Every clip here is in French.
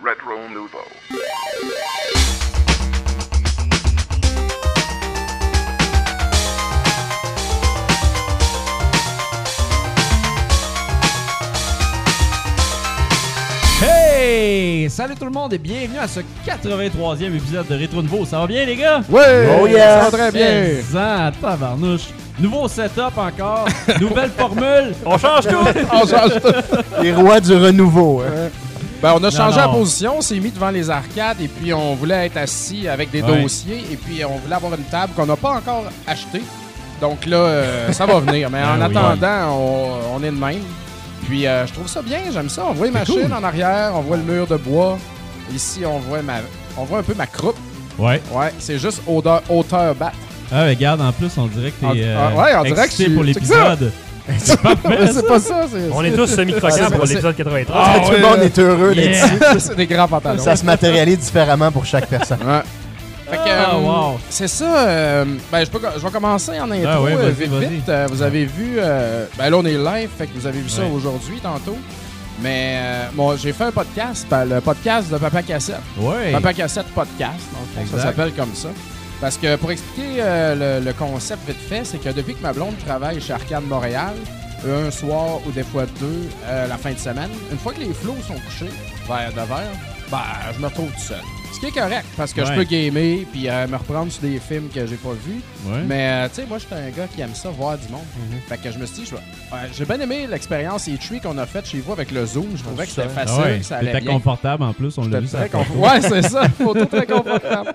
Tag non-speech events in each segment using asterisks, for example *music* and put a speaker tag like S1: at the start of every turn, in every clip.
S1: Retro Nouveau.
S2: Hey! Salut tout le monde et bienvenue à ce 83e épisode de Rétro Nouveau. Ça va bien les gars?
S3: Ouais!
S4: Oh yeah!
S3: Ça va très bien!
S2: *laughs* Plaisant, tabarnouche. Nouveau setup encore, *laughs* nouvelle formule.
S5: On change tout!
S3: On change tout.
S4: Les rois du renouveau. hein.
S3: Ben, on a changé
S2: non.
S3: la position, on s'est mis devant les arcades et puis on voulait être assis avec des
S2: Ouais.
S3: dossiers et puis on voulait avoir une table qu'on n'a pas encore achetée. Donc là, euh, ça va venir. Mais
S2: *laughs*
S3: en
S2: Ah oui.
S3: attendant, on, on est de même. Puis euh, je trouve ça bien, j'aime ça. On voit les machines en arrière, on voit le mur de bois. Ici, on voit ma, on voit un peu ma croupe.
S2: *laughs* Ouais.
S3: Ouais, c'est juste odeur,
S2: *laughs*
S3: hauteur batte.
S2: Ah, regarde, en plus, on dirait que
S3: On-
S2: t'es euh,
S3: ah, ouais, on dirait que
S2: excité
S3: je suis-
S2: pour
S3: c'est que ça.
S2: l'épisode. C'est pas vrai, ça?
S3: *laughs* c'est pas ça, c'est.
S5: On est tous semi-croquants pour
S3: c'est-
S5: l'épisode
S3: Ah,
S5: 83.
S4: Tout
S3: ouais,
S4: le monde
S3: ouais.
S4: est heureux d'être
S2: *laughs* Yeah.
S4: ici.
S3: c'est- *laughs* c'est des grands pantalons.
S4: Ça se matérialise différemment pour chaque personne.
S3: Ouais. Fait que,
S2: Ah,
S3: euh,
S2: wow.
S3: C'est ça. euh, ben, je, peux- je vais commencer en intro.
S2: Ah ouais,
S3: euh,
S2: vas-y,
S3: vite,
S2: vas-y.
S3: vite. Euh, vous avez vu. euh, ben là, on est live, fait que vous avez vu ça
S2: Ouais.
S3: aujourd'hui, tantôt. Mais euh, bon, j'ai fait un podcast, ben, le podcast de Papa Cassette.
S2: Ouais.
S3: Papa Cassette Podcast, dans le fond,
S2: Exact.
S3: ça s'appelle comme ça. Parce que pour expliquer euh, le, le concept vite fait, c'est que depuis que ma blonde travaille chez Arcade Montréal, un soir ou des fois deux, euh, la fin de semaine, une fois que les flots sont couchés, vers 9 heures, ben, je me retrouve tout seul. Ce qui est correct, parce que je
S2: Ouais.
S3: peux gamer puis euh, me reprendre sur des films que j'ai pas vus.
S2: Ouais. Mm-hmm.
S3: Mais euh, tu sais, moi, j'étais un gars qui aime ça, voir du monde. Fait que je me suis dit, je vais- ouais, j'ai bien aimé l'expérience E-Tree qu'on a faite chez vous avec le Zoom. Je trouvais que c'était
S2: Ah
S3: facile,
S2: ouais,
S3: que ça allait
S2: T'étais
S3: bien.
S2: confortable en plus, on l'a
S3: J'étais
S2: vu ça.
S3: très confort- Ouais, c'est ça. *laughs* Photo très confortable.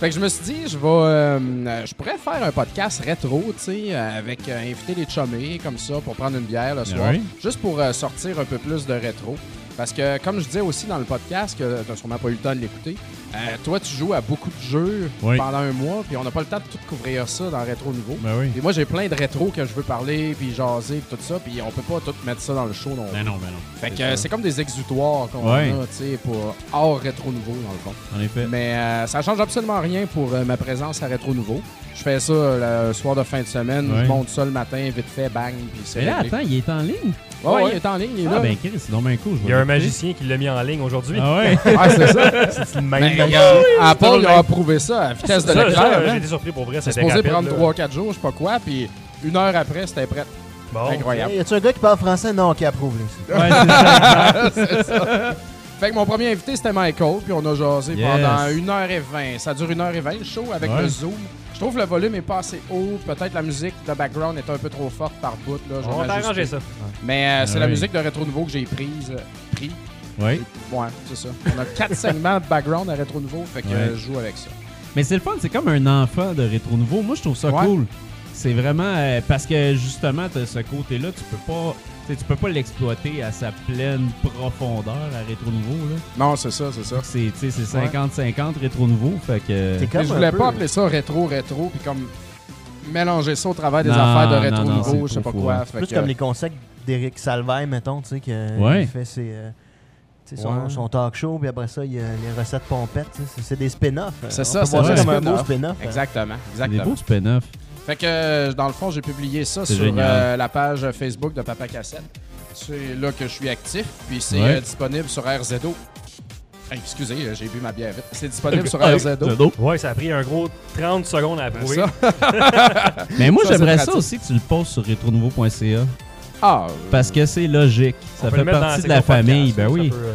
S3: Fait que je me suis dit, je vais, euh, euh, je pourrais faire un podcast rétro, tu sais, euh, avec euh, inviter les chummies comme ça pour prendre une bière le soir,
S2: Ben oui.
S3: juste pour euh, sortir un peu plus de rétro. Parce que, comme je disais aussi dans le podcast, que t'as sûrement pas eu le temps de l'écouter, euh, toi, tu joues à beaucoup de jeux
S2: Oui.
S3: pendant un mois, puis on n'a pas le temps de tout couvrir ça dans Rétro Nouveau.
S2: Ben oui.
S3: Et moi, j'ai plein de rétro que je veux parler, puis jaser, puis tout ça, puis on peut pas tout mettre ça dans le show non plus.
S2: Ben non, ben non.
S3: Fait que euh, c'est comme des exutoires qu'on
S2: Ouais.
S3: a, tu sais, pour hors rétro nouveau dans le fond.
S2: En effet.
S3: Mais euh, ça change absolument rien pour euh, ma présence à rétro nouveau. Je fais ça euh, le soir de fin de semaine,
S2: Ouais.
S3: je monte ça le matin, vite fait, bang, puis c'est.
S2: Mais là,
S3: réglé.
S2: attends, il est en ligne.
S3: Ouais, ouais,
S5: ouais.
S3: il est en ligne, il est
S2: Ah,
S3: là.
S2: ben, Chris, c'est donc bien cool. je vais
S5: Il y a un
S2: l'écouter.
S5: magicien qui l'a mis en ligne aujourd'hui.
S2: Ah, ouais.
S3: Ah, c'est ça.
S5: C'est une
S3: Mais
S5: main
S3: regarde, Apple il
S5: le
S3: a
S5: même.
S3: approuvé ça à vitesse de
S5: Ça, ça, J'ai
S3: l'éclair.
S5: été surpris pour vrai,
S3: hein? C'est
S5: c'était
S3: supposé
S5: rapide.
S3: prendre
S5: là.
S3: 3-4 jours, je sais pas quoi, puis une heure après, c'était prêt.
S5: Bon.
S3: Incroyable.
S4: Y a-tu un gars qui parle français? Non, qui approuve. là.
S2: Ah
S3: *laughs*
S2: Ouais, c'est ça.
S3: Fait que mon premier invité, c'était Michael, puis on a jasé
S2: Yes.
S3: pendant 1h20. Ça dure 1h20, le show, avec
S2: Ouais.
S3: le zoom. Je trouve le volume est pas assez haut. Peut-être la musique de background est un peu trop forte par bout. Là, je vais
S5: On va
S3: m'ajuster.
S5: t'arranger ça.
S3: Mais euh, c'est
S2: Ah
S3: la
S2: oui.
S3: musique de Rétro Nouveau que j'ai prise. euh, pris.
S2: Ouais.
S3: Ouais, c'est ça. On a
S2: *laughs*
S3: quatre segments de background à Rétro Nouveau, fait que
S2: Ouais.
S3: euh, je joue avec ça.
S2: Mais c'est le fun, c'est comme un enfant de rétro nouveau. Moi, je trouve ça
S3: Ouais.
S2: cool. C'est vraiment euh, parce que justement, t'as ce côté-là, tu peux pas, tu sais, tu peux pas l'exploiter à sa pleine profondeur à rétro nouveau là.
S3: Non, c'est ça, c'est ça.
S2: C'est, tu sais, c'est
S3: Ouais.
S2: 50-50 rétro nouveau, fait que.
S4: C'est comme
S3: je
S4: un
S3: voulais
S4: peu-
S3: pas appeler ça rétro rétro puis comme mélanger ça au travers des
S2: Non,
S3: affaires de rétro
S2: non, non,
S3: nouveau,
S2: c'est
S3: je sais pas
S2: trop
S3: quoi.
S2: fou. hein.
S3: fait
S4: Plus
S3: que,
S4: comme les concepts d'Éric Salvaille, mettons, tu sais, que
S2: Ouais.
S4: il fait ses, euh, tu sais, son,
S3: Ouais.
S4: son talk show, puis après ça, il y a les recettes pompettes. tu sais, c'est- C'est des spin-offs.
S3: C'est
S4: On
S3: ça,
S4: peut
S3: c'est
S4: voir
S2: vrai.
S4: comme un beau
S3: Spin-off.
S4: spin-off. hein.
S3: Exactement,
S2: C'est des
S3: exactement.
S2: beaux spin
S3: Fait que euh, dans le fond, j'ai publié ça
S2: C'est
S3: sur
S2: génial.
S3: euh, la page Facebook de Papa Cassette. C'est là que je suis actif, puis c'est
S2: Ouais.
S3: euh, disponible sur RZO. Hey, excusez, euh, j'ai bu ma bière vite. C'est disponible
S2: *laughs*
S3: sur RZO.
S5: Ouais, ça a pris un gros 30 secondes à approuver.
S3: Ça.
S2: Mais moi,
S3: Ça, c'est
S2: j'aimerais ça
S3: pratique.
S2: aussi que tu le postes sur rétronouveau.ca
S3: Ah, euh,
S2: parce que c'est logique. Ça
S5: On
S2: fait
S5: peut le mettre dans
S2: partie de
S5: la
S2: la
S5: section
S2: famille,
S5: podcast,
S2: ben
S5: ça
S2: oui.
S5: peut, euh,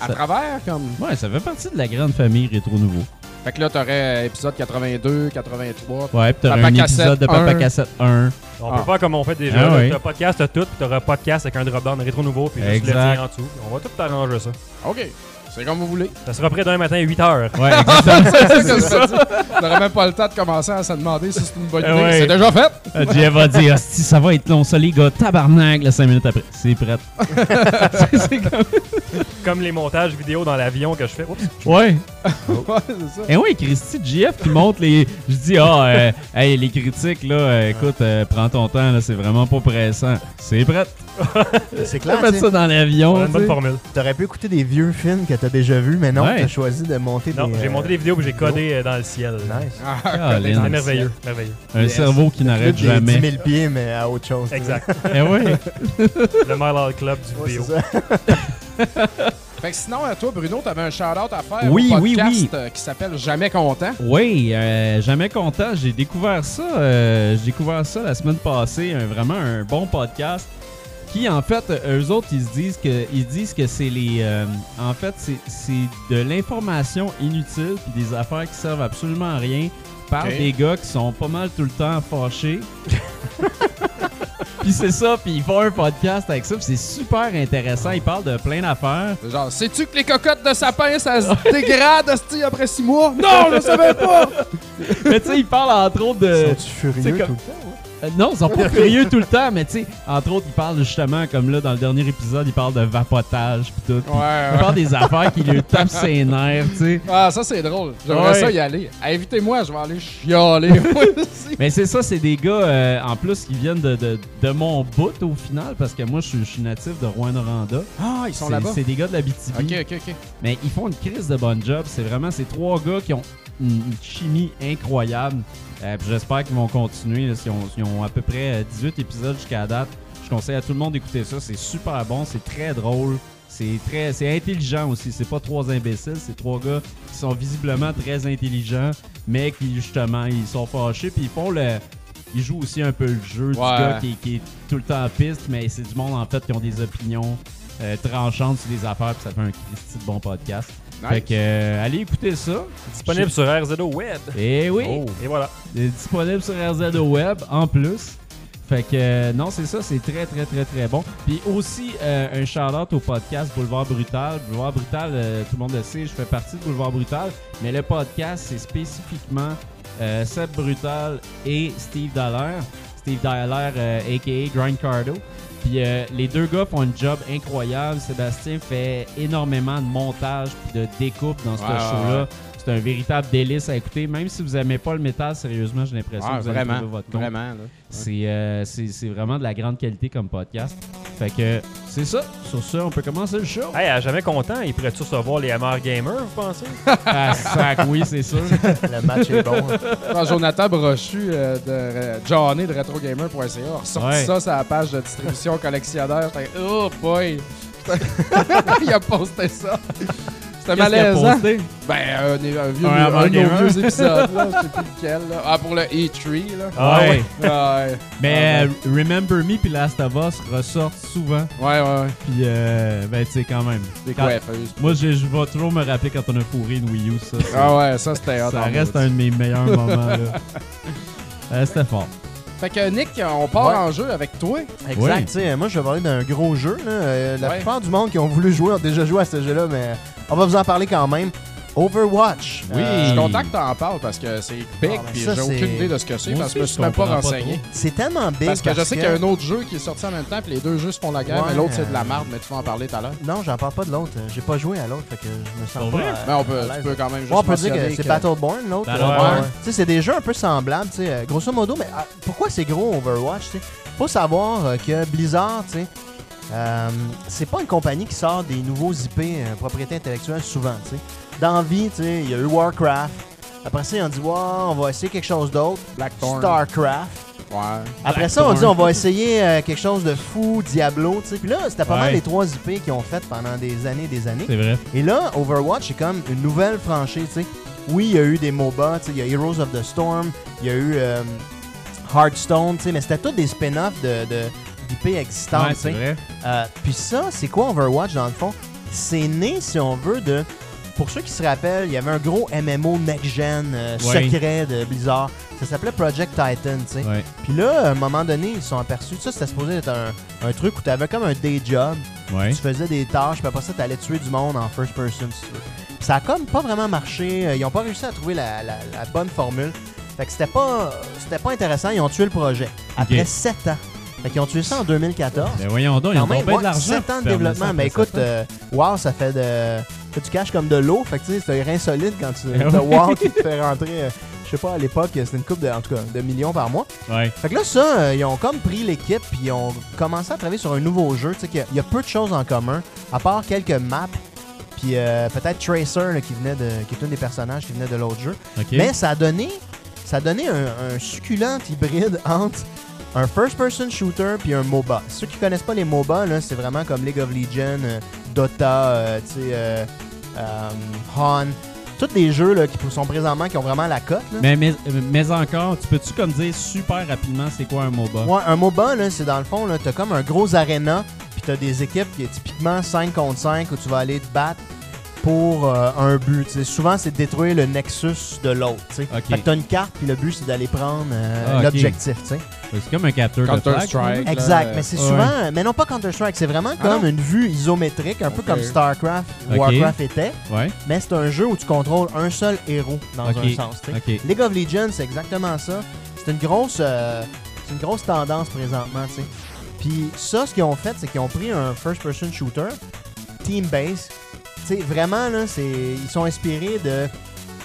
S3: à
S2: ça-
S3: travers comme.
S2: Ouais, ça fait partie de la grande famille rétro nouveau.
S3: Fait que là, t'aurais euh, épisode 82, 83.
S2: Ouais, pis t'aurais
S3: Papa
S2: un
S3: Cassette
S2: épisode de Papa
S3: 1.
S2: Cassette 1.
S5: On
S3: Ah.
S5: peut faire comme on fait déjà.
S2: Ah
S5: là,
S2: ouais.
S5: T'as podcast, t'as tout, puis t'auras podcast avec un drop-down de rétro nouveau, puis juste le
S2: Exact.
S5: tien en dessous. On va tout t'arranger ça.
S3: Ok, c'est comme
S2: *laughs*
S3: vous voulez.
S5: Ça sera prêt demain matin à 8 heures. *laughs*
S2: Ouais,
S3: *laughs*
S2: exactement.
S3: c'est ça. que je te dis. On n'aurait même pas le temps de commencer à se demander si c'est une bonne
S2: Eh
S3: idée.
S2: ouais.
S3: C'est déjà fait. *laughs*
S2: Euh, Jeff va dire Hostie, ça va être long, ça, les gars. Tabarnak, là, 5 minutes après. C'est prêt.
S5: Comme les montages vidéo dans l'avion que je fais. Oups.
S2: Ouais.
S3: ouais, c'est ça.
S2: Et Eh oui, Christy, JF qui monte les. Je dis, ah, euh, hey, les critiques, là, euh, écoute, euh, prends ton temps, là, c'est vraiment pas pressant. C'est prêt.
S4: C'est clair.
S2: Là,
S4: tu
S2: mettre ça
S4: sais.
S2: dans
S5: On
S2: l'avion.
S5: a une bonne
S2: tu sais.
S5: formule.
S4: T'aurais pu écouter des vieux films que t'as déjà vus, mais non,
S2: Ouais.
S4: t'as choisi de monter
S5: Non,
S4: des.
S5: j'ai
S4: euh,
S5: monté les vidéos puis j'ai codé euh, dans le ciel.
S4: Nice.
S3: Ah,
S2: Colin.
S3: Colin.
S2: Dans
S5: C'est
S2: le
S5: merveilleux, merveilleux.
S2: Un
S3: Yes.
S2: cerveau qui
S4: Des
S2: n'arrête
S4: 10
S2: jamais.
S4: 000 pieds, mais à autre
S5: *laughs*
S4: chose. tu sais.
S5: Exact.
S2: Eh oui.
S5: le Mile High Club du
S4: Ouais,
S5: vidéo.
S4: c'est ça.
S3: Fait que sinon, à toi, Bruno, t'avais un shout-out à faire
S2: Oui,
S3: au
S2: oui,
S3: podcast
S2: oui.
S3: euh, qui s'appelle Jamais Content.
S2: Oui, euh, jamais content. J'ai découvert ça. euh, j'ai découvert ça la semaine passée. Un, vraiment un bon podcast. Qui en fait, euh, eux autres, ils se disent que ils disent que c'est les. euh, en fait, c'est c'est de l'information inutile puis des affaires qui servent absolument à rien par
S3: Ok.
S2: des gars qui sont pas mal tout le temps fâchés. puis c'est ça. Puis ils font un podcast avec ça. puis c'est super intéressant. Ils parlent de plein d'affaires.
S3: Genre, sais-tu que les cocottes de sapin, ça se dégrade hostie, après six mois? Non, je le savais pas!
S2: Mais tu sais, ils parlent entre autres
S3: Euh,
S2: de.
S4: Sont-tu furieux
S2: comme-
S4: tout le temps? ouais?
S2: Euh, non, ils sont
S3: *laughs*
S2: pas furieux tout le temps, mais tu sais, entre autres, ils parlent justement, comme là, dans le dernier épisode, ils parlent de vapotage pis tout.
S3: Ouais,
S2: Ils
S3: ouais.
S2: parlent des affaires qui lui tapent ses nerfs, tu sais.
S3: Ah, ça, c'est drôle. J'aimerais
S2: Ouais.
S3: ça y aller. Ah, Invitez-moi, je vais aller chialer.
S2: *laughs*
S3: moi aussi.
S2: Mais c'est ça, c'est des gars, euh, en plus, qui viennent de, de, de mon bout au final, parce que moi, je suis- je suis natif de Rouen-Noranda.
S3: Ah, ils sont
S2: C'est-
S3: là-bas.
S2: C'est des gars de la BTB.
S3: Ok, ok, ok.
S2: Mais ils font une crise de bon job. C'est vraiment ces trois gars qui ont une une chimie incroyable. Euh, puis J'espère qu'ils vont continuer. là. Ils, ont, ils ont à peu près euh, 18 épisodes jusqu'à la date. Je conseille à tout le monde d'écouter ça. C'est super bon, c'est très drôle. C'est très, c'est intelligent aussi. C'est pas trois imbéciles, c'est trois gars qui sont visiblement très intelligents, mais qui justement ils sont fâchés puis ils font le, ils jouent aussi un peu le jeu du
S3: Ouais.
S2: gars qui, qui est tout le temps en piste, mais c'est du monde en fait qui ont des opinions euh, tranchantes sur des affaires puis ça fait un Christy de bon podcast. Fait
S3: Nice.
S2: que euh, allez écouter ça.
S5: Disponible sur RZO Web. Oh.
S2: Et Eh oui.
S3: Oh.
S5: Et voilà.
S2: Il est disponible sur RZO Web en plus. Fait que euh, non, c'est ça, c'est très très très très bon. Puis aussi euh, un shout-out au podcast Boulevard Brutal. Boulevard Brutal, euh, tout le monde le sait, je fais partie de Boulevard Brutal, mais le podcast c'est spécifiquement euh, Seb Brutal et Steve Dallaire. Steve Dallaire euh, aka Grind Cardo. Puis euh, les deux gars font un job incroyable. Sébastien fait énormément de montage puis de découpe dans ce
S3: Ouais, ouais,
S2: show-là. C'est un véritable délice à écouter. Même si vous aimez pas le métal, sérieusement, j'ai l'impression
S3: Ah,
S2: que vous allez
S3: vraiment.
S2: trouver votre compte.
S3: Vraiment, là.
S2: C'est, euh, c'est, c'est vraiment de la grande qualité comme podcast. Fait que c'est ça. Sur ça, on peut commencer le show.
S3: Ah,
S5: Hey, à jamais content, ils pourraient tous recevoir les Hammer Gamers, vous pensez?
S2: ah, sac, oui, c'est
S3: *laughs*
S2: sûr.
S4: Le match est bon.
S3: Quand Jonathan Brochu euh, de euh, Johnny de RetroGamer.ca a ressorti
S2: Ouais.
S3: ça sur la page
S2: *laughs*
S3: de distribution collectionneur, j'étais oh boy! *laughs* Il a posté ça! C'était
S2: Qu'est-ce qu'il a
S3: malaisant!
S2: posté?
S3: Ben, un, un vieux,
S2: Un
S3: un,
S2: Hammer
S3: de nos
S2: Gamer.
S3: vieux épisodes, là, je sais
S2: *laughs*
S3: plus lequel. Là. Ah, pour le E3, là.
S2: Ah ouais.
S3: Ah, ouais.
S2: Mais euh, Remember Me puis Last of Us ressortent souvent.
S3: Ouais, ouais, ouais.
S2: Puis, euh, ben, tu sais, quand même.
S3: Des
S2: Quand-
S3: coiffeuses.
S2: Moi, je, je vais toujours me rappeler quand on a fourré une Wii U, ça. c'est-
S3: Ah ouais, ça c'était hot
S2: ça
S3: en
S2: reste
S3: maudit.
S2: un de mes meilleurs moments,
S3: *laughs*
S2: là. Euh, c'était fort.
S3: Fait que Nick, on part
S4: Ouais.
S3: en jeu avec toi.
S4: Exact.
S2: Ouais.
S4: Tu sais, moi, je vais parler d'un gros jeu. Là. Euh, la
S3: Ouais.
S4: plupart du monde qui ont voulu jouer ont déjà joué à ce jeu-là, mais on va vous en parler quand même. Overwatch. Euh,
S2: Oui.
S3: Je suis content que t'en parles parce que c'est big
S4: Ah, ben
S3: puis
S4: ça,
S3: j'ai
S4: c'est-
S3: aucune idée de ce que c'est
S2: Moi
S3: parce que je me
S2: aussi,
S3: suis
S2: je
S3: même pas
S2: comprends pas
S3: renseigné.
S2: trop.
S4: C'est tellement big.
S3: Parce que je sais qu'il y a un
S4: autre.
S3: autre jeu qui est sorti en même temps, puis les deux jeux se font la guerre,
S4: Ouais.
S3: mais l'autre c'est de la merde, mais tu vas en parler tout à l'heure.
S4: Non, j'en parle pas de l'autre. J'ai pas joué à l'autre, fait que je me sens
S2: Pour
S4: pas.
S2: vrai?
S4: à-
S3: Mais Ben, on peut,
S4: à
S3: tu
S4: l'aise.
S3: peux quand même juste.
S4: Ouais, ben, on peut dire que
S3: mentionner
S4: c'est Battleborn, l'autre.
S2: Battleborn.
S4: Ouais. Tu sais, c'est des jeux un peu semblables, tu sais, euh, grosso modo, mais ah, pourquoi c'est gros Overwatch, tu sais? Faut savoir euh, que Blizzard, tu sais, euh, c'est pas une compagnie qui sort des nouveaux IP euh, propriété intellectuelle souvent, tu sais. Dans vie, tu sais, il y a eu Warcraft. Après ça, ils ont dit, ouais, on va essayer quelque chose d'autre.
S3: Blackthorn.
S4: Starcraft.
S3: Ouais.
S4: Après ça, on dit, on va essayer euh, quelque chose de fou, Diablo, tu sais. Puis là, c'était pas mal
S2: Ouais.
S4: les trois IP qu'ils ont fait pendant des années des années.
S2: C'est vrai.
S4: Et là, Overwatch, c'est comme une nouvelle franchise, tu sais. Oui, il y a eu des MOBA, tu sais, il y a Heroes of the Storm, il y a eu euh, Hearthstone, tu sais, mais c'était tous des spin-offs de, de, d'IP existantes,
S2: Ouais,
S4: tu sais.
S2: c'est vrai.
S4: Euh, Puis ça, c'est quoi Overwatch dans le fond? C'est né, si on veut, de. Pour ceux qui se rappellent, il y avait un gros MMO next-gen euh,
S2: Ouais.
S4: secret de Blizzard. Ça s'appelait Project Titan, tu sais.
S2: Ouais.
S4: Puis là, à un moment donné, ils se sont aperçus. Ça, c'était supposé être un, un truc où t'avais comme un day job.
S2: Ouais.
S4: Tu faisais des tâches, puis après ça, t'allais tuer du monde en first person, si tu veux. Puis ça a comme pas vraiment marché. euh, Ils ont pas réussi à trouver la, la- la bonne formule. Fait que c'était pas, c'était pas intéressant. Ils ont tué le projet. Après
S2: Ok.
S4: 7 ans. Fait qu'ils ont tué ça en 2014.
S2: Ben voyons donc, ils
S4: Quand
S2: ont
S4: même,
S2: tombé
S4: ouais,
S2: de l'argent.
S4: 7
S2: pour
S4: ans de
S2: faire
S4: développement.
S2: ça,
S4: Mais
S2: après
S4: écoute,
S2: ça.
S4: euh, wow, ça fait de... ça fait du cash comme de l'eau. Fait que tu sais, c'est un rein solide quand tu...
S2: Eh
S4: t'as
S2: oui.
S4: wow qui te fait rentrer... euh, je sais pas, à l'époque, c'était une coupe de, en tout cas, de millions par mois.
S2: Ouais.
S4: Fait que là, ça, euh, ils ont comme pris l'équipe puis ils ont commencé à travailler sur un nouveau jeu. Tu sais, qu'il y a- il y, a peu de choses en commun, à part quelques maps, puis euh, peut-être Tracer, là, qui venait de, qui est un des personnages qui venait de l'autre jeu.
S2: OK.
S4: Mais ça a donné, ça a donné un, un succulent hybride *laughs* entre un first-person shooter puis un MOBA. Ceux qui connaissent pas les MOBA, là, c'est vraiment comme League of Legends, euh, Dota, euh, tu sais, euh, euh, Han. Tous des jeux là, qui sont présentement, qui ont vraiment la cote. là.
S2: Mais, mais, mais encore, tu peux-tu comme dire super rapidement c'est quoi un MOBA?
S4: Ouais, un MOBA, là, c'est dans le fond, là, t'as comme un gros aréna, puis t'as des équipes qui est typiquement 5 contre 5 où tu vas aller te battre pour euh, un but. Tu sais, souvent, c'est de détruire le nexus de l'autre. tu sais.
S2: Ok.
S4: Fait que t'as une carte, puis le but, c'est d'aller prendre euh,
S2: Ah, ok.
S4: l'objectif. tu sais.
S2: C'est comme un capteur de flag.
S3: Counter-Strike. là,
S4: Exact,
S3: euh,
S4: mais c'est
S2: ouais.
S4: souvent... Mais non, pas Counter-Strike, c'est vraiment
S3: Ah
S4: comme
S3: non?
S4: une vue isométrique, un peu
S3: Ok.
S4: comme StarCraft,
S2: Ok.
S4: Warcraft était,
S2: Ouais,
S4: mais c'est un jeu où tu contrôles un seul héros dans
S2: Ok.
S4: un sens. tu sais.
S2: ok.
S4: League of Legends, c'est exactement ça. C'est une grosse, euh, c'est une grosse tendance présentement, tu sais. Puis ça, ce qu'ils ont fait, c'est qu'ils ont pris un first-person shooter, team base. Tu sais, vraiment là, c'est, ils sont inspirés de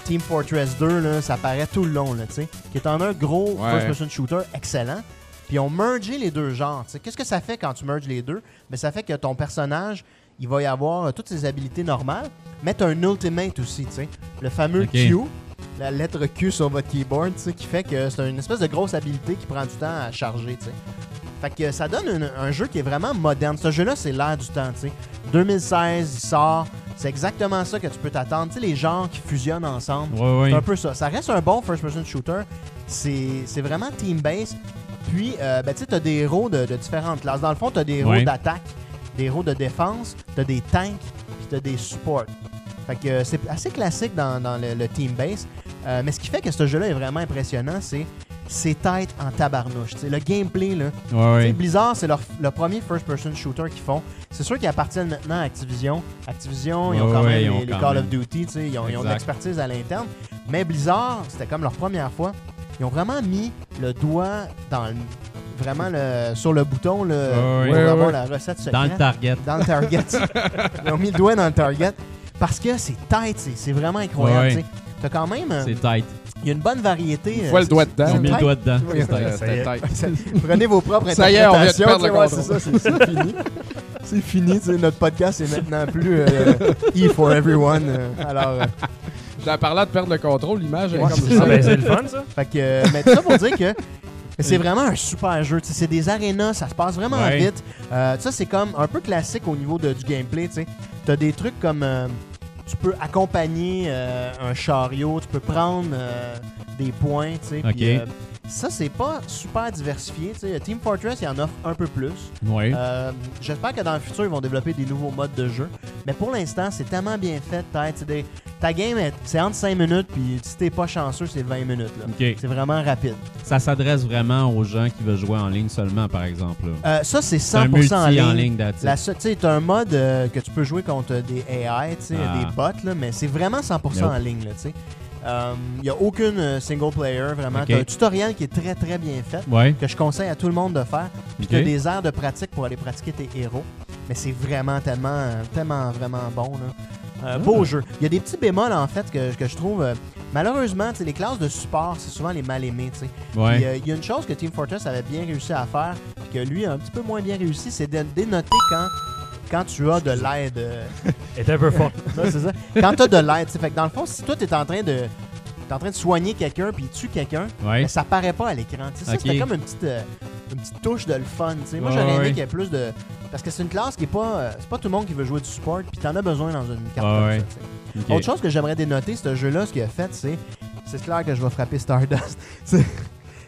S4: Team Fortress 2 là, ça paraît tout le long là, tu sais, qui est en un gros
S3: Ouais.
S4: first-person shooter excellent. Puis ils ont mergé les deux genres. tu sais. Qu'est-ce que ça fait quand tu merges les deux Mais ça fait que ton personnage, il va y avoir euh, toutes ses habilités normales, mais t'as un ultimate aussi, tu sais, le fameux
S2: Ok.
S4: Q la lettre Q sur votre keyboard, tu sais, qui fait que c'est une espèce de grosse habilité qui prend du temps à charger, tu sais. Fait que ça donne une- un jeu qui est vraiment moderne. Ce jeu-là, c'est l'air du temps, tu sais. 2016, il sort. C'est exactement ça que tu peux t'attendre. Tu sais, les genres qui fusionnent ensemble.
S2: Ouais, ouais.
S4: C'est un peu ça. Ça reste un bon first-person shooter. C'est c'est vraiment team-based. Puis, euh, ben, tu sais, t'as des héros de, de différentes classes. Dans le fond, t'as des héros
S2: Ouais.
S4: d'attaque, des héros de défense, t'as des tanks, puis t'as des supports. Fait que euh, c'est assez classique dans, dans le, le team-based. Euh, mais ce qui fait que ce jeu-là est vraiment impressionnant, c'est ses têtes en tabarnouche. Tu sais, le gameplay, là,
S2: Ouais,
S4: tu sais,
S2: ouais.
S4: Blizzard, c'est leur, le premier first-person shooter qu'ils font. C'est sûr qu'ils appartiennent maintenant à Activision. Activision, ils ont
S2: Ouais,
S4: quand
S2: ouais,
S4: même
S2: ils ont
S4: les, les
S2: quand
S4: Call
S2: même.
S4: of Duty, tu sais, ils ont, ils ont de
S2: Exact.
S4: l'expertise à l'interne. Mais Blizzard, c'était comme leur première fois. Ils ont vraiment mis le doigt dans le, vraiment le, sur le bouton là,
S2: Ouais,
S4: pour
S3: ouais.
S4: avoir
S3: Ouais,
S4: la recette secrète
S2: Dans le target.
S4: dans le target.
S2: *laughs*
S4: Ils ont mis le doigt dans le target parce que c'est tight, c'est- c'est vraiment incroyable.
S2: Ouais,
S4: tu
S2: ouais.
S4: sais. T'as quand même, euh,
S2: C'est tight.
S4: il y a une bonne variété.
S3: Une
S4: euh,
S3: fois le
S4: c'est-
S3: doigt
S4: c'est-
S3: dedans.
S2: Ils
S4: c'est
S2: ont mis le
S4: tight.
S2: doigt dedans.
S4: Ouais, ouais.
S3: C'était-
S5: Ça y
S3: c'était
S5: est.
S3: tight.
S4: Prenez vos propres
S3: Ça y est, on vient de
S4: interprétations.
S3: perdre
S4: tu
S3: le
S4: sais, ouais, c'est ça, c'est- c'est fini. C'est fini. tu sais, notre podcast est maintenant plus euh, E for everyone. euh, alors, euh,
S3: J'en parlais de perdre le contrôle, l'image est
S4: Ouais,
S3: comme
S4: c'est
S5: *laughs* Ah,
S3: ça.
S5: ben, c'est le fun, ça.
S4: fait que, euh, mais tout ça pour dire que c'est vraiment un super jeu. tu sais, C'est des arénas, ça se passe vraiment
S2: Ouais.
S4: vite. Euh, ça, c'est comme un peu classique au niveau de- du gameplay. Tu as des trucs comme euh, tu peux accompagner euh, un chariot, tu peux prendre euh, des points. tu sais, puis,
S2: Ok.
S4: euh, ça, c'est pas super diversifié. tu sais. Team Fortress, il en offre un peu plus.
S2: Ouais.
S4: Euh, J'espère que dans le futur, ils vont développer des nouveaux modes de jeu. Mais pour l'instant, c'est tellement bien fait. t'as- t'sais, des- Ta game, est- c'est entre 5 minutes, puis si t'es pas chanceux, c'est 20 minutes. là.
S2: Ok.
S4: C'est vraiment rapide.
S2: Ça s'adresse vraiment aux gens qui veulent jouer en ligne seulement, par exemple. là.
S4: Euh, ça, c'est
S2: C'est un
S4: 100%
S2: multi
S4: en ligne.
S2: en ligne, that's it.
S4: La seule- t'sais, t'as un mode euh, que tu peux jouer contre des AI, t'sais,
S2: Ah.
S4: des bots, là, mais c'est vraiment 100% en
S2: Nope.
S4: ligne. Il n'y a aucune euh, single player, vraiment.
S2: Ok.
S4: T'as un tutoriel qui est très, très bien fait,
S2: Ouais.
S4: que je conseille à tout le monde de faire. Puis
S2: Ok.
S4: t'as des aires de pratique pour aller pratiquer tes héros. Mais c'est vraiment tellement, euh, tellement, vraiment bon. Là.
S2: Ah.
S4: Euh, Beau jeu. Il y a des petits bémols, en fait, que, que je trouve... euh, malheureusement, tu sais, les classes de support, c'est souvent les mal-aimés. tu sais. Puis,
S2: Ouais.
S4: euh, Il y a une chose que Team Fortress avait bien réussi à faire, puis que lui a un petit peu moins bien réussi, c'est de dénoter quand, quand tu as de
S2: *laughs*
S4: l'aide. euh,
S5: Elle était un peu forte.
S4: ça, c'est ça. Quand tu as de l'aide. tu sais. Fait que dans le fond, si toi, tu es en train de... t'es en train de soigner quelqu'un puis il tue quelqu'un,
S2: Ouais.
S4: mais ça paraît pas à l'écran. Tu sais, ça,
S2: Ok.
S4: c'était comme une petite, euh, une petite touche de le fun. tu sais. Moi,
S2: Ouais,
S4: j'aurais aimé
S2: ouais.
S4: qu'il y ait plus de. Parce que c'est une classe qui est pas. euh, c'est pas tout le monde qui veut jouer du support, puis t'en as besoin dans une carte
S2: Ouais,
S4: comme
S2: ouais.
S4: ça, tu sais.
S2: Ok.
S4: Autre chose que j'aimerais dénoter, ce jeu-là, ce qu'il a fait, c'est. C'est clair que je vais frapper Stardust. *laughs* C'est-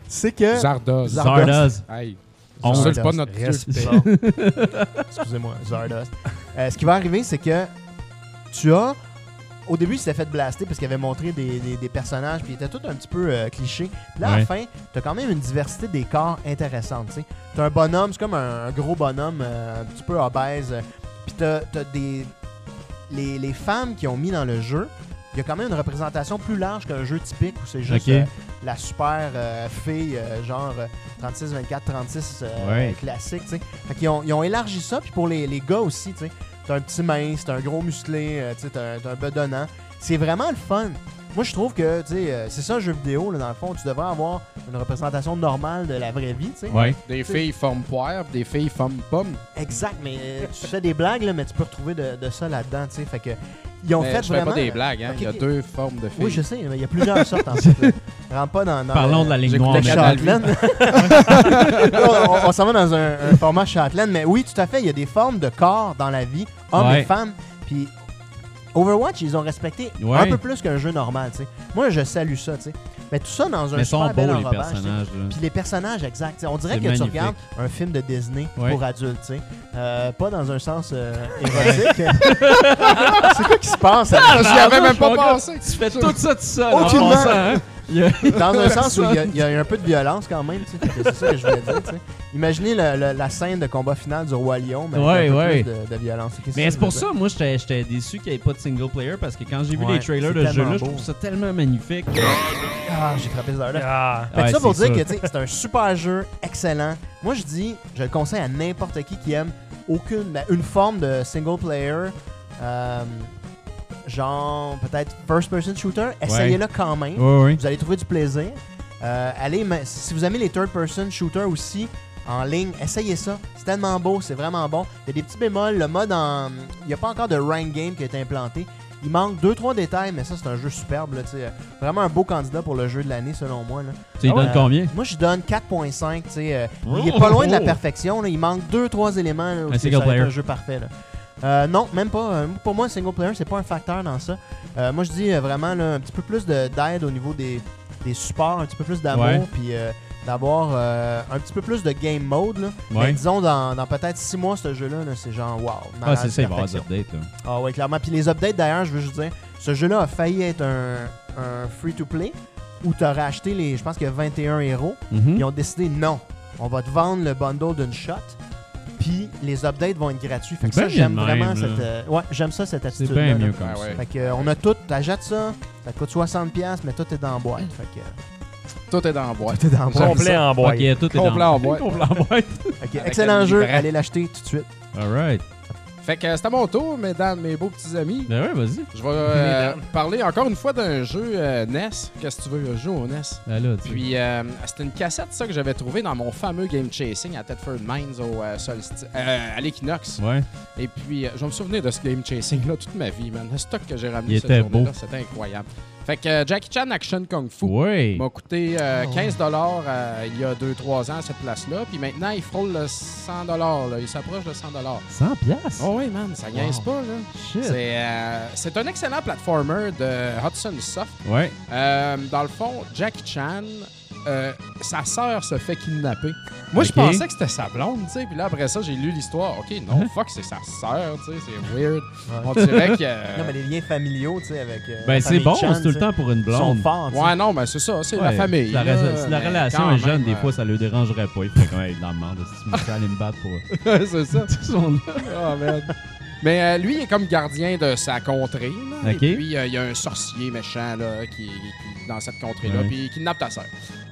S4: c'est que.
S3: Zardoz.
S4: Zard-
S2: Zardoz.
S3: Aïe.
S2: On-
S3: Ça,
S4: Zardoz.
S3: c'est pas notre Dieu.
S5: Respect.
S4: Excusez-moi, Zardoz. Euh, ce qui va arriver, c'est que tu as. Au début, il s'était fait blaster parce qu'il avait montré des, des- des personnages, puis il était tout un petit peu euh, cliché. Puis là, à la
S2: Ouais.
S4: fin, t'as quand même une diversité des corps intéressante. Tu T'as un bonhomme, c'est comme un, un gros bonhomme, euh, un petit peu obèse. euh, Puis t'as t'as des. Les, les femmes qui ont mis dans le jeu, il y a quand même une représentation plus large qu'un jeu typique où c'est juste
S2: Ok.
S4: euh, la super euh, fille, euh, genre euh, 36, 24, 36 euh,
S2: Ouais.
S4: classique, tu sais. Fait qu'ils ont, ils ont élargi ça, puis pour les, les gars aussi, tu sais. T'as un petit mince, t'as un gros musclé, euh, tu sais, t'as un, t'as un bedonnant. C'est vraiment le fun. Moi, je trouve que, tu sais, euh, c'est ça, un jeu vidéo, là, dans le fond. Tu devrais avoir une représentation normale de la vraie vie, tu sais.
S2: Ouais.
S3: Des filles forment poire, des filles forment pomme.
S4: Exact, mais euh, tu fais des blagues, là, mais tu peux retrouver de, de ça là-dedans, tu sais. Fait que ils ont
S3: Mais
S4: fait
S3: je fais
S4: vraiment.
S3: pas des blagues, hein.
S4: Ok,
S3: Il y a
S4: ok.
S3: deux formes de filles.
S4: Oui, je sais, mais il y a plusieurs sortes en
S3: *laughs*
S4: fait. Rentre pas dans. dans
S2: Parlons de la ligne noire.
S3: j'écoutais
S4: Le
S3: Canal
S2: maintenant.
S3: Chat.
S4: Chatelaine. *laughs* on on s'en va dans un, un format Chatelaine, mais oui, tout à fait, il y a des formes de corps dans la vie, hommes
S2: Ouais.
S4: et femmes. Puis Overwatch, ils ont respecté
S2: Ouais.
S4: un peu plus qu'un jeu normal, tu sais. Moi, je salue ça, tu sais. Mais tout ça dans un
S2: Mais
S4: super
S2: sont
S4: bel
S2: beaux les
S4: enrobage, tu sais.
S2: personnages. là.
S4: Puis les personnages, exact. tu sais. on dirait
S2: C'est
S4: que
S2: magnifique.
S4: tu regardes un film de Disney
S2: Ouais.
S4: pour adultes, tu sais. Euh, pas dans un sens
S2: *laughs*
S4: euh, érotique. *laughs* c'est quoi qui se passe? avec-
S2: Ah,
S3: Parce que j'y avais même pas
S2: Mon gars,
S3: pensé.
S2: Tu fais tout ça tout seul. en
S4: Aucunement.
S2: passant, *laughs* hein? Il y a-
S4: Dans
S2: *laughs*
S4: un sens où il y a- il y, a un peu de violence quand même, tu sais, fait que c'est ça que je voulais dire. tu sais. Imaginez le- le- la scène de combat final du Roi Lion, mais
S2: Ouais,
S4: avec un peu
S2: ouais.
S4: plus de, de violence. Ok,
S2: Mais c'est pour
S4: je veux
S2: ça, moi, j'étais j'étais déçu qu'il n'y ait pas de single player parce que quand j'ai vu
S4: Ouais,
S2: les trailers
S4: c'est
S2: de ce
S4: tellement
S2: jeu-là, je
S4: beau.
S2: trouve ça tellement magnifique.
S4: dire. Ah, j'ai frappé cette heure-là.
S5: Ah.
S4: Fait que
S2: Ouais,
S4: ça pour
S2: c'est
S4: dire que tu sais, c'est un super jeu, excellent. Moi, je dis, je le conseille à n'importe qui qui aime aucune, ben, une forme de single player, euh, genre peut-être first-person shooter. Essayez-le quand même.
S2: Ouais, ouais.
S4: Vous allez trouver du plaisir. Euh, allez, mais si vous aimez les third-person shooters aussi en ligne, essayez ça. C'est tellement beau, c'est vraiment bon. Il y a des petits bémols. Le mode en. Il n'y a pas encore de rank game qui a été implanté. Il manque 2-3 détails, mais ça, c'est un jeu superbe. là, tu sais. Vraiment un beau candidat pour le jeu de l'année, selon moi. là.
S2: Tu lui
S4: Ah ouais.
S2: donnes combien
S4: *laughs* Moi, je donne 4.5. tu sais, euh,
S2: Oh,
S4: il est pas loin de la
S2: oh.
S4: perfection. là. Il manque 2-3 éléments. là, où
S2: Un
S4: c'est
S2: single
S4: ça va être
S2: player.
S4: un jeu parfait. là. Euh, non, même pas. Euh, Pour moi, un single player, c'est pas un facteur dans ça. Euh, moi, je dis euh, vraiment là, un petit peu plus de- d'aide au niveau des, des supports, un petit peu plus d'amour,
S2: Ouais.
S4: puis euh, d'avoir euh, un petit peu plus de game mode. là. Mais
S2: Ouais.
S4: disons, dans, dans peut-être 6 mois, ce jeu-là, là, c'est genre wow.
S2: Ah,
S4: malade,
S2: c'est ça, il va y avoir des
S4: perfection.
S2: updates. là.
S4: Ah ouais, clairement. Puis les updates, d'ailleurs, je veux juste dire, ce jeu-là a failli être un, un free-to-play où tu aurais acheté les, je pense qu'il y a 21 héros.
S2: Mhm.
S4: Ils ont décidé non, on va te vendre le bundle d'une shot. Puis les updates vont être gratuits. Fait que
S2: Ben,
S4: ça, j'aime
S2: même, là.
S4: vraiment cette, euh, ouais, j'aime ça cette
S2: C'est
S4: attitude.
S2: bien mieux comme
S3: Ah
S2: ça.
S3: ouais.
S4: Fait que, euh, on a tout, t'achètes ça, ça te coûte 60$, piastres, mais tout est dans la boîte. Fait que, euh,
S3: Tout est dans la boîte.
S4: tout est dans la boîte.
S5: Complet en boîte.
S2: Ok, tout est
S3: Complet
S2: dans-
S3: en boîte.
S2: Complet en boîte.
S4: Fait que,
S3: Avec
S4: excellent
S3: le
S4: jeu,
S3: livret.
S4: allez l'acheter tout de suite.
S2: *laughs* All right.
S3: Fait que euh, c'est à mon tour, mesdames, mes beaux petits amis.
S2: Ben ouais, vas-y.
S3: Je vais euh, parler encore une fois d'un jeu euh, NES. Qu'est-ce que tu veux, le jeu au NES?
S2: Ben là, tu-
S3: Puis euh, c'était une cassette, ça, que j'avais trouvée dans mon fameux Game Chasing à Thetford Mines au euh, solsti- euh, à l'équinoxe.
S2: Ouais.
S3: Et puis, euh, je vais me souvenir de ce Game Chasing-là toute ma vie, man. Le stock que j'ai ramené
S2: Il
S3: cette
S2: était
S3: journée-là,
S2: beau.
S3: c'était incroyable. Fait que euh, Jackie Chan Action Kung Fu
S2: Ouais.
S3: m'a coûté euh,
S4: Oh.
S3: 15 euh, il y a 2-3 ans à cette place-là. Puis maintenant, il frôle le 100 là. Il s'approche de 100
S2: 100 piastres.
S3: Oh oui, man, ça niaise
S2: Wow.
S3: pas, là.
S2: shit.
S3: C'est euh, c'est un excellent platformer de Hudson Soft.
S2: Ouais.
S3: Euh, dans le fond, Jackie Chan, euh, sa sœur se fait kidnapper. Moi, je
S2: Ok.
S3: pensais que c'était sa blonde, tu sais. Puis là, après ça, j'ai lu l'histoire. OK, non,
S2: *laughs*
S3: fuck, c'est sa sœur, tu sais. C'est weird. On dirait que...
S2: *laughs*
S3: euh,
S4: Non, mais les liens familiaux, tu sais, avec. euh, la
S2: Ben c'est
S4: famille
S2: bon,
S4: Chan,
S2: c'est tout le
S4: tu sais,
S2: temps pour une
S4: sont
S2: blonde.
S4: forts, tu sais.
S3: Ouais, non, mais c'est ça. C'est la
S2: Ouais,
S3: famille.
S2: Si la,
S3: là,
S2: raison- si la
S3: mais
S2: relation
S3: quand
S2: est jeune,
S3: même,
S2: des
S3: euh,
S2: fois, ça le dérangerait pas. Il ferait quand même dans le merde. Si tu me fais aller me battre
S4: *laughs*
S2: pour.
S3: *laughs* c'est ça.
S2: Ils sont là.
S3: Ah, man. Mais euh, lui, il est comme gardien de sa contrée. Là,
S2: Ok.
S3: Et puis, euh, il y a un sorcier méchant là, qui, qui est dans cette contrée-là,
S2: Ouais.
S3: puis il kidnappe ta sœur.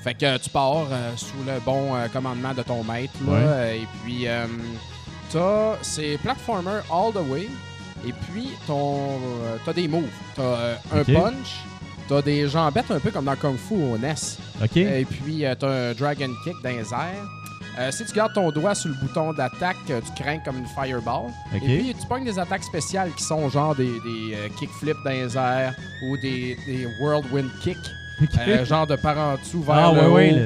S3: Fait que euh, tu pars euh, sous le bon euh, commandement de ton maître. Là,
S2: Ouais.
S3: euh, Et puis, euh, t'as c'est platformer all the way. Et puis, ton, euh, t'as des moves. T'as euh, un
S2: Ok.
S3: punch. T'as des jambettes un peu comme dans Kung Fu au E NES.
S2: Ok.
S3: Et puis, euh, t'as un Dragon Kick dans les airs. Euh, si tu gardes ton doigt sur le bouton d'attaque, euh, tu crains comme une fireball.
S2: Ok.
S3: Et puis, tu pognes des attaques spéciales qui sont genre des, des euh, kickflips dans les airs ou des, des whirlwind kicks,
S2: Ok.
S3: euh, genre de par en dessous vers
S2: ah
S3: le
S2: ouais, ouais.
S3: haut,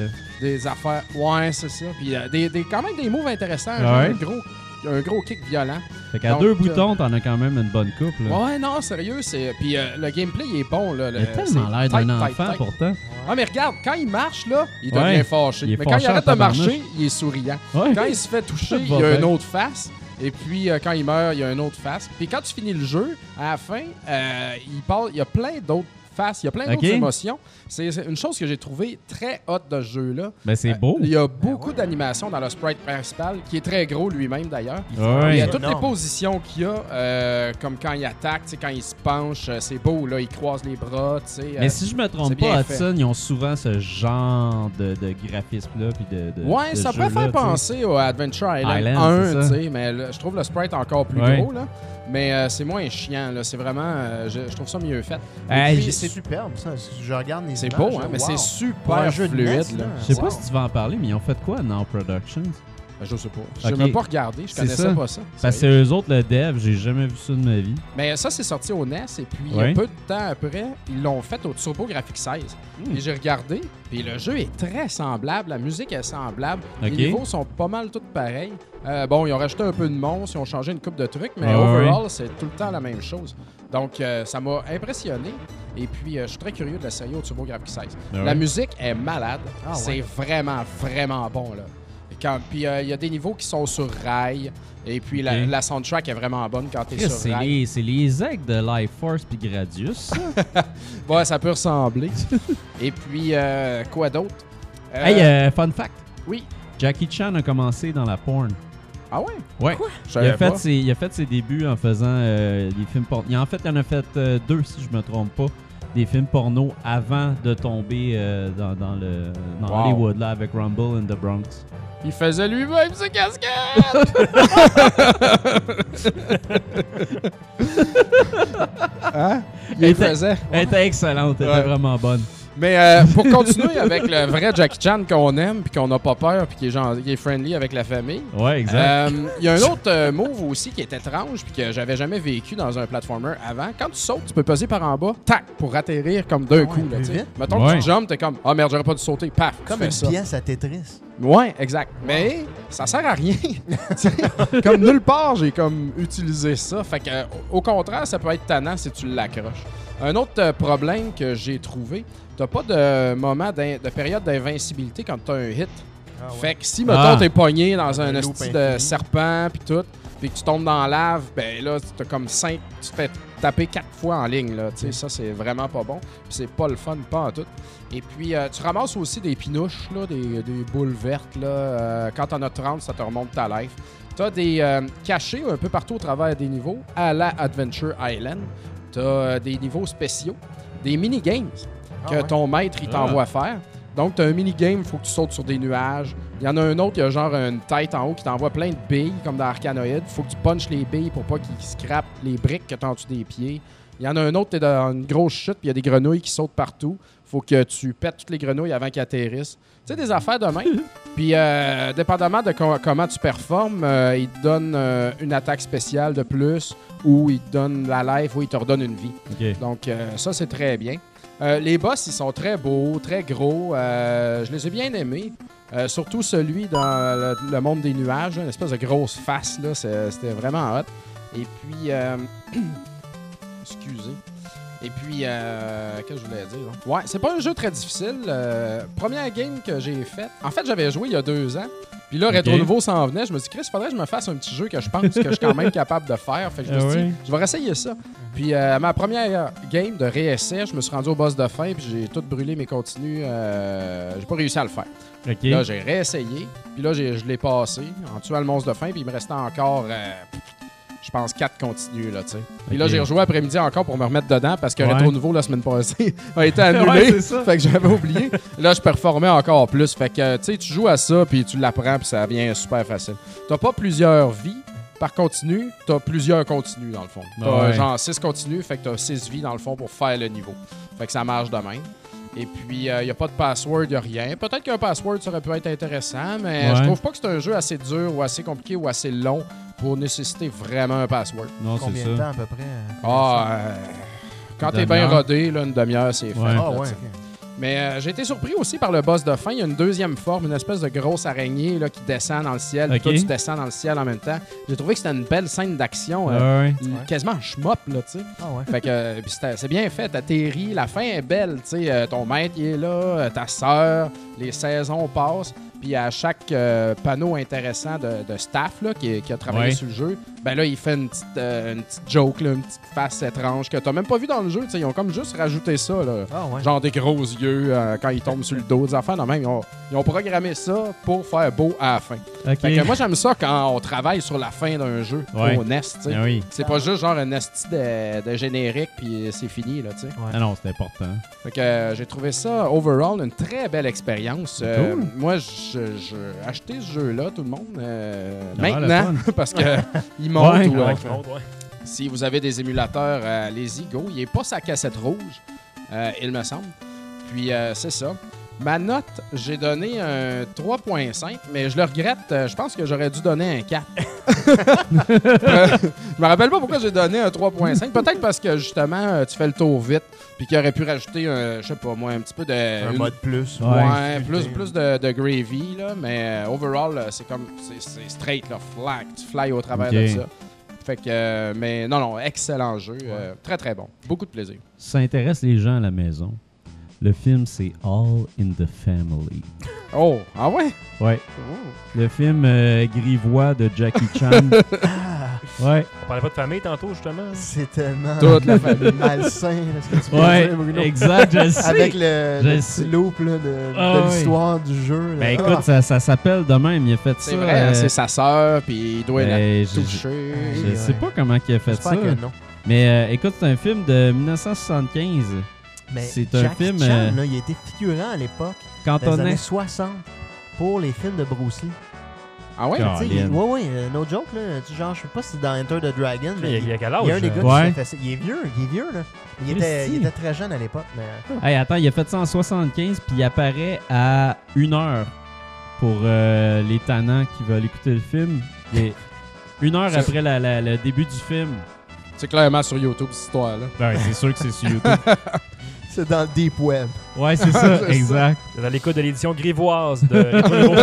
S2: le-
S3: des affaires. Ouais, c'est ça. Puis, euh, des, des- quand même des moves intéressants, genre
S2: Ah, Ouais.
S3: un gros, un gros kick violent.
S2: Fait qu'à
S3: Donc,
S2: deux
S3: euh,
S2: boutons, t'en as quand même une bonne coupe. Là.
S3: Ouais, non, sérieux, c'est... Puis, euh, le gameplay, il est bon, là. Le,
S2: Il a tellement
S3: c'est
S2: l'air d'un
S3: tight, tight,
S2: enfant
S3: tight.
S2: pourtant.
S3: Ah, mais regarde, quand il marche, là, il devient
S2: Ouais.
S3: fâché.
S2: Il est
S3: mais quand
S2: fâché
S3: il arrête
S2: en
S3: de marcher,
S2: tabarnouche. ben.
S3: il est souriant.
S2: Ouais.
S3: Quand il se
S2: *laughs*
S3: fait toucher,
S2: Ça
S3: il
S2: va
S3: y a une
S2: bien.
S3: autre face. Et puis, euh, quand il meurt, il y a une autre face. Puis, quand tu finis le jeu, à la fin, euh, il, parle, il y a plein d'autres faces, il y a plein d'autres
S2: Ok.
S3: émotions. C'est c'est une chose que j'ai trouvée très haute de ce jeu-là.
S2: Ben c'est
S3: Euh,
S2: beau.
S3: Il y a beaucoup d'animation dans le sprite principal, qui est très gros lui-même d'ailleurs.
S2: Ouais.
S3: Il y a
S4: C'est
S3: toutes les
S4: énorme.
S3: positions qu'il y a, euh, comme quand il attaque, tu sais, quand il se penche, euh, c'est beau, là, il croise les bras, tu sais. euh,
S2: Mais si je me
S3: c'est
S2: trompe
S3: bien
S2: pas,
S3: fait.
S2: Hudson, ils ont souvent ce genre de, de graphisme-là. puis De, de,
S3: Ouais,
S2: euh, de
S3: ça pourrait
S2: jeu-là,
S3: faire
S2: tu sais.
S3: penser au Adventure Island,
S2: Island, c'est
S3: 1,
S2: ça.
S3: tu sais, mais le- je trouve le sprite encore plus
S2: Ouais.
S3: gros, là. Mais euh, c'est moins chiant, là. C'est vraiment. euh, je, je trouve ça mieux fait. Et
S2: Hey,
S3: puis,
S2: j'ai-
S4: C'est
S3: c'est
S4: superbe, ça. Je regarde les
S3: c'est
S4: images,
S3: beau, hein, mais
S4: wow.
S3: c'est
S4: Pour
S3: super
S4: un jeu de
S3: fluide,
S4: NES,
S3: là.
S4: là.
S2: Je sais
S4: Wow.
S2: pas si tu vas en parler, mais ils ont fait quoi, Now Productions
S3: Ben, je sais pas. Je n'ai
S2: Ok.
S3: même pas regardé. Je
S2: C'est
S3: connaissais
S2: ça.
S3: pas ça.
S2: Parce que eux autres, le dev, j'ai jamais vu ça de ma vie.
S3: Mais ça, c'est sorti au NES. Et puis,
S2: Ouais.
S3: un peu de temps après, ils l'ont fait au TurboGrafx 16.
S2: Hmm.
S3: Et j'ai regardé. Puis le jeu est très semblable. La musique est semblable.
S2: Ok.
S3: Les niveaux sont pas mal tous pareils. Euh, bon, ils ont rajouté un peu de monstres. Ils ont changé une coupe de trucs. Mais
S2: Ouais,
S3: overall, c'est tout le temps la même chose. Donc, euh, ça m'a impressionné. Et puis, euh, je suis très curieux de la série au TurboGrafx 16.
S2: Ah
S3: La
S2: ouais?
S3: musique est malade.
S4: Ah ouais.
S3: C'est vraiment, vraiment bon. là. Et Quand, puis euh, il y a des niveaux qui sont sur rail. Et puis la,
S2: Ok.
S3: la soundtrack est vraiment bonne quand tu
S2: Chris,
S3: es sur
S2: C'est
S3: rail.
S2: les, c'est les aigles de Life Force puis Gradius. ça.
S3: Euh, Ouais, ça peut ressembler. *laughs* et puis, euh, quoi d'autre? Euh,
S2: hey, euh, fun fact.
S3: Oui.
S2: Jackie Chan a commencé dans la porn.
S3: Ah ouais?
S2: Ouais.
S3: Je
S2: Il
S3: savais
S2: a, fait
S3: pas.
S2: ses, il a fait ses débuts en faisant euh, des films porno. Il en fait, il en a fait euh, deux, si je me trompe pas, des films porno avant de tomber euh, dans, dans le, dans
S3: Wow.
S2: Hollywood, là, avec Rumble in the Bronx.
S3: Il faisait lui-même
S2: *laughs*
S3: ses casquettes! hein? Il
S2: Et
S3: les
S2: t'as-
S3: faisait.
S2: Elle était excellente, elle
S3: Ouais.
S2: était vraiment bonne.
S3: Mais euh, pour continuer avec le vrai Jackie Chan qu'on aime, puis qu'on n'a pas peur, puis qui est, gen- qui est friendly avec la famille,
S2: Ouais, exact.
S3: Euh, Il y a un autre euh, move aussi qui est étrange puis que j'avais jamais vécu dans un platformer avant. Quand tu sautes, tu peux peser par en bas, tac, pour atterrir comme d'un coup. Là,
S4: plus
S3: tu sais.
S4: vite.
S3: Mettons que
S2: Ouais.
S3: tu jumps, t'es comme, ah merde, j'aurais pas dû sauter, paf, tu
S4: Comme
S3: fais
S4: une
S3: ça.
S4: pièce à Tetris.
S3: Ouais, exact. Mais ça sert à rien. *laughs* Tu sais, comme nulle part, j'ai comme utilisé ça. Fait que, euh, au contraire, ça peut être tannant si tu l'accroches. Un autre euh, problème que j'ai trouvé, t'as pas de moment d'in- de période d'invincibilité quand t'as un hit. Fait que si, mettons,
S2: Ah.
S3: t'es pogné dans
S4: Un
S3: un
S4: loop
S3: hostie de
S4: infini.
S3: serpent puis tout, puis que tu tombes dans la lave, ben là, t'as comme cinq, tu te fais taper quatre fois en ligne, là. Tu sais, ça, c'est vraiment pas bon. Puis c'est pas le fun, pas en tout. Et puis, euh, tu ramasses aussi des pinouches, là, des, des boules vertes, là. Euh, quand t'en as 30, ça te remonte ta life. T'as des euh, cachés un peu partout au travers des niveaux, à la Adventure Island. T'as euh, des niveaux spéciaux, des mini-games que ton maître il t'envoie faire. Donc, tu as un minigame, il faut que tu sautes sur des nuages. Il y en a un autre, il y a genre une tête en haut qui t'envoie plein de billes, comme dans Arcanoid. Il faut que tu punches les billes pour pas qu'ils scrapent les briques que t'as en dessous des pieds. Il y en a un autre, t'es dans une grosse chute, puis il y a des grenouilles qui sautent partout. faut que tu pètes toutes les grenouilles avant qu'elles atterrissent. Tu sais, des affaires de même. puis, euh, dépendamment de co- comment tu performes, euh, il te donne euh, une attaque spéciale de plus, ou il te donne la life, ou il te redonne une vie.
S2: Ok.
S3: Donc, euh, ça, c'est très bien. Euh, les boss, ils sont très beaux, très gros. Euh, je les ai bien aimés. Euh, surtout celui dans le, le monde des nuages, là, une espèce de grosse face. là, c'est- C'était vraiment hot. Et puis, euh, *clears throat* excusez. Et puis, euh, qu'est-ce que je voulais dire? donc? Ouais, c'est pas un jeu très difficile. Euh, première game que j'ai faite. En fait, j'avais joué il y a deux ans. Puis là,
S2: Ok.
S3: Rétro Nouveau s'en venait. Je me suis dit, Chris, faudrait que je me fasse un petit jeu que je pense que je suis quand même *laughs* capable de faire. Fait que je me
S2: Ah
S3: suis dit,
S2: ouais?
S3: je vais réessayer ça. Puis euh, à ma première game de réessai, je me suis rendu au boss de fin, puis j'ai tout brûlé mes continues. Euh, j'ai pas réussi à le faire.
S2: Ok.
S3: Là, j'ai réessayé, puis là, j'ai- je l'ai passé en tuant le monstre de fin, puis il me restait encore, euh, je pense, quatre continues, là, tu sais. Puis là,
S2: Ok.
S3: j'ai rejoué après-midi encore pour me remettre dedans, parce que
S2: Ouais.
S3: Rétro Nouveau, la semaine passée, *laughs* a été annulé.
S2: *laughs* Ouais, c'est ça.
S3: Fait que j'avais oublié. Là, je performais encore plus. Fait que, tu sais, tu joues à ça, puis tu l'apprends, puis ça vient super facile. T'as pas plusieurs vies par continu, t'as plusieurs continus, dans le fond. T'as
S2: Ouais.
S3: genre 6 continus, fait que t'as 6 vies, dans le fond, pour faire le niveau. Fait que ça marche de même. Et puis, il n'y a pas de password, il n'y a rien. Peut-être qu'un password, ça aurait pu être intéressant, mais
S2: Ouais.
S3: je trouve pas que c'est un jeu assez dur ou assez compliqué ou assez long pour nécessiter vraiment un password.
S2: Non, c'est
S4: Combien de
S2: ça.
S4: temps à peu près? euh,
S3: Ah, euh, quand
S2: Une
S3: t'es bien
S2: demi-heure.
S3: rodé, là, une demi-heure, c'est fait.
S2: Ouais.
S3: là,
S4: Ah ouais.
S3: t'sais.
S4: ok.
S3: Mais euh, j'ai été surpris aussi par le boss de fin. Il y a une deuxième forme, une espèce de grosse araignée là, qui descend dans le ciel. puis
S2: Ok.
S3: Toi, tu descends dans le ciel en même temps. J'ai trouvé que c'était une belle scène d'action.
S2: Ouais,
S3: euh,
S2: ouais.
S3: l-
S4: Ouais.
S3: Quasiment schmop, là, tu sais.
S4: Ah ouais.
S3: Fait que euh, puis c'était- c'est bien fait, t'atterris, la fin est belle, tu sais, euh, ton maître il est là, euh, ta sœur, les saisons passent, puis à chaque euh, panneau intéressant de, de staff là, qui, qui a travaillé
S2: Ouais.
S3: sur le jeu, ben là il fait une petite, euh, une petite joke, là, une petite face étrange que t'as même pas vu dans le jeu, tu sais, ils ont comme juste rajouté ça là.
S4: Ah ouais.
S3: Genre des gros yeux euh, quand ils tombent sur le dos des affaires, non même ils ont, ils ont programmé ça pour faire beau à la fin. Fait que
S2: Ok.
S3: moi j'aime ça quand on travaille sur la fin d'un jeu,
S2: Ouais.
S3: au NES, tu sais.
S2: Ah oui.
S3: C'est pas juste genre un esti de, de générique puis c'est fini là, tu sais.
S2: Ah non, c'est important.
S3: Fait que euh, j'ai trouvé ça overall une très belle expérience. Euh,
S2: Cool.
S3: Moi, je, je- acheté ce jeu-là, tout le monde, euh,
S2: Ça a l'air
S3: maintenant,
S2: le
S3: *laughs*
S2: *laughs*
S3: parce que il monte.
S2: Ouais.
S3: ou, euh,
S5: Ouais, qui monte, ouais.
S3: si vous avez des émulateurs, euh, allez-y, go. Il est pas sa cassette rouge, euh, il me semble. Puis euh, c'est ça. Ma note, j'ai donné un 3.5, mais je le regrette. euh, Je pense que j'aurais dû donner un 4. Euh, *laughs* je me rappelle pas pourquoi j'ai donné un 3.5. Peut-être parce que justement, euh, tu fais le tour vite, puis qu'il aurait pu rajouter, un, je sais pas moi, un petit peu de.
S4: Un
S2: Euh,
S3: une-
S4: mode plus.
S2: Ouais.
S3: Ouais, plus,
S4: difficulté.
S3: plus de, de gravy, là, mais euh, overall, euh, c'est comme. c'est- C'est straight, là, flac. Tu fly au travers
S2: Ok.
S3: de ça. Fait que. euh, mais non, non, excellent jeu. euh, très, très bon. Beaucoup de plaisir.
S2: Ça intéresse les gens à la maison. Le film, c'est All in the Family.
S3: Oh, ah ouais?
S2: Ouais. Le film euh, Grivois de Jackie
S4: *laughs*
S2: Chan. ouais.
S5: On parlait pas de famille tantôt, justement.
S4: C'est tellement
S3: Toute la famille.
S4: malsain, là, ce que tu peux
S2: Ouais,
S4: dire, Bruno.
S2: exact, *laughs* je le sais.
S4: Avec le,
S2: Je
S4: le
S2: sais.
S4: petit loop là, de,
S2: Ah
S4: de
S2: oui.
S4: l'histoire du jeu. là.
S2: Ben écoute, ça, ça s'appelle de même, il a fait ça.
S3: C'est vrai, hein,
S2: euh,
S3: c'est sa sœur, puis il doit la
S2: ben, je,
S3: toucher.
S2: je
S4: Ouais.
S2: sais pas comment il a fait ça.
S4: J'espère que non.
S2: Mais euh, écoute, c'est un film de 1975.
S4: Mais
S2: C'est un
S4: Jackie
S2: film,
S4: Chan,
S2: euh,
S4: là, il était figurant à l'époque,
S2: Quand
S4: dans
S2: on
S4: les années
S2: est.
S4: 60, pour les films de Bruce Lee.
S3: Ah ouais?
S2: Ah.
S4: Tu sais,
S2: Colin.
S4: il- ouais, ouais, euh, no joke, là. Tu- Genre, je sais pas si c'est dans Enter the Dragon,
S5: Il y a-
S4: mais
S5: il
S4: il,
S5: y a quel
S4: il y a un
S5: âge?
S4: des gars
S5: euh?
S2: Ouais.
S4: qui s'est fait ça. Il est vieux, il est vieux, là. Il était,
S2: Christy.
S4: il était très jeune à l'époque, mais. euh,
S2: Hey, attends, il a fait ça en 75, puis il apparaît à une heure pour euh, les tannants qui veulent écouter le film. Il est- Une *laughs* heure
S3: Ça-
S2: après la- la- le début du film.
S3: C'est clairement sur YouTube, cette histoire-là.
S2: Ben, c'est sûr que c'est *laughs* sur YouTube.
S4: C'est dans le Deep Web.
S2: Ouais, *laughs* c'est
S3: C'est
S2: ça,
S3: ça.
S2: exact.
S5: C'est dans les codes de l'édition grivoise de *laughs* Rétro Nouveau.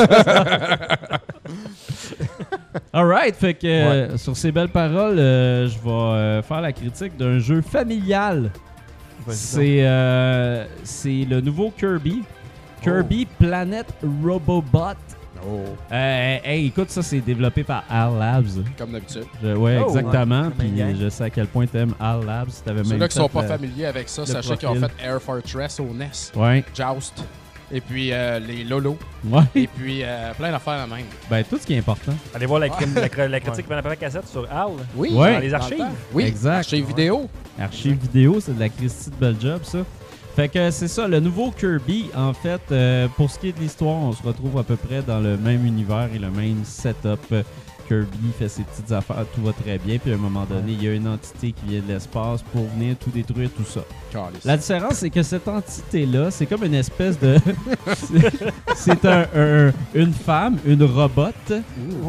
S2: Alright, fait que euh, sur ces belles paroles, euh, je vais euh, faire la critique d'un jeu familial. C'est euh, c'est le nouveau Kirby. Kirby Planet Robobot.
S3: Oh,
S2: Euh, hey, écoute, ça c'est développé par HAL Labs.
S3: comme d'habitude.
S2: Je- ouais,
S4: Oh,
S2: exactement.
S4: ouais,
S2: Puis
S4: même gang.
S2: je sais à quel point t'aimes HAL Labs. T'avais même
S3: Ceux-là qui sont
S2: fait,
S3: pas
S2: euh,
S3: familiers avec ça,
S2: le
S3: sachez qu'ils ont
S2: profil.
S3: fait Air Fortress au NES,
S2: Ouais,
S3: Joust, et puis euh, les *laughs* Lolo,
S2: ouais.
S3: et puis euh, plein d'affaires la même.
S2: Ben, tout ce qui est important.
S5: Allez voir la, crim- la, cr- la critique de la première cassette sur HAL.
S3: Oui,
S2: Ouais.
S5: Dans les
S3: dans le
S5: archives.
S3: temps. Oui,
S2: Exact.
S3: archives vidéo.
S2: Archive vidéo, c'est de la Christie de belle job, ça. Fait que euh, c'est ça, le nouveau Kirby, en fait, euh, pour ce qui est de l'histoire, on se retrouve à peu près dans le même univers et le même setup. Euh, Kirby fait ses petites affaires, tout va très bien, puis à un moment donné, il y a une entité qui vient de l'espace pour venir tout détruire, tout ça.
S3: Calice.
S2: La différence, c'est que cette entité-là, c'est comme une espèce de... *laughs* c'est- c'est un- un- une femme, une robot,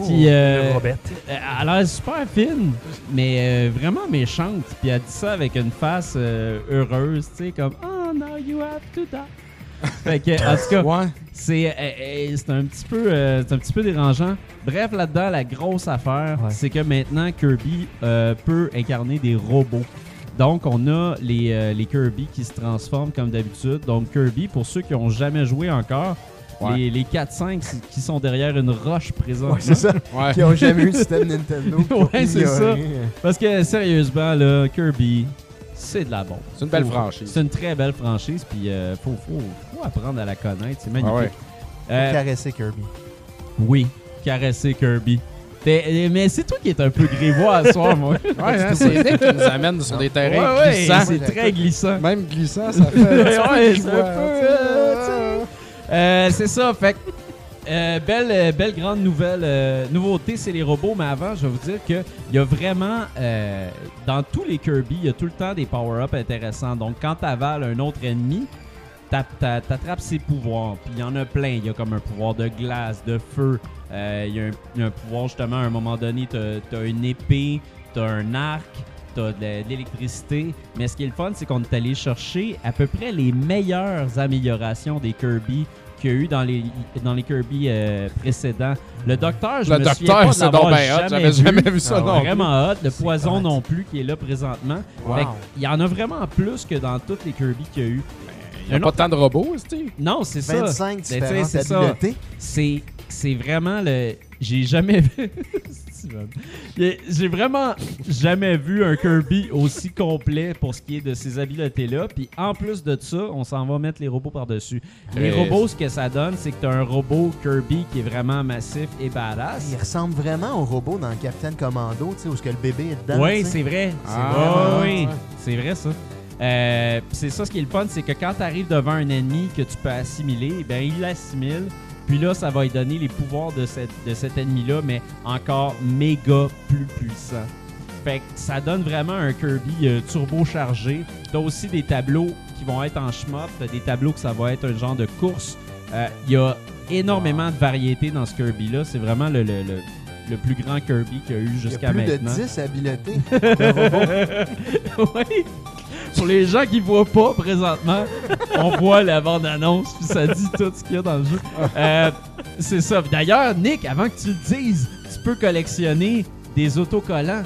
S2: qui... euh,
S5: Le Robert.
S2: euh, Elle a l'air super fine, mais euh, vraiment méchante. Puis elle dit ça avec une face euh, heureuse, tu sais, comme Oh no, you have to die. fait que, en tout cas,
S4: *laughs*
S3: Ouais.
S2: c'est euh, euh, c'est un petit peu euh, c'est un petit peu dérangeant. Bref, là-dedans, la grosse affaire,
S4: Ouais.
S2: c'est que maintenant Kirby euh, peut incarner des robots. Donc, on a les, euh, les Kirby qui se transforment comme d'habitude. Donc, Kirby, pour ceux qui n'ont jamais joué encore,
S3: Ouais.
S2: les, les 4-5 qui sont derrière une roche présente.
S4: Ouais, c'est ça.
S3: Ouais.
S4: Qui ont jamais eu le système Nintendo.
S2: *laughs*
S4: qui ont
S2: Ouais, c'est ça.
S4: ignoré, euh,
S2: Parce que sérieusement, là, Kirby, c'est de la bombe.
S3: C'est une belle
S2: Faut-
S3: franchise.
S2: C'est une très belle franchise, puis euh, faut, faut, faut apprendre à la connaître. C'est magnifique.
S3: Ah ouais.
S2: Euh,
S4: Caresser Kirby.
S2: oui, caresser Kirby. T'es- euh, mais c'est toi qui es un peu grivois à soir, moi.
S3: *laughs* Ouais, hein, c'est Nick qui nous amène sur des
S2: Ouais,
S3: terrains
S2: ouais,
S3: glissants.
S2: c'est très glissant.
S3: Même glissant, ça
S2: *laughs*
S3: fait.
S2: Ouais, ouais, c'est un
S3: Ouais,
S2: peu, euh, Euh, c'est ça, fait que, euh, belle, euh, belle grande nouvelle, euh, nouveauté, c'est les robots. Mais avant, je vais vous dire que il y a vraiment, euh, dans tous les Kirby, il y a tout le temps des power-ups intéressants. Donc, quand t'avales un autre ennemi, t'app- t'a- t'attrapes ses pouvoirs. Puis il y en a plein. Il y a comme un pouvoir de glace, de feu. Euh, Il y a un- il y, a un pouvoir, justement, à un moment donné, t'as t'as une épée, t'as un arc. T'as de la- de l'électricité, mais ce qui est le fun, c'est qu'on est allé chercher à peu près les meilleures améliorations des Kirby qu'il y a eu dans les, dans les Kirby euh, précédents. Le docteur, je
S3: Le
S2: me souviens pas
S3: docteur, c'est
S2: d'avoir
S3: donc bien hot. J'avais jamais vu ça,
S4: Ah ouais.
S3: non.
S2: Vraiment hot. Le
S4: C'est
S2: poison
S4: correct.
S2: non plus qui est là présentement.
S4: Wow.
S2: Fait qu'il y en a vraiment plus que dans toutes les Kirby qu'il y a eu.
S3: Il n'y a
S2: Un
S3: pas tant de robots, Steve.
S2: Non, c'est ça.
S4: 25
S2: Mais tu sais,
S4: différentes
S2: c'est ça.
S4: habiletés.
S2: C'est, c'est vraiment le... J'ai jamais vu... *laughs* Steven. J'ai- J'ai vraiment jamais vu un Kirby aussi complet pour ce qui est de ces habiletés-là. Puis en plus de ça, on s'en va mettre les robots par-dessus. Les
S3: Chris.
S2: robots, ce que ça donne, c'est que t'as un robot Kirby qui est vraiment massif et badass.
S4: Il ressemble vraiment au robot dans Captain Commando, tu sais, où ce que le bébé est dedans.
S2: Oui,
S4: tu sais.
S2: c'est vrai. C'est
S3: Ah,
S2: vrai.
S3: ouais,
S2: Oui,
S3: ouais.
S2: c'est vrai ça. Euh, pis c'est ça ce qui est le fun, c'est que quand tu arrives devant un ennemi que tu peux assimiler, ben il l'assimile. Puis là, ça va lui donner les pouvoirs de, cette- de cet ennemi-là, mais encore méga plus puissant. Fait que ça donne vraiment un Kirby euh, turbochargé. T'as aussi des tableaux qui vont être en shmup, t'as des tableaux que ça va être un genre de course. Euh, Il y a énormément de variété dans ce Kirby-là. C'est vraiment le, le- le- le plus grand Kirby qu'il y a eu
S4: Il y
S2: jusqu'à
S4: a plus de
S2: maintenant. *laughs*
S4: 10 habiletés.
S2: oui. Pour les gens qui voient pas présentement, on voit la bande-annonce, puis ça dit tout ce qu'il y a dans le jeu. Euh, c'est ça. Puis D'ailleurs, Nick, avant que tu le dises, tu peux collectionner des autocollants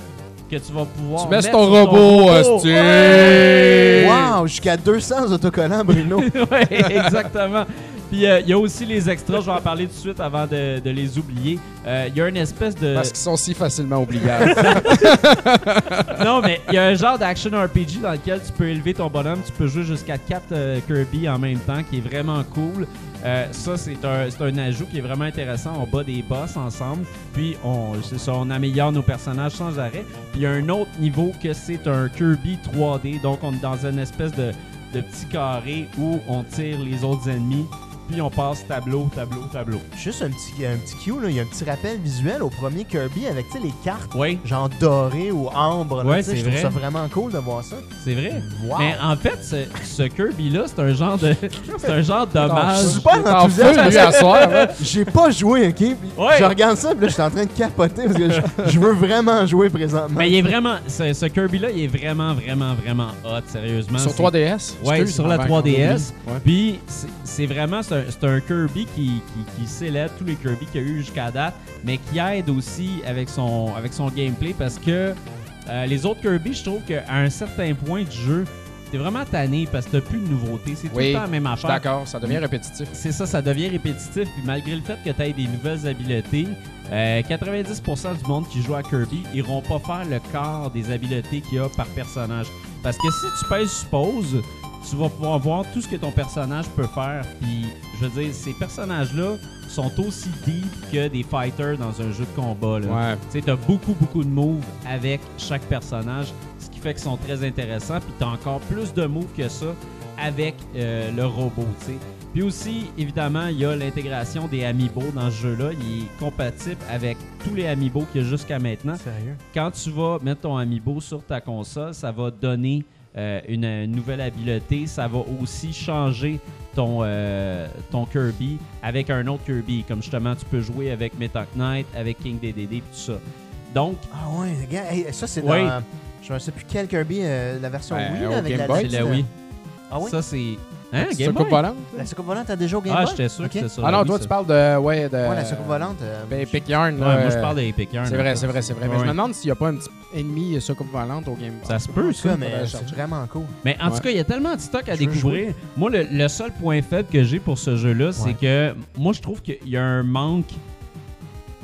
S2: que tu vas pouvoir.
S3: Tu mets
S2: mettre
S3: sur ton
S2: sur
S3: robot, euh,
S2: robot.
S3: hostie.
S2: Ouais! *laughs*
S4: Wow, jusqu'à 200 autocollants, Bruno.
S2: ouais, exactement. Puis euh, il y a aussi les extras, je vais en parler tout de suite avant de, de les oublier. Euh, Il y a une espèce de.
S3: Parce qu'ils sont si facilement *laughs* oubliables.
S2: Non, mais il y a un genre d'action RPG dans lequel tu peux élever ton bonhomme, tu peux jouer jusqu'à 4 Kirby en même temps, qui est vraiment cool. Euh, ça, c'est un, c'est un ajout qui est vraiment intéressant. On bat des boss ensemble, puis on, c'est ça, on améliore nos personnages sans arrêt. Puis il y a un autre niveau que c'est un Kirby 3D, donc on est dans une espèce de, de petit carré où on tire les autres ennemis, puis on passe tableau, tableau, tableau.
S4: Juste un petit, un petit cue, là. il y a un petit rappel visuel au premier Kirby avec tu sais, les cartes
S2: Oui,
S4: genre dorées ou ambre. là,
S2: Ouais,
S4: tu sais,
S2: c'est
S4: je trouve
S2: vrai.
S4: ça vraiment cool de voir ça.
S2: c'est vrai.
S4: Wow.
S2: Mais en fait, ce, ce Kirby-là, c'est un genre de, *laughs* c'est un genre
S4: Je
S2: d'hommage.
S4: suis super
S3: en feu,
S4: enthousiaste.
S3: lui, à soir. ouais.
S4: J'ai pas joué, ok? Puis
S2: Ouais.
S4: Je regarde ça, puis là, je suis en train de capoter parce que je, je veux vraiment jouer présentement.
S2: Mais il est vraiment. Ce, ce Kirby-là, il est vraiment, vraiment, vraiment hot, sérieusement.
S3: Sur
S2: C'est-
S3: 3DS?
S2: Ouais,
S3: excuse,
S2: sur la
S3: avant
S2: 3DS.
S3: qu'on oublie. Ouais.
S2: Puis, c'est- c'est vraiment. C'est un, c'est un Kirby qui, qui, qui célèbre tous les Kirby qu'il y a eu jusqu'à date, mais qui aide aussi avec son, avec son gameplay parce que euh, les autres Kirby, je trouve qu'à un certain point du jeu, t'es vraiment tanné parce que t'as plus de nouveautés. C'est tout
S3: Oui,
S2: le temps la même
S3: Je suis
S2: affaire.
S3: d'accord, ça devient répétitif.
S2: C'est ça, ça devient répétitif. Puis malgré le fait que tu aies des nouvelles habiletés, euh, 90% du monde qui joue à Kirby iront pas faire le quart des habiletés qu'il y a par personnage. Parce que si tu pèses suppose, tu vas pouvoir voir tout ce que ton personnage peut faire. Puis je veux dire, ces personnages-là sont aussi deep que des fighters dans un jeu de combat. Là.
S3: Ouais.
S2: Tu sais, t'as beaucoup, beaucoup de moves avec chaque personnage, ce qui fait qu'ils sont très intéressants. Puis t'as encore plus de moves que ça avec euh, le robot, tu sais. Puis aussi, évidemment, il y a l'intégration des amiibo dans ce jeu-là. Il est compatible avec tous les amiibo qu'il y a jusqu'à maintenant.
S4: Sérieux?
S2: Quand tu vas mettre ton amiibo sur ta console, ça va donner euh, une, une nouvelle habileté. Ça va aussi changer ton, euh, ton Kirby avec un autre Kirby. Comme justement, tu peux jouer avec Meta Knight, avec King DDD et tout ça. Donc,
S4: Ah ouais, regarde, hey, ça c'est
S2: Ouais.
S4: dans... Je ne sais plus quel Kirby, euh, la version
S3: Ben,
S4: Wii, là,
S3: au
S4: avec
S3: Game
S4: la
S3: Boy,
S2: c'est
S4: liste,
S2: la
S4: là.
S2: Wii.
S4: Ah oui?
S2: Ça, c'est. Hein,
S3: C'est
S2: Game
S3: une coupe
S2: Boy?
S3: volante?
S4: La soucoupe volante, t'as déjà au Game
S2: Ah,
S4: Boy?
S2: j'étais sûr que
S4: Ok.
S2: c'était sur
S3: Ah
S2: la
S3: non,
S2: Wii,
S3: toi,
S2: ça.
S3: tu parles de. Ouais, de.
S4: Ouais, la soucoupe volante. euh,
S3: Ben, Epic Yarn.
S2: Ouais,
S3: euh,
S2: moi, je parle des Epic Yarn,
S3: C'est vrai,
S2: là.
S3: c'est vrai, c'est vrai.
S2: Ouais,
S3: Mais je me
S2: ouais.
S3: demande s'il n'y a pas un petit ennemi soucoupe volante au Game Boy.
S2: Ah Ça se
S4: en
S2: peut,
S4: tout cas,
S2: ça.
S4: mais c'est vraiment cool.
S2: Mais en
S3: Ouais.
S2: tout cas, il y a tellement de stock à
S4: Je veux
S2: découvrir. Moi, le, le seul point faible que j'ai pour ce jeu-là,
S4: Ouais.
S2: c'est que moi, je trouve qu'il y a un manque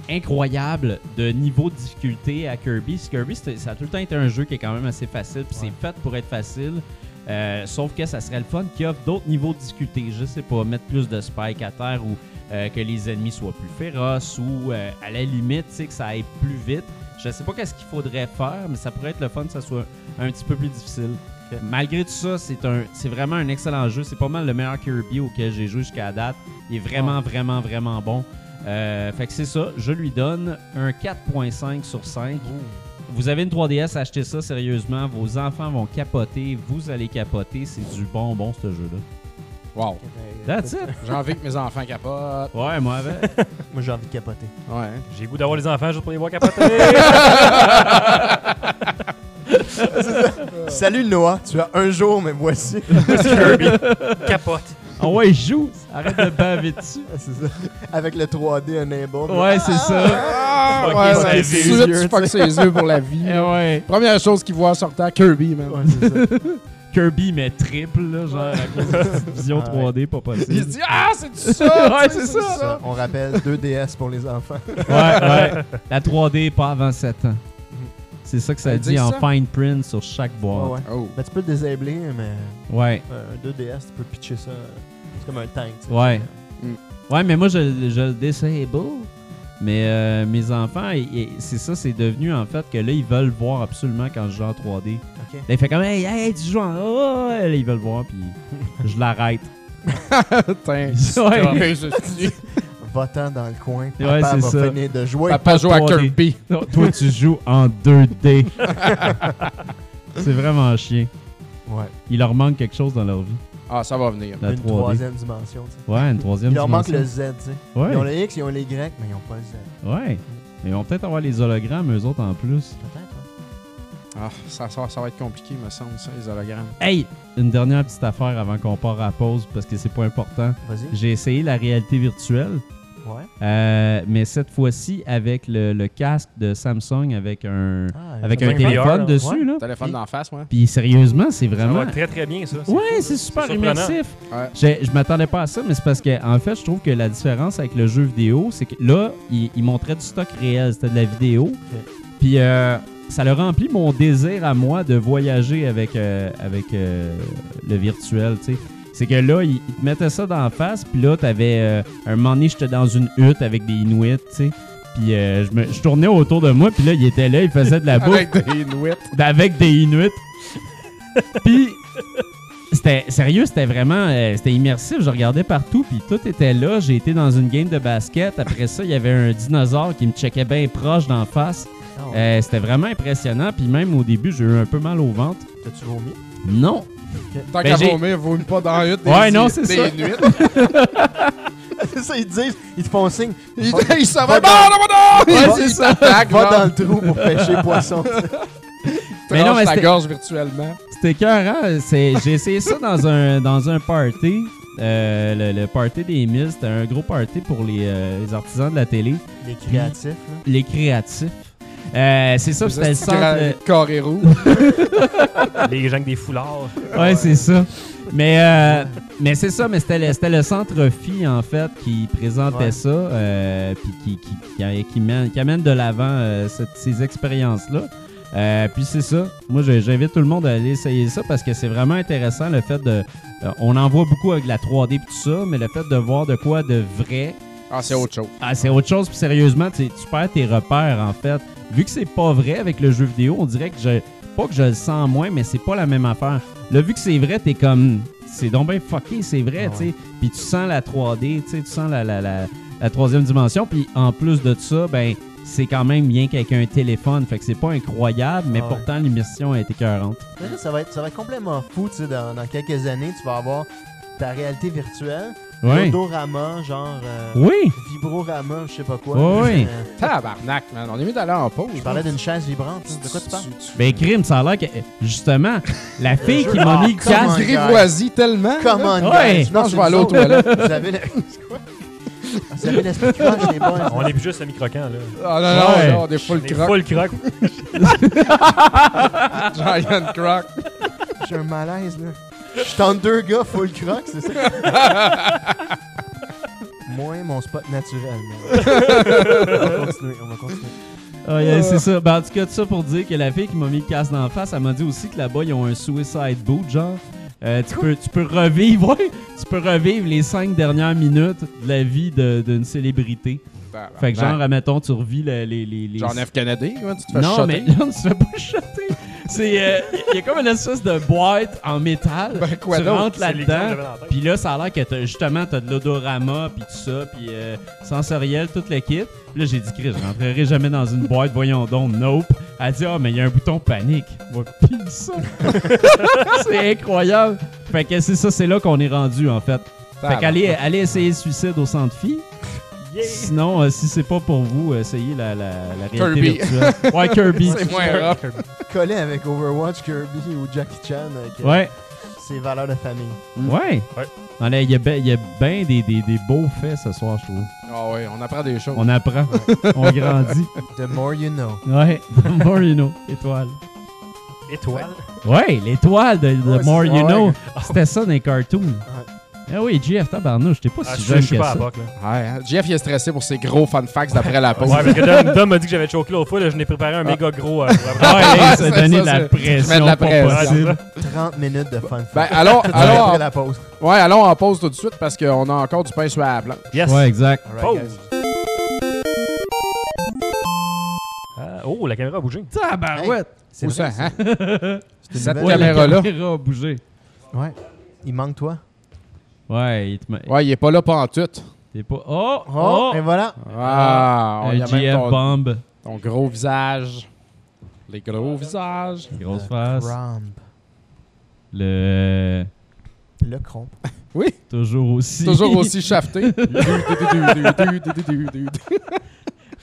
S2: incroyable de niveau de difficulté à Kirby. Parce que Kirby, c'est- ça a tout le temps été un jeu qui est quand même assez facile, puis
S4: Ouais.
S2: c'est fait pour être facile. Euh, sauf que ça serait le fun qu'il offre d'autres niveaux de difficulté. Je sais pas, mettre plus de spikes à terre ou euh, que les ennemis soient plus féroces ou euh, à la limite, tu sais, que ça aille plus vite. Je sais pas qu'est-ce qu'il faudrait faire, mais ça pourrait être le fun que ça soit un petit peu plus difficile. Euh, Malgré tout ça, c'est un, c'est vraiment un excellent jeu. C'est pas mal le meilleur Kirby auquel j'ai joué jusqu'à date. Il est vraiment, vraiment, vraiment bon. Euh, fait que c'est ça. Je lui donne un 4.5 sur 5. Vous avez une 3DS, achetez ça sérieusement. Vos enfants vont capoter. Vous allez capoter. C'est du bonbon, ce jeu-là.
S3: Wow.
S2: That's it.
S3: *laughs* J'ai envie que mes enfants capotent.
S2: *laughs* Ouais, moi, avec.
S4: Moi, j'ai envie de capoter.
S3: Ouais.
S5: J'ai le goût d'avoir les enfants juste pour les voir capoter. *laughs*
S4: Salut Noah, tu as un jour, mais *laughs* voici.
S5: Capote.
S2: Ah ouais, joue. Arrête de baver dessus.
S4: C'est ça. Avec le 3D enable.
S2: Ouais, c'est ça.
S3: Ah,
S5: Ok,
S3: ouais,
S5: ça
S3: ouais,
S5: a
S3: tout de
S5: été
S3: suite, tu fuck ses yeux pour la vie.
S2: *laughs* Eh ouais.
S3: Première chose qu'il voit en sortant, Kirby, même.
S4: Ouais, c'est ça.
S2: Kirby, mais triple, là, genre, à cause de cette vision
S4: Ah ouais.
S2: 3D, pas possible.
S3: Il se dit Ah, c'est ça!
S2: *laughs* Ouais, *laughs*
S3: tu
S2: c'est
S3: sais,
S2: ça.
S4: Ça, On rappelle 2DS pour les enfants.
S2: Ouais, *laughs* ouais. La 3D pas avant 7 ans. C'est ça que ça
S3: Ils
S2: dit
S3: disent
S2: en
S3: ça?
S2: fine print sur chaque
S4: Ouais,
S2: boîte.
S4: ouais.
S3: Oh.
S4: Ben, tu peux le désabler, mais
S2: Ouais.
S4: euh, un 2DS, tu peux pitcher ça. euh, C'est comme un tank. tu sais. Euh,
S2: Ouais.
S3: Mm.
S2: Ouais, mais moi, je, je le disable. Mais euh, mes enfants, ils- ils- c'est ça, c'est devenu en fait que là, ils veulent voir absolument quand je joue en 3D.
S4: Ok.
S2: Là, ils font comme, hey, hey, tu joues en. Oh, ouais. là, ils veulent voir, puis je l'arrête.
S3: Putain.
S2: *laughs* Ouais.
S3: Ouais, je suis-
S4: votant dans le coin. Papa
S2: Ouais, c'est
S4: va
S2: ça.
S4: finir de jouer.
S3: Papa joue à
S2: 3D.
S3: Kirby.
S2: *laughs* Non, Toi, tu joues en *laughs* 2D. c'est vraiment chien.
S4: Ouais.
S2: Il leur manque quelque chose dans leur vie.
S3: Ah, ça va venir.
S2: La
S4: une
S2: 3D.
S4: troisième dimension. tu sais.
S2: Ouais, une troisième
S4: Il leur manque le
S2: dimension.
S4: Z. tu sais.
S2: Ouais,
S4: Ils ont le X, ils ont les Y, mais ils n'ont pas le Z.
S2: ouais. Ils vont peut-être avoir les hologrammes, eux autres, en plus.
S4: Peut-être. hein.
S3: Ah, ça, ça- ça va être compliqué, me semble, ça, les hologrammes.
S2: Hey! Une dernière petite affaire avant qu'on part à la pause, parce que c'est pas important.
S4: Vas-y.
S2: J'ai essayé la réalité virtuelle,
S4: Ouais.
S2: euh, mais cette fois-ci avec le, le casque de Samsung avec un,
S4: Ah,
S2: avec
S4: ça
S2: un
S4: va être-
S5: téléphone
S2: téléphone
S5: là.
S2: dessus.
S4: Ouais.
S2: Là.
S3: Téléphone d'en face, moi.
S2: Puis sérieusement, c'est
S5: Ça
S2: vraiment
S5: va très très bien, ça.
S2: Ouais, c'est super
S5: c'est surprenant.
S2: immersif.
S3: Ouais.
S2: J'ai- Je m'attendais pas à ça, mais c'est parce que en fait, je trouve que la différence avec le jeu vidéo, c'est que là, il, il montrait du stock réel, c'était de la vidéo. Puis euh, ça le remplit mon désir à moi de voyager avec, euh, avec euh, le virtuel, tu sais. C'est que là, ils ils te mettaient ça dans la face, puis là, t'avais... euh, un moment donné, j'étais dans une hutte avec des Inuits, tu sais. Puis euh, je, me- je tournais autour de moi, puis là, il était là, il faisait de la bouffe
S3: Avec des Inuits.
S2: Ben, avec des Inuits. puis c'était sérieux, c'était vraiment euh, c'était immersif, je regardais partout puis tout était là, j'ai été dans une game de basket, après ça il y avait un dinosaure qui me checkait bien proche d'en face.
S4: Ah, ouais.
S2: Euh, c'était vraiment impressionnant puis même au début, j'ai eu un peu mal au ventre.
S4: T'as-tu vomi? *laughs*
S2: Non.
S3: Tant
S2: Ben,
S3: qu'à
S2: j'ai-
S3: vomir, vaut pas dans la hutte des,
S2: Ouais, non, c'est
S3: des
S2: ça.
S3: Inuits.
S4: ça, ils te disent, ils te font signe.
S3: Il,
S4: Va-
S3: il s'en va.
S4: Va
S3: Non, non, non, non!
S4: Ouais,
S3: Il-
S4: c'est
S3: il
S4: ça.
S3: t'attaque,
S4: *laughs* Va
S3: genre,
S4: dans le trou pour pêcher poisson.
S2: Mais non,
S3: tranche
S2: mais
S3: ta
S2: c'était-
S3: gorge virtuellement.
S2: C'était écœurant. C'est- J'ai essayé ça dans un, dans un party. Euh, le, le party des milles, c'était un gros party pour les, euh, les artisans de la télé,
S4: Les créatifs, là.
S2: les créatifs. Euh, c'est ça, c'était le centre. euh,
S3: Carré roux.
S5: Les gens avec des foulards.
S2: Ouais, c'est ça. Mais, euh, mais c'est ça, mais c'était le, c'était le centre Phi, en fait, qui présentait
S4: Ouais.
S2: ça, euh, puis qui, qui, qui, qui mène, qui amène de l'avant euh, cette- ces expériences-là. Euh, puis c'est ça. Moi, je- j'invite tout le monde à aller essayer ça parce que c'est vraiment intéressant le fait de. euh, on en voit beaucoup avec la 3D et tout ça, mais le fait de voir de quoi de vrai,
S3: *laughs* Ah, c'est autre chose.
S2: ah, c'est autre chose, puis sérieusement, tu, tu perds tes repères, en fait. Vu que c'est pas vrai avec le jeu vidéo, on dirait que je. Pas que je le sens moins, mais c'est pas la même affaire. Là, vu que c'est vrai, t'es comme. C'est donc bien fucké, c'est vrai,
S4: Ah Ouais.
S2: tu sais. Puis tu sens la 3D, tu sais, tu sens la, la, la, la troisième dimension. Puis en plus de ça, ben, c'est quand même bien qu'avec un téléphone. Fait que c'est pas incroyable, mais
S4: Ah Ouais.
S2: pourtant, l'émission a été cohérente.
S4: Mais là, ça va être, ça va être complètement fou, tu sais, dans, dans quelques années, tu vas avoir ta réalité virtuelle,
S2: Oui.
S4: odorama, genre euh,
S2: Oui!
S4: vibrorama, je sais pas quoi.
S2: Ouais, ouais.
S4: Euh,
S3: Tabarnak, man. On est mieux d'aller en pause.
S4: je parlais d'une chaise vibrante, hein. de quoi tu parles?
S2: Ben, crime, ça a l'air que. Justement, la fille qui
S4: jeu-
S2: m'a
S4: Ah,
S2: mis le
S4: comment-
S3: Oh
S2: casque.
S3: grivoisie tellement.
S4: Come
S3: là.
S4: on,
S2: Ouais.
S4: guys!
S3: Non, je vais
S4: c'est
S3: aller
S4: nous
S3: aux
S4: autres.
S3: toilettes.
S4: *laughs* Vous avez le... C'est quoi? Ah, Vous avez l'esprit crunch des boys.
S5: On est plus juste à micro-camp, là.
S3: Ah non, non,
S2: Ouais.
S3: non, des full
S5: On
S3: *laughs*
S5: est
S3: crocs.
S5: full croc.
S3: Giant croc.
S4: J'ai un malaise, là. Je suis en deux gars full croc, c'est ça? *laughs* Moins mon spot naturel. *laughs* mais- on va continuer, on va continuer.
S2: Ah, yeah, c'est ça. Ben, en tout cas, tout ça pour dire que la fille qui m'a mis le casse d'en face, elle m'a dit aussi que là-bas, ils ont un suicide boot, genre. Euh, tu, peux, tu peux revivre, ouais, tu peux revivre les cinq dernières minutes de la vie de- d'une célébrité. Fait que genre, admettons, tu revis le- les... les, les-
S3: John F. Kennedy, ouais, Ben. tu te fais
S2: Non,
S3: shotter.
S2: mais *laughs* non, tu te fais pas shotter. C'est... euh, Il y a comme une espèce de boîte en métal.
S3: Ben, quoi
S2: tu
S3: d'autre?
S2: rentres
S5: C'est l'exemple que
S2: là-dedans.
S5: j'avais dans la tête.
S2: Puis là, ça a l'air que t'as- justement, t'as de l'odorama, puis tout ça, puis euh, sensoriel, tout le kit. Puis là, j'ai dit, Chris, je rentrerai jamais dans une boîte, voyons donc, nope. Elle dit, ah, mais il y a un bouton panique. Moi, pile
S3: *laughs*
S2: ça. c'est incroyable. Fait que c'est ça, c'est là qu'on est rendu, en fait. Fait
S3: Tabarnak.
S2: qu'allez allez essayer le suicide au centre fille.
S5: Yeah.
S2: Sinon, euh, si c'est pas pour vous, essayez la, la, la réalité
S3: Kirby.
S2: virtuelle.
S3: *laughs*
S2: Ouais, Kirby.
S3: *laughs* C'est moins rough.
S4: Collé avec Overwatch, Kirby ou Jackie Chan avec euh,
S2: Ouais,
S4: ses valeurs de famille.
S3: Mm.
S2: ouais.
S5: Ouais.
S2: Allez, Il y a ben, il y a ben des, des, des beaux faits ce soir, je trouve.
S3: Ah ouais, on apprend des choses.
S2: On apprend, on grandit.
S4: The more you know.
S2: Ouais, The More You Know, étoile.
S5: Étoile.
S2: Ouais, l'étoile de The
S4: Ouais,
S2: More
S4: c'est-
S2: You
S4: ouais.
S2: Know. C'était ça dans les cartoons. Ah oui, JF Tabarnouche, t'es pas
S5: Ah,
S2: si
S5: je je
S2: jeune que
S5: suis pas à
S2: ça.
S5: la boc, là.
S3: Ouais, hein. Jeff, il est stressé pour ses gros fun facts d'après la pause.
S5: Ouais, parce que Dom, Dom m'a dit que j'avais choqué l'autre fois, là, je n'ai préparé un méga gros. euh, pour après.
S2: Ah
S3: *laughs*
S2: ouais, ça
S3: C'est
S2: donnait
S3: ça,
S2: de la
S3: c'est- mets
S2: pression
S3: de la
S2: pas
S3: pression.
S2: possible.
S4: 30 minutes de fun
S3: Ben,
S4: fact. *laughs*
S3: alors,
S4: Tout ça
S3: alors,
S4: après la pause.
S3: ouais, allons en pause tout de suite parce qu'on a encore du pain sur la planche.
S5: Yes.
S2: Ouais, exact.
S4: Alright,
S5: Pause.
S4: guys.
S5: Ah, oh, la caméra a bougé.
S2: Tabarouette!
S4: C'est
S3: Où
S4: vrai,
S3: ça, *laughs* hein?
S4: c'est une
S3: Cette
S4: nouvelle-
S3: caméra-
S2: la
S3: là.
S2: caméra a bougé.
S4: Ouais. Il manque toi.
S2: Ouais, il te met-
S3: Ouais, il est pas là pas en tout.
S2: T'es pas. Oh!
S4: Oh,
S2: Oh!
S4: et voilà.
S3: Ah, on
S2: Un
S3: eh ben, y a même
S2: GF
S3: ton,
S2: Bomb.
S3: ton gros visage. Les gros visages.
S2: Grosse
S4: Le
S2: face.
S4: crumb.
S2: Le.
S4: Le cromp.
S3: *laughs* Oui,
S2: Toujours aussi.
S3: toujours
S2: *laughs*
S3: *laughs* aussi shafté.
S2: tu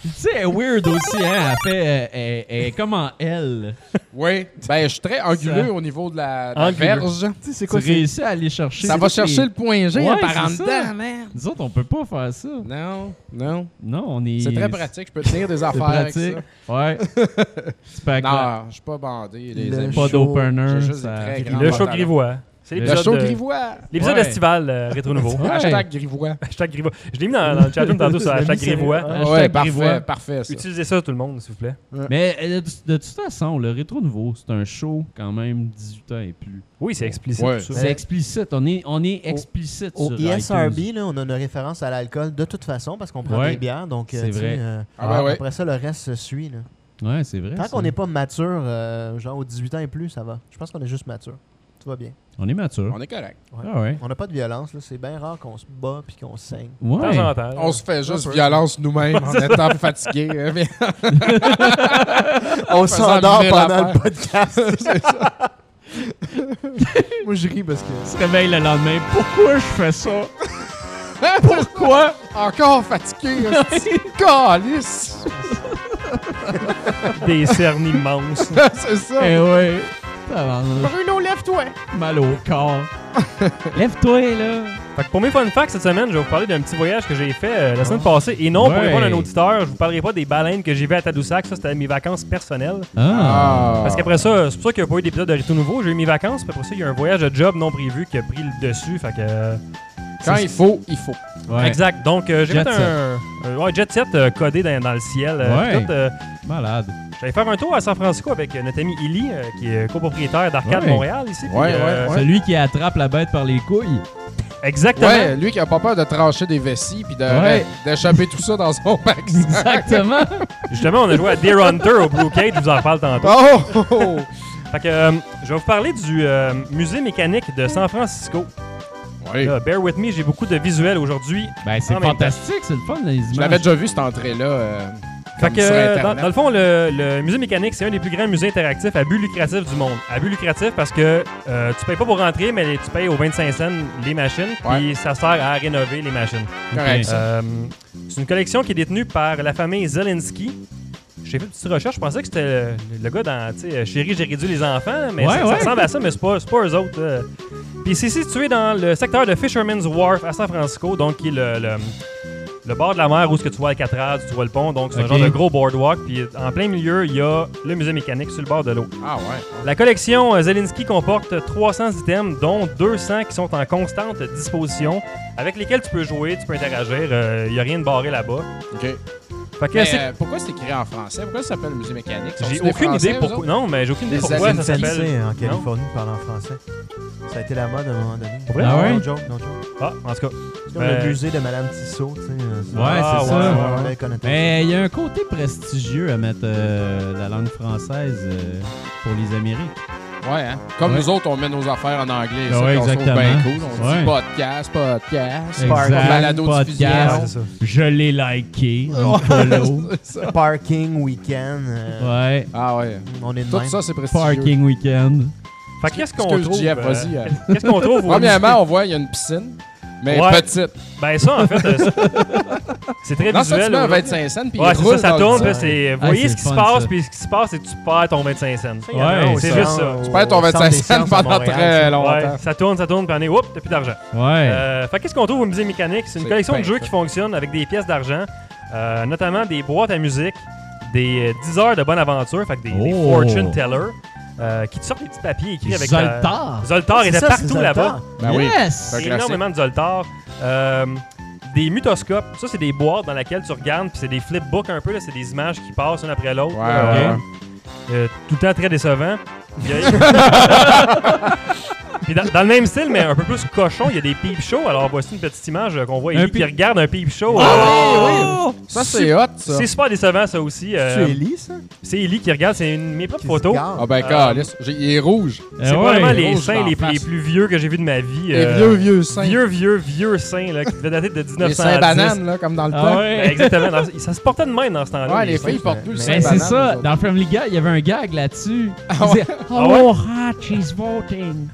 S2: sais, elle est weird aussi, hein. Elle fait. euh, Elle, elle est comme en L.
S3: oui, ben je suis très anguleux au niveau de la, de la
S5: Anguleux.
S3: verge.
S4: Tu sais,
S2: Tu
S4: c'est quoi c'est-
S2: réussis à aller chercher.
S3: Ça va chercher le point G
S2: Ouais,
S3: hein, par en
S2: c'est ça.
S3: dedans, merde.
S2: Nous autres, on peut pas faire ça.
S3: Non, non.
S2: Non, on est.
S3: C'est très pratique, je peux tenir
S2: *laughs*
S3: des
S2: C'est
S3: affaires avec ça.
S2: pratique. Ouais.
S3: *laughs*
S2: C'est pas grave.
S3: Non, je suis pas bandé, les
S4: Le
S3: amis.
S2: Pas
S4: Chaud.
S2: d'opener.
S3: J'ai juste des
S2: ça-
S3: très grands
S5: Le show
S3: pantalons.
S5: grivois. C'est
S2: Ah, Le
S3: Le
S5: l'épisode
S3: show
S5: de-
S3: grivois.
S5: L'épisode
S2: Ouais.
S5: estival euh, Rétro Nouveau.
S2: Ouais.
S3: Hashtag grivois.
S5: *laughs* hashtag grivois. Je l'ai mis Ah, dans, dans le chatroom
S2: *laughs*
S5: tantôt
S4: Je
S3: *laughs*
S5: sur
S4: l'ai
S5: hashtag
S4: mis sur-
S5: grivois.
S4: Ouais.
S2: Hashtag
S3: Ouais, ben.
S2: grivois.
S3: parfait, parfait ça.
S5: Utilisez ça tout le monde, s'il vous plaît.
S2: Mais euh, de, de toute façon, le Rétro Nouveau, c'est un show quand même 18 ans et plus.
S5: Oui, c'est explicite
S3: Ouais.
S5: tout ça.
S2: C'est explicite. On est, on est explicite
S4: Au
S3: E
S2: sur iTunes.
S4: ESRB, là, on a une référence à l'alcool de toute façon parce qu'on prend
S2: Ouais.
S4: des bières. Donc, euh,
S2: C'est
S4: tu sais,
S2: vrai.
S4: euh,
S3: Ah ben ouais.
S4: après ça, le reste se suit. Là.
S2: Ouais, c'est vrai.
S4: Tant
S2: ça.
S4: qu'on n'est pas mature, euh, genre aux 18 ans et plus, ça va. Je pense qu'on est juste mature. Tout va bien.
S2: On est mature.
S3: On est correct.
S2: Ah ouais.
S4: On n'a pas de violence. là. C'est bien rare qu'on se bat puis qu'on saigne.
S5: De temps
S2: Ouais.
S5: en temps.
S3: On se fait juste violence nous-mêmes
S4: *laughs*
S3: en étant fatigués. hein, mais-
S4: On
S3: Faisant
S4: s'endort
S3: vivre
S4: pendant le
S3: l'affaire. *laughs*
S4: podcast. Moi, je ris parce que.
S2: On se réveille le lendemain. Pourquoi je fais
S3: *laughs*
S2: ça? Pourquoi?
S3: Encore fatigué, hein,
S4: *laughs*
S3: hostie. Calisse.
S5: Des cernes immenses.
S3: *laughs* C'est ça.
S2: Eh ouais. Tabarnak.
S3: Bruno, lève-toi.
S2: Mal au corps. Lève-toi, là.
S5: Fait que pour mes fun facts cette semaine, je vais vous parler d'un petit voyage que j'ai fait euh, la semaine passée. Et non, pour
S2: Ouais.
S5: répondre à un auditeur, je vous parlerai pas des baleines que j'ai vues à Tadoussac. Ça, c'était mes vacances personnelles.
S2: Ah.
S5: Parce qu'après ça, c'est pour ça qu'il n'y a pas eu d'épisode de Retour Nouveau. J'ai eu mes vacances, puis après ça, il y a un voyage de job non prévu qui a pris le dessus. Fait que. euh,
S3: Quand
S5: c'est-
S3: il faut, il faut.
S2: Ouais.
S5: Exact. Donc, euh, j'ai
S2: Jet
S5: fait un. un- ouais, jet set euh, codé dans, dans le ciel. euh,
S2: Ouais.
S5: tout, euh,
S2: Malade.
S5: J'allais faire un tour à San Francisco avec euh, notre ami Illy, euh, qui est copropriétaire d'Arcade
S2: Ouais.
S5: Montréal ici. puis,
S3: Ouais,
S5: euh,
S3: ouais.
S2: Celui qui attrape la bête par les couilles.
S5: Exactement.
S3: Ouais, lui qui a pas peur de trancher des vessies puis de-
S2: Ouais.
S3: d'échapper tout ça dans son *laughs* pack.
S2: Exactement.
S5: Justement, on a joué à Deer Hunter au Blue Cage, je vous en parle tantôt.
S3: *laughs* Oh! oh, oh.
S5: Fait que euh, je vais vous parler du euh, musée mécanique de San Francisco.
S3: Oui.
S5: Là, bear with me, j'ai beaucoup de visuels aujourd'hui.
S2: *laughs* Ben, c'est
S5: En même
S2: fantastique, c'est le fun, les images.
S3: Je l'avais déjà vu cette entrée-là. euh,
S5: Fait
S3: comme
S5: que,
S3: sur
S5: euh, dans,
S3: Internet.
S5: dans le fond, le, le musée mécanique, c'est un des plus grands musées interactifs à but lucratif du monde. À but lucratif parce que euh, tu payes pas pour rentrer, mais tu payes aux 25 cents les machines,
S3: Ouais.
S5: puis ça sert à rénover les machines.
S3: Correct. ça.
S5: Euh, c'est une collection qui est détenue par la famille Zelensky. J'ai fait une petite recherche, je pensais que c'était le, le gars dans tu sais, euh, Chérie, j'ai réduit les enfants, mais
S2: Ouais,
S5: ça, ça
S2: ouais.
S5: ressemble à ça, mais c'est pas, c'est pas eux autres. euh. Puis c'est situé dans le secteur de Fisherman's Wharf à San Francisco, donc qui est le, le- le bord de la mer où est-ce que tu vois le 4 tu vois le pont, donc c'est
S2: Ok.
S5: un genre de gros boardwalk. Puis en plein milieu, il y a le musée mécanique sur le bord de l'eau.
S3: Ah ouais.
S5: La collection euh, Zelensky comporte 300 items, dont 200 qui sont en constante disposition, avec lesquels tu peux jouer, tu peux interagir. Il n'y a rien de barré là-bas.
S3: OK.
S5: Fait que
S3: Mais,
S5: c'est-
S3: euh, pourquoi c'est écrit en français? Pourquoi ça s'appelle musée mécanique?
S5: j'ai
S3: Sont-ils des
S5: aucune
S3: Français,
S5: idée
S3: eux
S5: pourquoi.
S3: autres?
S5: Non, mais j'ai aucune idée
S3: Les
S5: pourquoi ça
S3: Zelensky,
S4: Ça
S5: s'appelle.
S4: hein, en
S5: Non?
S4: Californie de parler en français. Ça a été la mode à un moment donné.
S5: Pour vrai?
S2: Ah ouais?
S4: No joke, no joke.
S5: Ah, en tout cas.
S4: C'est comme
S5: Ben-
S4: le musée de Madame Tissot, tu sais. euh, c'est-
S2: Ouais,
S5: Ah,
S2: c'est ça.
S5: ouais,
S4: Ouais, ouais, connotation.
S2: Mais il y a un côté prestigieux à mettre euh, la langue française euh, pour les Amériques.
S3: Ouais, hein? Comme
S2: Ouais.
S3: nous autres, on met nos affaires en anglais.
S2: Ouais,
S3: ça,
S2: exactement.
S3: exactement. bien cool. On
S2: Ouais.
S3: dit podcast, podcast,
S2: Exact,
S3: balado
S2: podcast.
S3: diffusion.
S5: c'est ça.
S2: Je l'ai liké, un follow.
S4: Parking week-end. euh,
S2: Ouais.
S3: Ah ouais.
S4: On est de
S3: Tout
S4: même.
S3: ça, c'est prestigieux.
S2: Parking weekend.
S5: Fait que qu'est-ce qu'on
S3: Excuse,
S5: trouve.
S3: Jeff,
S5: euh,
S3: vas-y, euh.
S5: *laughs* Qu'est-ce qu'on trouve au
S3: Premièrement, on voit, il y a une piscine, mais
S5: Ouais.
S3: petite.
S5: musée? Ben ça, en fait, euh,
S3: *laughs*
S5: c'est- c'est très
S3: Dans ça, tu
S5: visuel.
S3: mets un
S5: aujourd'hui.
S3: 25 cents, puis
S5: Ouais,
S3: il
S5: c'est ça,
S3: roule
S5: ça
S3: dans le
S5: tourne,
S3: design.
S5: puis c'est. Vous
S2: Ah,
S5: voyez
S2: c'est
S5: ce qui
S2: le
S5: se
S2: fun,
S5: passe,
S2: ça.
S5: puis ce qui se passe, c'est que tu perds ton 25 cents. Ça, y en a,
S2: Ouais,
S5: on- c'est
S2: ça.
S5: juste ça.
S4: Tu
S3: perds ton 25 cents pendant hein. très longtemps.
S5: Ouais, ça tourne, ça tourne, puis on est, oups, t'as plus d'argent.
S2: Ouais.
S5: Euh, fait qu'est-ce qu'on trouve au musée mécanique? C'est une
S3: C'est
S5: collection de
S3: bien
S5: jeux
S3: ça.
S5: qui fonctionne avec des pièces d'argent, euh, notamment des boîtes à musique, des euh, 10 heures de bonne aventure, fait que des, des
S2: Oh.
S5: fortune tellers, euh, qui te sortent des petits papiers écrits avec... euh,
S2: Zoltar.
S5: Zoltar
S4: C'est
S5: était
S4: ça, c'est
S5: partout là-bas.
S4: Zoltar.
S3: Ben oui.
S2: yes!
S3: Fait que- classique.
S5: Énormément de Zoltar. Euh, des mutoscopes, ça c'est des boîtes dans lesquelles tu regardes, puis c'est des flipbooks un peu, là, c'est des images qui passent une après l'autre.
S3: Ouais,
S5: Euh,
S3: ouais.
S5: euh, tout le temps très décevant. Il y a- Puis dans, dans le même style, mais un peu plus cochon, il y a des peep shows. Alors voici une petite image euh, qu'on voit
S2: Un
S5: Ellie qui
S2: peep-
S5: regarde un peep show. euh,
S3: Ah oui, oui. Ça, c'est hot, ça.
S5: c'est super décevant, ça aussi. euh,
S4: Tu es Ellie, ça?
S5: c'est Ellie qui regarde, c'est une de mes propres
S4: Qui se
S5: photos.
S4: garde.
S3: Ah ben,
S5: Euh,
S3: calisse. J'ai- Il est rouge.
S2: Eh
S5: C'est probablement les
S3: Ah Rouge
S5: seins
S3: d'en
S5: les,
S3: face.
S5: les plus vieux que j'ai vus de ma vie.
S3: Les
S5: euh,
S3: vieux, vieux seins.
S5: vieux, vieux, vieux seins là, qui devaient dater de
S3: les
S5: 1910.
S3: seins bananes, là, comme dans le
S2: Ah
S3: temps.
S5: Ben,
S2: ouais.
S5: exactement. dans- ça se portait de même dans ce temps-là.
S3: Ouais,
S5: les
S3: les
S5: seins.
S3: filles
S4: seins,
S3: portent plus le
S4: mais-
S3: sein
S2: Ben, c'est
S3: banane,
S2: ça,
S3: nous autres.
S2: dans Family Guy, il y avait un gag là-dessus. Il
S3: ouais?
S2: disait
S5: Ah ouais?
S2: Oh, hot, she's *laughs* voting.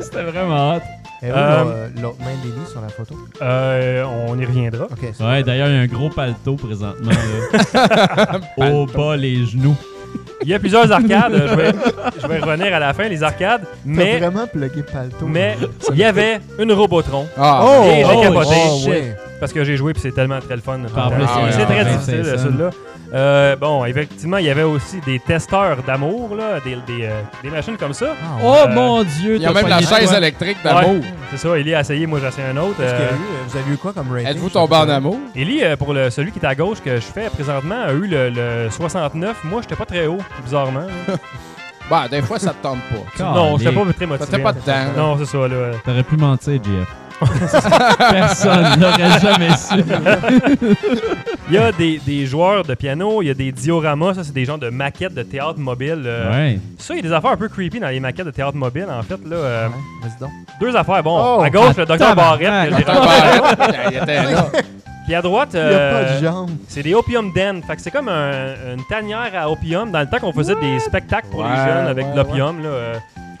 S2: C'était vraiment hot.
S4: Et où
S5: Euh,
S4: Eh l'autre- l'autre main d'Ellie sur la photo?
S5: Euh, on y reviendra.
S4: OK, c'est
S2: Ouais, d'ailleurs, il y a un gros paletot présentement. *laughs* là. Au bas, les genoux.
S5: Il y a plusieurs arcades. je, vais, je vais revenir à la fin, les arcades.
S4: T'as
S5: Mais,
S4: vraiment plugué Palto.
S5: mais il y avait une Robotron.
S3: Ah,
S4: Oh!
S5: Et j'ai
S2: oh,
S5: capoté.
S4: oh, ouais.
S5: Parce que j'ai joué, puis c'est tellement très le fun.
S2: Ah,
S3: en plus,
S5: Ah,
S3: il y a
S5: c'est très
S3: Brian
S5: difficile,
S2: Simpson.
S5: celui-là. Euh, bon, effectivement, il y avait aussi des testeurs d'amour, là, des, des, euh, des machines comme ça.
S4: Ah, ouais.
S2: Oh
S5: Euh,
S2: mon dieu,
S3: Il y a
S2: t'as
S3: même la
S2: pogné
S3: chaise
S2: quoi?
S3: électrique d'amour.
S5: C'est ça, Ellie a essayé, moi j'ai essayé un autre.
S4: Qu'est-ce qu'il y a
S5: Euh,
S4: eu? Vous avez eu quoi comme rating?
S3: Êtes-vous tombé en amour?
S5: Ellie, euh, pour le, celui qui est à gauche que je fais présentement, a eu le, le 69. Moi, j'étais pas très haut, bizarrement.
S3: Bah, des fois, ça te tente pas.
S5: non, j'étais
S2: Calique.
S5: pas très motivé.
S3: T'étais pas dedans.
S5: Non, c'est ça, là.
S2: T'aurais pu mentir, JF. *laughs* Personne n'aurait jamais su.
S5: Il y a des, des joueurs de piano, il y a des dioramas, ça c'est des genres de maquettes de théâtre mobile. euh.
S2: Ouais.
S5: Ça, il y a des affaires un peu creepy dans les maquettes de théâtre mobile, en fait. Là, euh,
S4: Ouais, Vas-y donc.
S5: Deux affaires. Bon,
S4: Oh,
S5: à gauche, le docteur Barrette, que j'ai
S3: T'as
S5: rencontré.
S3: pas- Il était là.
S5: Puis à droite,
S4: Il n'y a pas
S5: euh,
S4: de jambes.
S5: c'est des opium dens. Fait que c'est comme un- une tanière à opium. Dans le temps qu'on faisait des spectacles pour les
S3: Ouais,
S5: jeunes avec
S3: ouais,
S5: de l'opium, là. euh,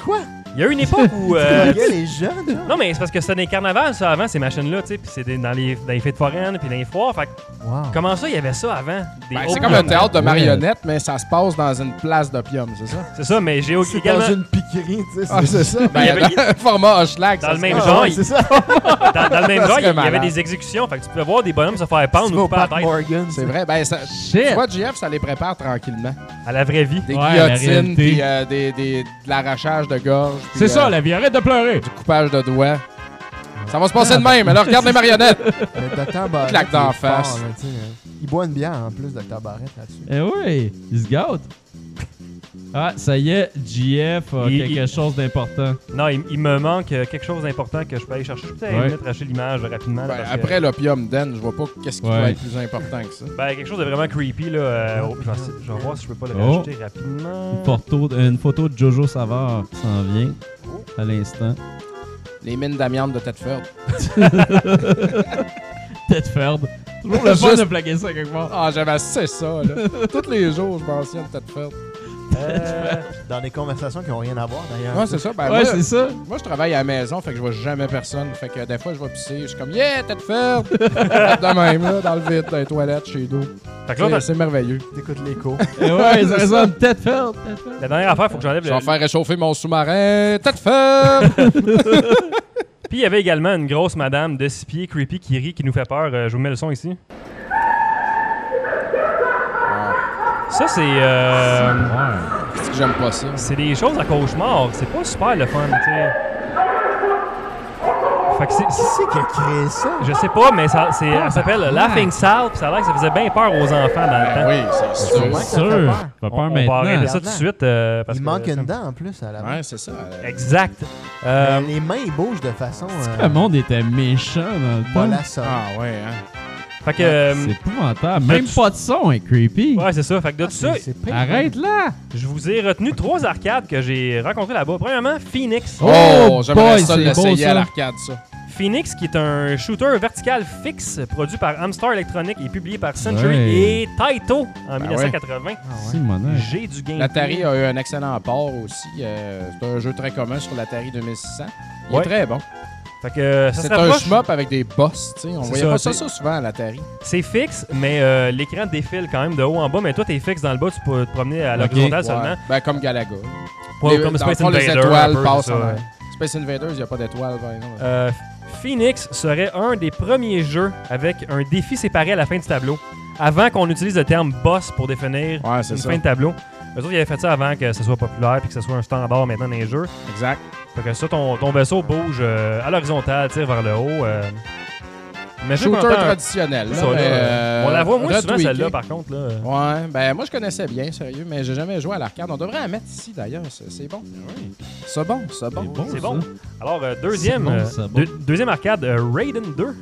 S4: Quoi?
S5: Il y a eu une époque où. euh, *laughs*
S4: Les gars, les jeunes, là?
S5: Non, mais c'est parce que c'était des carnavals, ça, avant, ces machines-là, tu sais, puis c'est des- dans les, dans les fêtes foraines, puis dans les foires. Fait que
S4: Wow.
S5: comment ça, il y avait ça avant? Des
S3: Ben, c'est
S5: opium
S3: comme un théâtre de
S2: Ouais.
S3: marionnettes, mais ça se passe dans une place d'opium, c'est
S5: *laughs*
S3: ça?
S5: C'est ça, mais j'ai
S4: C'est
S5: également.
S4: dans une piquerie, tu sais.
S3: Ah, c'est ça.
S5: Il y
S3: Ben,
S5: avait-
S3: dans un format Hochelag,
S5: Dans
S3: ça
S5: le
S3: se
S5: même
S3: passe.
S5: genre.
S4: ouais, c'est ça.
S5: Dans, dans le
S4: *laughs*
S5: même
S3: Ça
S5: genre, il y
S3: serait
S5: avait
S3: malade.
S5: des exécutions. Fait que tu pouvais voir des bonhommes se faire
S4: Tu
S5: pendre
S4: vas
S5: ou
S4: au
S5: pas
S4: Pat
S5: à tête.
S4: Morgan.
S3: C'est vrai. Ben, ça, tu
S2: Shit!
S3: vois, JF, ça les prépare tranquillement.
S5: À la vraie vie.
S3: Des
S2: Ouais, la
S3: guillotines,
S2: réalité.
S3: puis euh, des, des- de l'arrachage de gorge. puis,
S2: C'est ça,
S3: euh,
S2: la vie, arrête de pleurer!
S3: Du coupage de doigts. Ça va se passer de même. Alors, regarde les
S5: *laughs*
S3: marionnettes. Ben,
S4: Le Euh, docteur Barrette.
S3: Claque
S4: il est
S3: d'en
S4: fort,
S3: face.
S4: là, tu sais, euh, Il boit une bière en plus, docteur Barrette, là-dessus.
S2: Eh oui, il se gâte. Ah, ça y est, JF a
S5: Il-
S2: quelque
S5: il-
S2: chose d'important.
S5: Non, il, il me manque euh, quelque chose d'important que je peux aller chercher. Je peux peut-être
S2: Ouais.
S5: mettre acheter l'image rapidement. là,
S3: Ben,
S5: parce que-
S3: après l'opium den, je vois pas qu'est-ce qui
S2: Ouais.
S3: va être plus important que ça.
S5: Ben, quelque chose de vraiment creepy, là. euh, oh, je, vais, essayer- je vais voir si je peux pas le
S2: Oh.
S5: rajouter rapidement.
S2: Photo- une photo de Jojo Savard qui s'en vient à l'instant.
S3: Les mines d'amiante de Tedford.
S2: Tête ferme. Toujours le fun
S3: Juste-
S2: de plaquer ça quelque part.
S3: *laughs* Ah, j'avais assez ça, là. Tous les jours, je mentionne Tedford.
S5: Euh,
S4: Dans des conversations qui n'ont rien à voir, d'ailleurs.
S3: Non, c'est ça. Ben,
S2: ouais,
S3: moi,
S2: c'est ça.
S3: moi, je travaille à la maison, fait que je vois jamais personne. Fait que des fois, je vais pisser. Je suis comme, yeah, *laughs* Tedford! de même, là, dans le vide, dans les toilettes, chez nous.
S5: fait que là,
S3: C'est
S5: la-
S3: c'est merveilleux.
S4: T'écoutes l'écho.
S2: Eh *laughs* ouais, ça
S3: C'est ça.
S2: ressemble tête ferme, tête ferme.
S5: la dernière affaire, faut que j'enlève
S3: Je
S5: le.
S3: vais faire réchauffer mon sous-marin. Tedford!
S5: Puis il y avait également une grosse madame de six pieds creepy qui rit, qui nous fait peur. Euh, je vous mets le son ici.
S3: Ah.
S5: Ça, c'est. euh,
S3: *laughs* C'est que j'aime pas ça.
S5: c'est des choses à cauchemar. C'est pas super le fun, tu sais. Fait que c'est-
S4: Qui
S5: c'est-
S4: c'est qui a créé ça?
S5: Je sais pas, mais ça, c'est- elle s'appelle Laughing Sal, puis ça a l'air que ça faisait bien peur aux enfants dans le temps.
S3: Ben Oui, c'est sûr.
S4: Ouais,
S2: C'est
S4: ça
S2: sûr.
S4: fait peur.
S2: Ça fait
S5: On,
S2: peur
S5: on va arrêter
S2: maintenant.
S5: ça tout de suite. euh, parce
S4: Il
S5: que
S4: manque
S5: ça
S4: une
S5: me-
S4: dent en plus à la main.
S3: Ouais, c'est ça. Euh,
S5: Exact. Euh,
S4: Les mains, ils bougent de façon. euh,
S2: Le monde était méchant dans le temps.
S4: Voilà ça.
S3: Ah, ouais, hein.
S5: fait que. euh,
S2: C'est épouvantable. Même
S5: Là, tu-
S2: pas de son est creepy.
S5: ouais, c'est ça. Fait que
S4: Ah,
S5: de tout ça,
S2: Arrête là!
S5: je vous ai retenu trois arcades que j'ai rencontrées là-bas. Premièrement, Phoenix.
S2: Oh,
S3: Oh, j'aimerais
S2: boy, c'est
S3: ça
S2: beau,
S3: l'essayer
S2: ça.
S3: à l'arcade, ça.
S5: Phoenix, qui est un shooter vertical fixe produit par Amstar Electronic et publié par Century
S2: Ouais.
S5: et Taito en
S3: Ben
S5: 1980.
S4: Ah
S2: Simonette.
S5: J'ai du game.
S3: L'Atari a eu un excellent apport aussi. euh, c'est un jeu très commun sur l'Atari 2600. Il
S5: Ouais.
S3: est très bon.
S5: Fait que ça se
S3: C'est un
S5: rapproche.
S3: shmup avec des boss, tu sais. On
S5: C'est
S3: voyait
S5: ça,
S3: pas ça,
S5: c'est-
S3: ça souvent à l'Atari.
S5: C'est fixe, mais euh, l'écran défile quand même de haut en bas. Mais toi, t'es fixe dans le bas, tu peux te promener à l'horizontale
S3: Ouais.
S5: Ah, seulement.
S3: Ben, comme Galaga.
S5: Ouais,
S3: Les-
S5: comme
S3: dans le
S5: Space
S3: fond,
S5: Invaders.
S3: les étoiles
S5: un peu,
S3: passent
S5: c'est ça,
S3: en
S5: ouais.
S3: arrière. Space Invaders, il n'y a pas d'étoiles, par exemple.
S5: Euh, Phoenix serait un des premiers jeux avec un défi séparé à la fin du tableau. Avant qu'on utilise le terme boss pour définir
S3: ouais,
S5: une
S3: c'est ça.
S5: fin de tableau. Eux autres, ils avaient fait ça avant que ce soit populaire puis que ce soit un standard maintenant dans les jeux.
S3: Exact.
S5: Fait que ça, ton, ton vaisseau bouge euh, à l'horizontale, tire vers le haut. euh. Mais je sais qu'on
S3: Shooter
S5: entend-
S3: traditionnel. là,
S5: ça, là,
S3: mais,
S5: euh,
S3: euh,
S5: on la voit moins souvent
S3: retweaké.
S5: celle-là par contre. Là.
S3: Ouais, ben moi je connaissais bien, sérieux, mais j'ai jamais joué à l'arcade. On devrait la mettre ici d'ailleurs, c'est c'est bon. C'est bon, c'est bon.
S2: C'est bon.
S5: C'est
S2: ça.
S5: bon. Alors, euh, deuxième,
S2: C'est bon,
S5: euh,
S2: ça, bon.
S5: deux- deuxième arcade, euh, Raiden 2,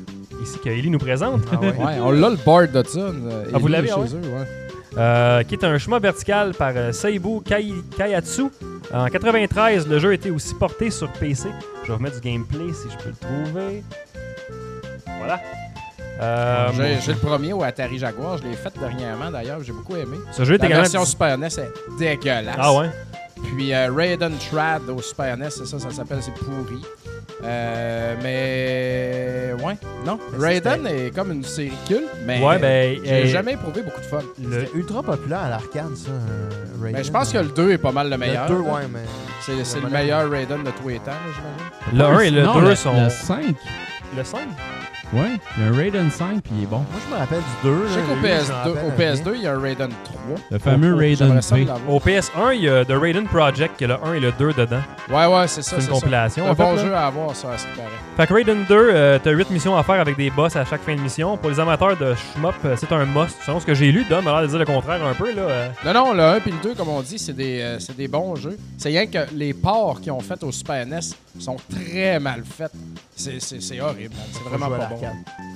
S5: ici que Ellie nous présente,
S3: Ah *laughs* ouais, ouais, on l'a le board de ça. euh,
S5: Ah, vous
S3: il est
S5: l'avez,
S3: chez
S5: ah ouais?
S3: eux, ouais.
S5: euh, qui est un chemin vertical par euh, Seibu Kai- Kayatsu. En 93, le jeu était aussi porté sur PC. Je vais remettre du gameplay si je peux le trouver. Voilà. Euh,
S3: J'ai- J'ai le premier au Atari Jaguar, je l'ai fait dernièrement d'ailleurs, j'ai beaucoup aimé.
S5: ce jeu est
S3: La
S5: également.
S3: version Super NES est dégueulasse.
S5: Ah ouais?
S3: Puis euh, Raiden Trad au Super NES, c'est ça, ça s'appelle, c'est pourri. Euh, mais ouais, non.
S5: Mais
S3: Raiden est comme une série culte, mais
S5: ouais, ben.
S3: j'ai
S5: euh,
S3: jamais éprouvé beaucoup de fun.
S5: le-
S4: C'était ultra populaire à l'arcade, ça. euh, Raiden.
S3: Mais je pense que le 2 est pas mal le meilleur.
S4: Le 2, ouais, mais.
S3: C'est c'est le meilleur Raiden de tous les temps, là, j'imagine.
S5: le 1 et le
S2: Non,
S5: 2 sont.
S2: Le 5.
S5: Le 5
S2: Ouais, il y a un Raiden 5 puis il est bon.
S4: Moi, je me rappelle du 2.
S3: Euh, Je sais qu'au PS2, au PS2, il y a un Raiden 3.
S2: Le fameux
S3: Oh, oh,
S2: Raiden
S3: j'aimerais ça
S2: P.
S3: l'avoir.
S5: Au PS1, il y a The Raiden Project, qui a le 1 et le 2 dedans.
S3: Ouais, ouais, c'est ça.
S5: C'est
S3: C'est ça.
S5: une
S3: C'est
S5: compilation.
S3: un
S5: en fait,
S3: bon
S5: là.
S3: jeu à avoir, ça, c'est pareil.
S5: Fait que Raiden 2, euh, t'as 8 missions à faire avec des boss à chaque fin de mission. Pour les amateurs de shmup, euh, c'est un must. Selon ce que j'ai lu, Dom a l'air de dire le contraire un peu. là. euh.
S3: Non, non, le 1 puis le 2, comme on dit, c'est des, euh, c'est des bons jeux. C'est rien que les ports qu'ils ont fait au Super NES sont très mal faits. C'est- C'est c'est horrible, man. c'est vraiment pas bon.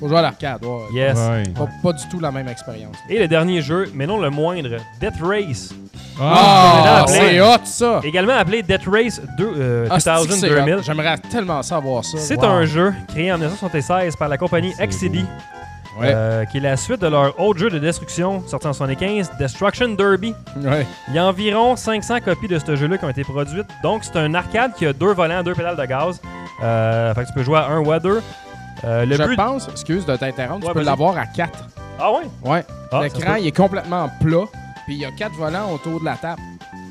S3: Faut jouer à l'arcade, ouais.
S5: Yes.
S2: Ouais.
S3: Pas, pas du tout la même expérience.
S5: Et le dernier jeu, mais non le moindre, Death Race.
S3: Ah,
S5: Ah,
S3: c'est hot, ça!
S5: Également appelé Death Race 2, euh,
S3: Ah, c'est-
S5: 2000,
S3: c'est hot.
S5: 2000.
S3: J'aimerais tellement ça avoir ça.
S5: C'est
S3: Wow.
S5: un jeu créé en 1976 par la compagnie
S2: C'est
S5: XCD,
S2: beau.
S3: Ouais.
S5: euh, qui est la suite de leur autre jeu de destruction sorti en 1975, Destruction Derby.
S3: Ouais.
S5: Il y a environ 500 copies de ce jeu-là qui ont été produites. Donc, c'est un arcade qui a deux volants, deux pédales de gaz. Euh, fait que tu peux jouer à un ou à deux. Euh, le
S3: Je
S5: but...
S3: pense, excuse de t'interrompre,
S5: Ouais,
S3: tu peux
S5: vas-y.
S3: l'avoir à 4.
S5: Ah ouais?
S3: Ouais.
S5: Ah, ça se
S3: L'écran,
S5: peut.
S3: il est complètement plat, puis il y a quatre volants autour de la table.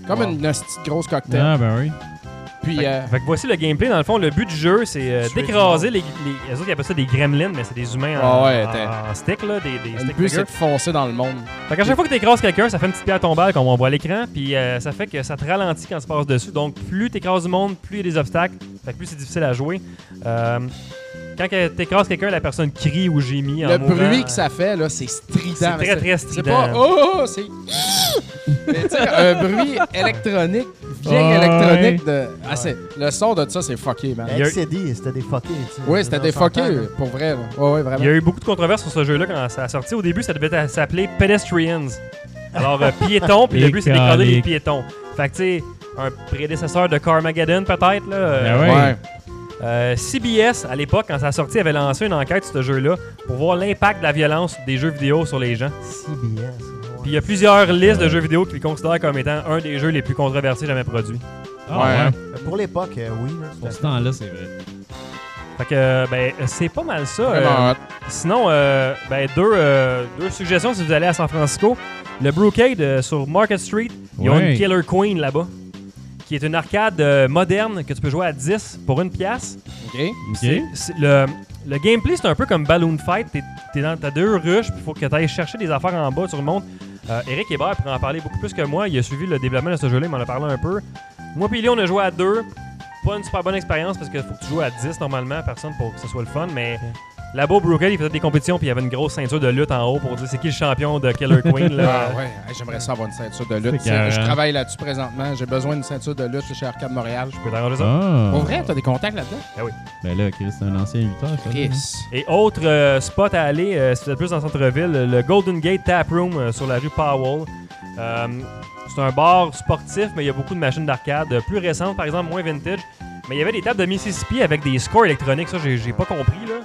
S3: Comme
S5: Wow.
S3: une hostie de grosse cocktail.
S2: Ah, ben oui.
S3: Puis,
S5: Fait,
S3: euh,
S5: fait que voici le gameplay. Dans le fond, le but du jeu, c'est euh,
S4: Tuer
S5: d'écraser les, les. Les autres, ils appellent ça des gremlins, mais c'est des humains en,
S3: Ah ouais,
S5: en-
S3: t'es-
S5: en stick, là, des, des
S3: le
S5: stick
S3: but, c'est
S5: figures.
S3: de foncer dans le monde.
S5: Fait qu'à chaque fois que t'écrases quelqu'un, ça fait une petite pierre tombale, comme on voit à l'écran, puis euh, ça fait que ça te ralentit quand tu passes dessus. Donc, plus t'écrases du monde, plus il y a des obstacles, fait que plus c'est difficile à jouer. Euh, quand que t'écrases quelqu'un, la personne crie ou gémit. en
S3: le
S5: mourant. euh,
S3: bruit que ça fait, là, c'est strident.
S5: C'est
S3: mais
S5: très, très
S3: C'est
S5: strident.
S3: pas « Oh! oh, C'est... *laughs* Mais tu sais, un bruit électronique, vieille
S2: Ouais.
S3: électronique de... Ah, c'est- Le son de ça, c'est fucké, man.
S5: Il y a-
S4: XCD, c'était des fuckés. tu sais.
S3: Oui, c'était
S4: On
S3: des
S4: s'entend,
S3: fuckés,
S4: là.
S3: pour vrai. là. Ouais, ouais, vraiment.
S5: Il y a eu beaucoup de controverses sur ce jeu-là quand ça a sorti. Au début, ça devait t'a- s'appeler Pedestrians. Alors, euh, piétons, puis le but, c'est d'écraser les
S2: Écalique.
S5: piétons. Fait que, tu sais, un prédécesseur de Carmageddon, peut-être. là. euh,
S2: Ben ouais.
S3: Ouais.
S5: euh, CBS, à l'époque, quand ça a sorti, avait lancé une enquête sur ce jeu-là pour voir l'impact de la violence des jeux vidéo sur les gens.
S4: CBS.
S5: Puis il y a plusieurs listes de jeux vidéo qui le considèrent comme étant un des jeux les plus controversés jamais produits.
S2: Ah,
S3: Ouais.
S2: ouais.
S4: ouais. Pour l'époque, euh, oui. là,
S2: Pour ce
S4: c'était-
S2: temps-là, c'est vrai.
S5: Fait que, euh, ben, c'est pas mal ça. euh,
S3: Vraiment hein. hot.
S5: Sinon, euh, ben, deux, euh, deux suggestions si vous allez à San Francisco. Le Brocade euh, sur Market Street, ils ont
S2: Ouais.
S5: une Killer Queen là-bas, qui est une arcade euh, moderne que tu peux jouer à 10 pour une pièce.
S3: OK.
S2: Ok.
S5: C'est- c'est- le, le gameplay, c'est un peu comme Balloon Fight. T'es, t'es dans, t'as deux rushs, puis il faut que tu ailles chercher des affaires en bas, tu remontes. Euh, Eric Hébert pourrait en parler beaucoup plus que moi. Il a suivi le développement de ce jeu-là, il m'en a parlé un peu. Moi puis lui, on a joué à deux. Pas une super bonne expérience parce qu'il faut que tu joues à 10 normalement, personne pour que ce soit le fun, mais. Là-bas, au Brookhead, il faisait des compétitions, puis il y avait une grosse ceinture de lutte en haut pour dire c'est qui le champion de Killer Queen. Là.
S3: *laughs* Ah ouais, hey, j'aimerais ça avoir une ceinture de
S2: C'est
S3: lutte.
S2: carré.
S3: Je travaille là-dessus présentement. J'ai besoin d'une ceinture de lutte chez Arcade Montréal.
S5: Je peux t'arranger ça.
S2: Ah.
S3: Pour vrai, t'as des contacts là-dedans?
S2: Ben là, Chris, c'est un ancien lutteur, ça. là.
S3: Yes.
S5: Et autre euh, spot à aller, euh, si vous êtes plus dans le centre-ville, le Golden Gate Tap Room euh, sur la rue Powell. Euh, c'est un bar sportif, mais il y a beaucoup de machines d'arcade euh, plus récentes, par exemple, moins vintage. Mais il y avait des tables de Mississippi avec des scores électroniques, ça j'ai, j'ai pas compris là.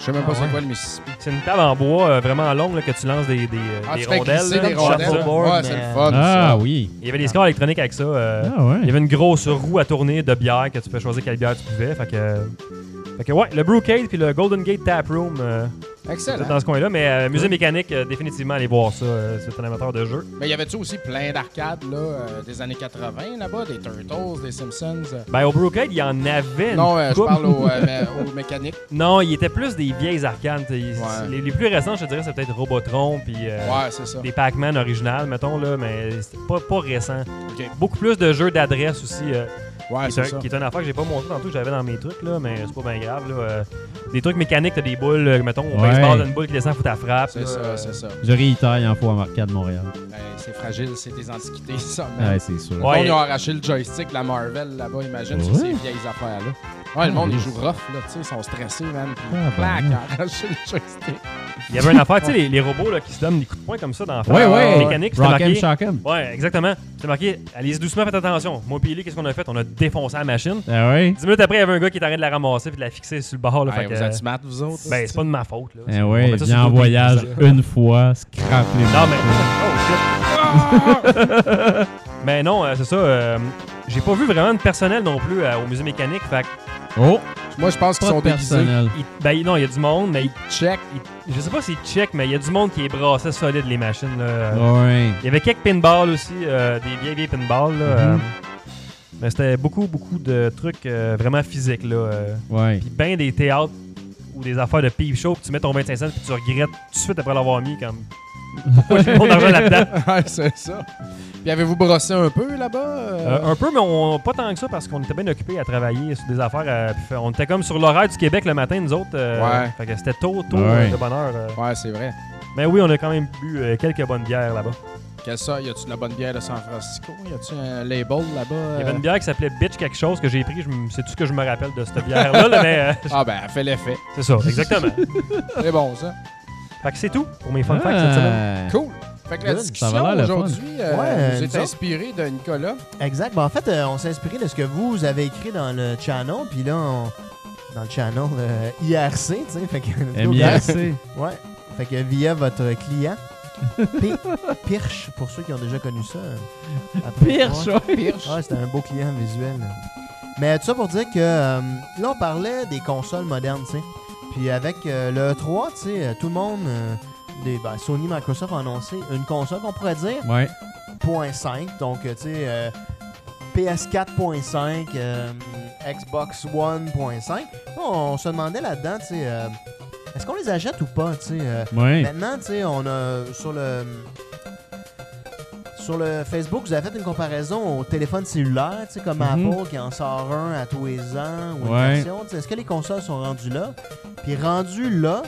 S3: Je sais même pas
S4: Ah
S3: c'est
S4: ouais.
S3: quoi le Mississippi.
S5: C'est une table en bois euh, vraiment longue là, que tu lances des, des, euh,
S3: Ah,
S5: des
S3: tu fais
S5: rondelles.
S3: glisser
S5: là,
S3: des
S5: tu lances
S3: rondelles.
S5: ça.
S3: Ouais,
S4: Board,
S3: c'est le
S4: mais-
S3: fun.
S2: Ah
S3: ça.
S2: oui.
S5: Il y avait des scores électroniques avec ça. euh,
S2: Ah
S5: Il y
S2: ouais.
S5: avait une grosse roue à tourner de bière que tu peux choisir quelle bière tu pouvais. Fait que, fait que ouais, le Brewcade puis le Golden Gate Tap Room euh, tout
S3: Excellent.
S5: dans ce coin-là. Mais euh, musée mécanique, euh, définitivement aller voir ça. euh, si vous êtes un amateur de jeu.
S3: Mais y avait-tu aussi plein d'arcades là, euh, des années 80 là-bas, des Turtles, des Simpsons? euh?
S5: Ben au Brewcade, il y en avait. une
S3: Non, euh, je
S5: coupe.
S3: parle aux,
S5: *laughs*
S3: euh, mais- aux mécaniques.
S5: Non, il était plus des vieilles arcanes. t'sais, il-
S3: Ouais.
S5: Les, les plus récents, je te dirais, c'est peut-être Robotron puis euh,
S3: Ouais, c'est ça.
S5: des Pac-Man originales, mettons là, mais c'était pas pas récent.
S3: Ok.
S5: Beaucoup plus de jeux d'adresse aussi. euh,
S3: Ouais,
S5: qui, est
S3: c'est
S5: un-
S3: ça.
S5: qui est une affaire que j'ai pas montré tantôt, que j'avais dans mes trucs, là, mais c'est pas bien grave. Là. euh, des trucs mécaniques, t'as des boules, euh, mettons, au
S2: Ouais.
S5: baseball, t'as une boule qui descend, faut ta frappe.
S3: C'est
S5: là, euh,
S3: ça, c'est ça.
S2: Je réitaille en fois arcade Montréal.
S3: Ben, c'est fragile, c'est des antiquités, ça. man.
S2: Ouais, c'est sûr.
S3: Le
S5: Ouais.
S3: monde, ils ont arraché le joystick de la Marvel là-bas, imagine, sur
S2: Ouais.
S3: ces vieilles affaires-là. Ouais, le monde,
S2: Ah,
S3: ils
S2: oui.
S3: jouent rough, là, tu sais, ils sont stressés, man. Puis,
S2: Ah, ben,
S3: clac,
S2: oui.
S3: ils ont arraché le joystick.
S5: Il y avait une affaire, tu sais, les, les robots là, qui se donnent des coups de poing comme ça dans la
S2: Ouais,
S5: face,
S2: Ah, ouais.
S5: mécanique, c'était
S2: Rock and
S5: marqué.
S2: Shock'em.
S5: Ouais, exactement. C'était marqué, allez-y doucement, faites attention. Moi, puis Ellie, qu'est-ce qu'on a fait On a défoncé la machine.
S2: Ah ouais?
S5: 10 minutes après, il y avait un gars qui était en train de la ramasser puis de la fixer sur le bord. Là,
S3: Ouais,
S5: fait
S3: vous
S5: que-
S3: êtes smart, vous autres.
S5: ben, c'est pas de ma faute. Là.
S2: Eh
S5: On
S2: ouais,
S5: met ça sur
S2: viens en
S5: Google.
S2: voyage une fois, scrap les
S5: Non, mais. Oh shit! *laughs* mais non, euh, c'est ça. euh, j'ai pas vu vraiment de personnel non plus euh, au musée mécanique. Fait que,
S2: Oh,
S3: Moi, je pense qu'ils
S2: pas de
S3: sont déguisés.
S2: personnel.
S5: il- ben non, il y a du monde, mais. il-
S3: Check. *laughs*
S5: il- je sais pas si check, mais il y a du monde qui est brassé solide les machines. Là. Euh,
S2: Ah, Ouais.
S5: Il y avait quelques pinballs aussi, euh, des vieilles vieilles pinballs. Là, euh,
S2: Mhm.
S5: mais c'était beaucoup, beaucoup de trucs euh, vraiment physiques. Là, euh.
S2: Ouais.
S5: Puis ben des théâtres ou des affaires de peep show, puis tu mets ton 25 cents, puis tu regrettes tout de suite après l'avoir mis. comme Pourquoi j'ai mis mon argent là-dedans?
S3: ouais, c'est ça. Puis avez-vous brossé un peu là-bas? euh?
S5: Euh, un peu, mais on, pas tant que ça parce qu'on était bien occupés à travailler sur des affaires. euh, puis fait- on était comme sur l'horaire du Québec le matin, nous autres. euh,
S3: Ouais.
S5: Fait que c'était tôt, tôt,
S2: Ouais.
S5: euh, de bonne heure. euh.
S3: Ouais, c'est vrai.
S5: Mais oui, on a quand même bu euh, quelques bonnes bières là-bas.
S3: Qu'est-ce ça? Y a-tu de la bonne bière de San Francisco? Y a-tu un label là-bas?
S5: Il y
S3: euh?
S5: avait une bière qui s'appelait Bitch quelque chose que j'ai pris. je me- C'est tout ce que je me rappelle de cette bière-là, là, mais euh,
S3: Ah, ben, elle fait l'effet.
S5: c'est ça, *laughs* exactement.
S3: C'est bon, ça.
S5: fait que c'est tout pour mes fun
S2: Ah.
S5: facts cette semaine.
S3: Cool. Fait que la
S2: Good. Ça
S3: discussion
S2: va l'air le fun.
S3: aujourd'hui euh,
S4: Ouais,
S3: nous est
S4: nous autres.
S3: inspirée de Nicolas.
S4: Exact. Ben, en fait, euh, on s'est inspiré de ce que vous avez écrit dans le channel, puis là, on- dans le channel euh, IRC, tu sais. Fait que,
S2: Eh MIRC.
S4: Ouais. Fait que via votre client, P- Pirche, pour ceux qui ont déjà connu ça. euh, après-
S2: Pirche,
S4: Ouais.
S2: ouais.
S4: Ouais, c'était un beau client visuel. là. Mais tout ça pour dire que euh, là, on parlait des consoles modernes, tu sais. Puis avec euh, le 3, tu sais, euh, tout le monde, euh, des, ben, Sony, Microsoft ont annoncé une console qu'on pourrait dire
S2: Ouais.
S4: 4.5, donc euh, tu sais, euh, PS4.5, euh, Xbox One.5. Bon, On se demandait là-dedans, tu sais, euh, est-ce qu'on les achète ou pas, tu sais. euh,
S2: Ouais.
S4: Maintenant, tu sais, on a sur le sur le Facebook, vous avez fait une comparaison au téléphone cellulaire, tu sais, comme
S2: Mhm.
S4: Apple qui en sort un à tous les ans ou une
S2: Ouais.
S4: version, tu sais. Est-ce que les consoles sont rendues là Puis rendues là,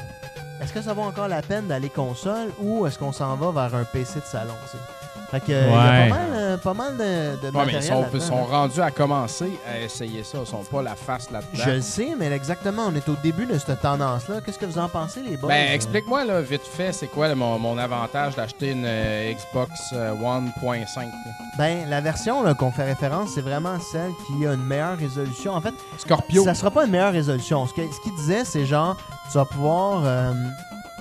S4: est-ce que ça vaut encore la peine d'aller console ou est-ce qu'on s'en va vers un PC de salon, tu sais? Fait que, il y a
S2: Ouais.
S4: pas mal, euh, pas mal de, de
S3: Ouais, mais
S4: matériel
S3: ils sont,
S4: là-dedans,
S3: sont
S4: hein.
S3: rendus à commencer à essayer ça. Ils sont pas la face là-dedans.
S4: Je le sais, mais exactement, on est au début de cette tendance-là. Qu'est-ce que vous en pensez, les boys?
S3: Ben,
S4: Euh,
S3: explique-moi, là, vite fait, c'est quoi là, mon, mon avantage d'acheter une euh, Xbox euh, 1.5? là?
S4: Ben, la version là, qu'on fait référence, c'est vraiment celle qui a une meilleure résolution. En fait,
S3: Scorpio.
S4: ça sera pas une meilleure résolution. Ce que- ce qu'il disait, c'est genre, tu vas pouvoir euh,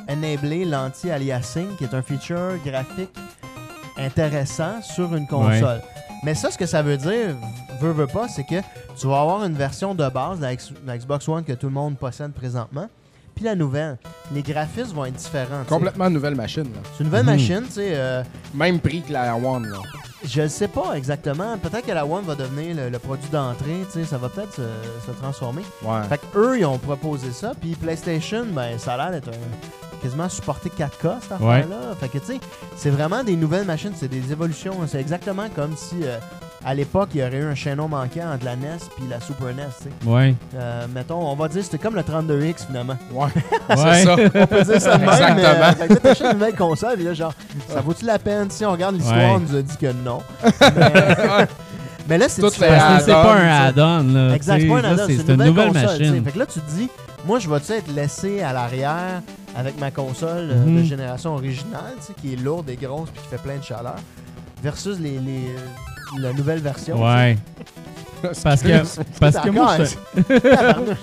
S4: enabler l'anti-aliasing, qui est un feature graphique intéressant sur une console. Mais ça, ce que ça veut dire, veut, veut pas, c'est que tu vas avoir une version de base de la, X- la Xbox One que tout le monde possède présentement. Puis la nouvelle, les graphismes vont être différents. tu sais.
S3: Complètement nouvelle machine. là.
S4: C'est une nouvelle
S2: Mhm.
S4: machine, tu sais. euh,
S3: Même prix que la One. Là.
S4: je ne sais pas exactement. Peut-être que la One va devenir le, le produit d'entrée. tu sais, Ça va peut-être se, se transformer.
S3: Ouais.
S4: Fait que eux, ils ont proposé ça. Puis PlayStation, ben, ça a l'air d'être un- quasiment supporté 4K, cette
S2: Ouais.
S4: affaire-là. Fait que, tu sais, c'est vraiment des nouvelles machines. C'est des évolutions. hein. C'est exactement comme si, euh, à l'époque, il y aurait eu un chaînon manquant entre la NES puis la Super NES. tu sais.
S2: Ouais.
S4: Euh, mettons, on va dire c'était comme le 32X, finalement.
S3: Ouais.
S2: Ouais.
S3: *laughs* c'est ça.
S4: On peut dire ça de même,
S3: Exactement.
S4: mais, euh, fait que là, t'achètes une nouvelle console, puis là, genre, ça vaut-tu la peine? Si on regarde l'histoire,
S2: Ouais.
S4: on nous a dit que
S2: *laughs*
S4: non. Mais, mais là, c'est
S3: Toutes
S4: différent.
S3: les
S2: Parce que c'est
S3: add-on,
S2: pas
S3: tu sais.
S2: un add-on, là.
S4: Exact,
S2: tu sais,
S4: c'est pas un
S2: là,
S4: add-on,
S2: C'est une nouvelle
S4: console, tu sais.
S2: machine.
S4: Fait que là, tu te dis, moi, je vais-tu être laissé à l'arrière avec ma console euh, de
S2: Mhm.
S4: génération originale, tu sais, qui est lourde et grosse, puis qui fait plein de chaleur, versus les, les, euh, la nouvelle version. tu sais.
S2: Ouais. Parce
S4: *laughs*
S2: que, parce que moi,
S4: D'accord,
S2: je-
S4: *laughs* Tabarnouche.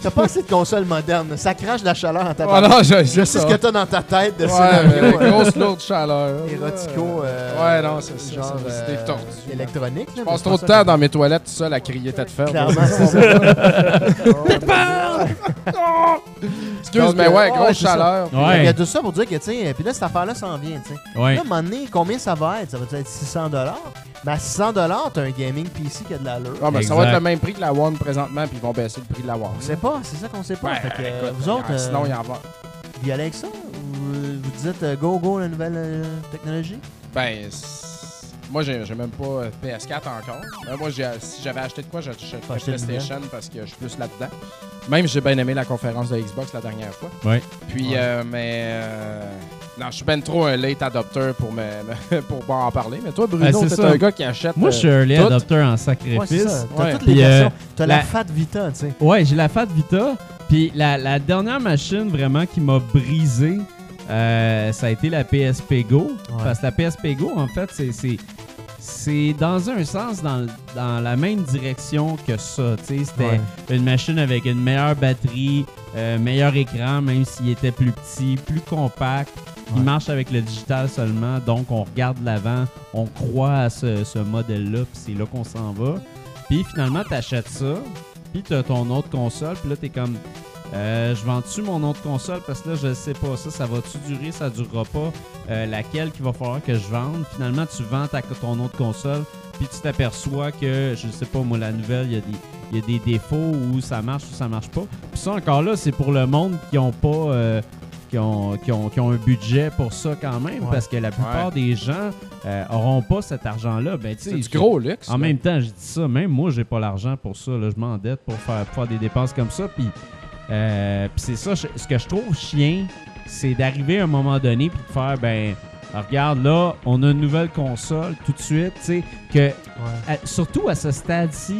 S4: T'as pas assez de console moderne. Ça crache de la chaleur en ta
S3: Oh non, je, je
S4: C'est
S3: sais
S4: ce que t'as dans ta tête de
S3: Ouais,
S4: scénario
S3: mais
S4: euh,
S3: grosse lourde chaleur.
S4: érotico. euh,
S3: Ouais, non, c'est ça,
S4: Genre euh,
S3: c'est- c'est des tordus.
S4: électronique. là,
S3: Je
S4: mais
S3: passe
S4: c'est
S3: trop de
S4: pour ça
S3: temps dans mes toilettes tout seul à crier tête
S4: que-
S3: ferme. *laughs* ben,
S4: Clairement, c'est ça.
S3: Excuse,
S4: Donc,
S3: mais
S4: euh,
S3: ouais,
S4: ouais,
S3: grosse
S4: c'est ça.
S3: chaleur.
S4: Il y a
S2: ouais.
S4: tout ça pour dire que, tu sais, euh, puis là, cette affaire-là s'en vient, tu sais.
S2: Ouais.
S4: Là, à un moment donné, combien ça va être? Ça va être 600 Mais à 600 t'as un gaming PC qui a de l'allure.
S3: Ah, mais ça va
S2: Exact.
S3: être le même prix que la One présentement, puis ils vont baisser le prix de la One.
S4: On sait pas, c'est ça qu'on sait pas.
S3: Ouais,
S4: Fait que, euh,
S3: Ben, écoute,
S4: vous autres,
S3: euh, Sinon,
S4: euh,
S3: il y en va.
S4: vous y allez avec ça? Ou, euh, Vous dites euh, go, go, la nouvelle euh, technologie?
S3: Ben, c'est- Moi, j'ai j'ai même pas euh, PS4 encore. Ben, moi, j'ai- si j'avais acheté de quoi,
S4: Faut
S3: j'achèterais
S4: acheter le
S3: PlayStation parce que je suis plus là-dedans. Même, j'ai bien aimé la conférence de Xbox la dernière fois.
S2: Ouais.
S3: Puis,
S4: Ouais.
S3: euh, mais. euh, non, je suis ben trop un late adopter pour, me, me- *laughs* pour pas en parler. Mais toi,
S2: Ben,
S3: Bruno,
S2: c'est
S3: t'es
S2: ça.
S3: un gars qui achète.
S2: Moi,
S3: euh,
S2: je suis un lait
S3: tout.
S2: adopteur en
S4: Ouais, c'est
S2: sacrifice.
S4: ça. T'as
S3: Ouais.
S4: toutes les
S2: Puis, euh,
S4: versions. T'as la...
S2: la-
S4: Fat Vita, tu sais.
S2: Ouais, j'ai la Fat Vita. Puis la, la dernière machine vraiment qui m'a brisé, euh, ça a été la PSP Go. Parce que la PSP Go, en fait, c'est- c'est. C'est dans un sens dans, dans la même direction que ça. tu sais. C'était
S4: Ouais.
S2: une machine avec une meilleure batterie, euh, meilleur écran, même s'il était plus petit, plus compact.
S4: Ouais.
S2: Il marche avec le digital seulement, donc on regarde l'avant, on croit à ce, ce modèle-là, puis c'est là qu'on s'en va. Puis finalement, t'achètes ça, puis t'as ton autre console, puis là, t'es comme, euh, je vends-tu mon autre console parce que là, je sais pas, ça, ça va-tu durer, ça durera pas, euh, laquelle qu'il va falloir que je vende. Finalement, tu vends ta, ton autre console, puis tu t'aperçois que, je sais pas, moi, la nouvelle, il y a des. Il y a des défauts où ça marche ou ça marche pas. Puis ça encore là, c'est pour le monde qui ont pas euh, qui ont, qui, ont, qui ont un budget pour ça quand même,
S4: Ouais.
S2: parce que la plupart des gens euh, auront pas cet argent-là. Ben, tu sais,
S3: C'est du
S2: je-
S3: gros luxe.
S2: En
S3: là.
S2: même temps, je dis ça, même moi, j'ai pas l'argent pour ça. là. je m'endette pour faire, pour faire des dépenses comme ça. Puis, euh, puis c'est ça, je- ce que je trouve chien, c'est d'arriver à un moment donné puis de faire, ben, regarde, là, on a une nouvelle console tout de suite, tu sais, que à- surtout à ce stade-ci,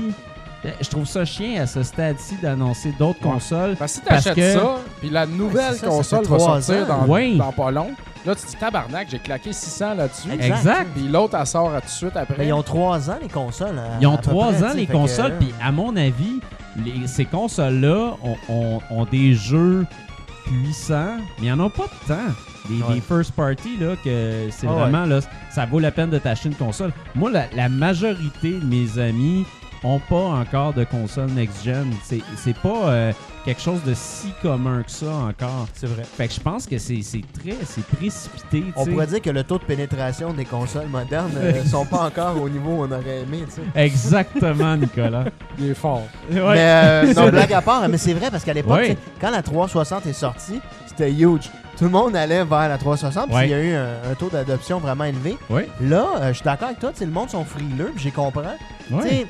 S2: euh, je trouve ça chien à ce stade-ci d'annoncer d'autres
S3: Ouais.
S2: consoles.
S3: Parce que si
S2: Parce
S3: t'achètes
S2: que-
S3: ça, puis la
S4: Ouais,
S3: nouvelle
S4: c'est ça,
S3: console
S4: ça fait
S3: va
S4: trois
S3: sortir
S4: ans.
S3: dans,
S2: Ouais.
S3: dans pas long, là, tu te dis tabarnak, j'ai claqué 600 là-dessus.
S4: Exact.
S2: exact. Ben,
S3: Puis l'autre, elle sort à tout de suite après.
S4: Mais Ben, ils ont 3 ans, les consoles. à-
S2: Ils ont
S4: à peu
S2: trois
S4: près,
S2: ans
S4: tu sais,
S2: les
S4: fait que,
S2: consoles,
S4: euh,
S2: puis à mon avis, les- ces consoles-là ont, ont- ont des jeux puissants, mais ils n'en ont pas de temps. Des,
S4: Ouais.
S2: des first party, là, que c'est
S4: Ah ouais.
S2: vraiment, là, ça vaut la peine de t'acheter une console. Moi, la, la majorité de mes amis ont pas encore de console next-gen. C'est c'est pas euh, quelque chose de si commun que ça encore.
S5: C'est vrai.
S2: Fait que je pense que c'est c'est très, c'est précipité, tu
S4: On
S2: sais.
S4: pourrait dire que le taux de pénétration des consoles modernes
S2: *laughs*
S4: ne sont pas encore au niveau où on aurait aimé, tu sais.
S2: Exactement,
S4: *laughs*
S2: Nicolas.
S3: Il est fort.
S2: Ouais.
S4: Mais
S2: *laughs*
S4: euh, non, blague à part, mais c'est vrai parce qu'à l'époque,
S2: Ouais.
S4: tu sais, quand la 360 est sortie, c'était huge. Tout le monde allait vers la 360, puis
S2: Ouais.
S4: il y a eu un, un taux d'adoption vraiment élevé.
S2: Ouais.
S4: Là, euh, je suis d'accord avec toi, tu sais, le monde sont frileux, puis j'y comprends. Tu
S2: Ouais.
S4: sais,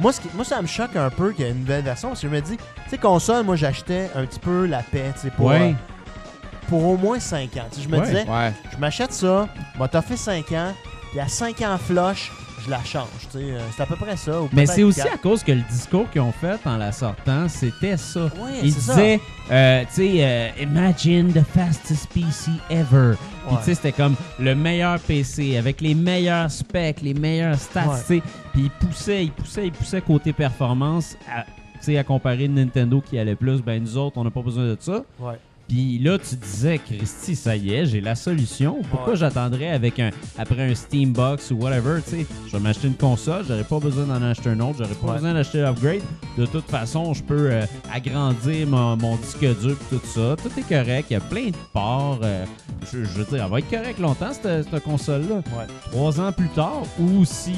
S4: Moi, ce qui- moi, ça me choque un peu qu'il y ait une nouvelle version, parce que je me dis, tu sais, console, moi, j'achetais un petit peu la paix, tu sais, pour,
S2: Ouais.
S4: euh, pour au moins 5 ans. Tu sais, Je me
S2: Ouais.
S4: disais,
S3: Ouais.
S4: je m'achète ça, m'a fait 5 ans, puis à 5 ans flush, je la change, tu sais, euh, c'est à peu près ça. ou
S2: Mais
S4: peut-être
S2: c'est aussi
S4: quatre.
S2: à cause que le discours qu'ils ont fait en la sortant, c'était ça.
S4: Ouais,
S2: Ils
S4: c'est ça.
S2: disaient, euh, tu sais, euh, Imagine the fastest PC ever. Puis
S4: Ouais.
S2: tu sais, c'était comme le meilleur PC avec les meilleurs specs, les meilleurs stats,
S4: Ouais.
S2: tu sais. Puis ils poussaient, ils poussaient, ils poussaient côté performance à, tu sais, à comparer Nintendo qui allait plus. Ben nous autres, on n'a pas besoin de ça.
S4: Ouais.
S2: Puis là, tu disais, Christy, ça y est, j'ai la solution. Pourquoi
S4: Ouais.
S2: j'attendrais avec un après un Steambox ou whatever, tu sais, je vais m'acheter une console, j'aurais pas besoin d'en acheter un autre, j'aurais pas
S4: Ouais.
S2: besoin d'acheter l'upgrade. De toute façon, je peux euh, agrandir mon, mon disque dur pis tout ça. Tout est correct, il y a plein de ports. euh, je, je veux dire, elle va être correcte longtemps, cette, cette console-là.
S4: Ouais.
S2: Trois ans plus tard, ou si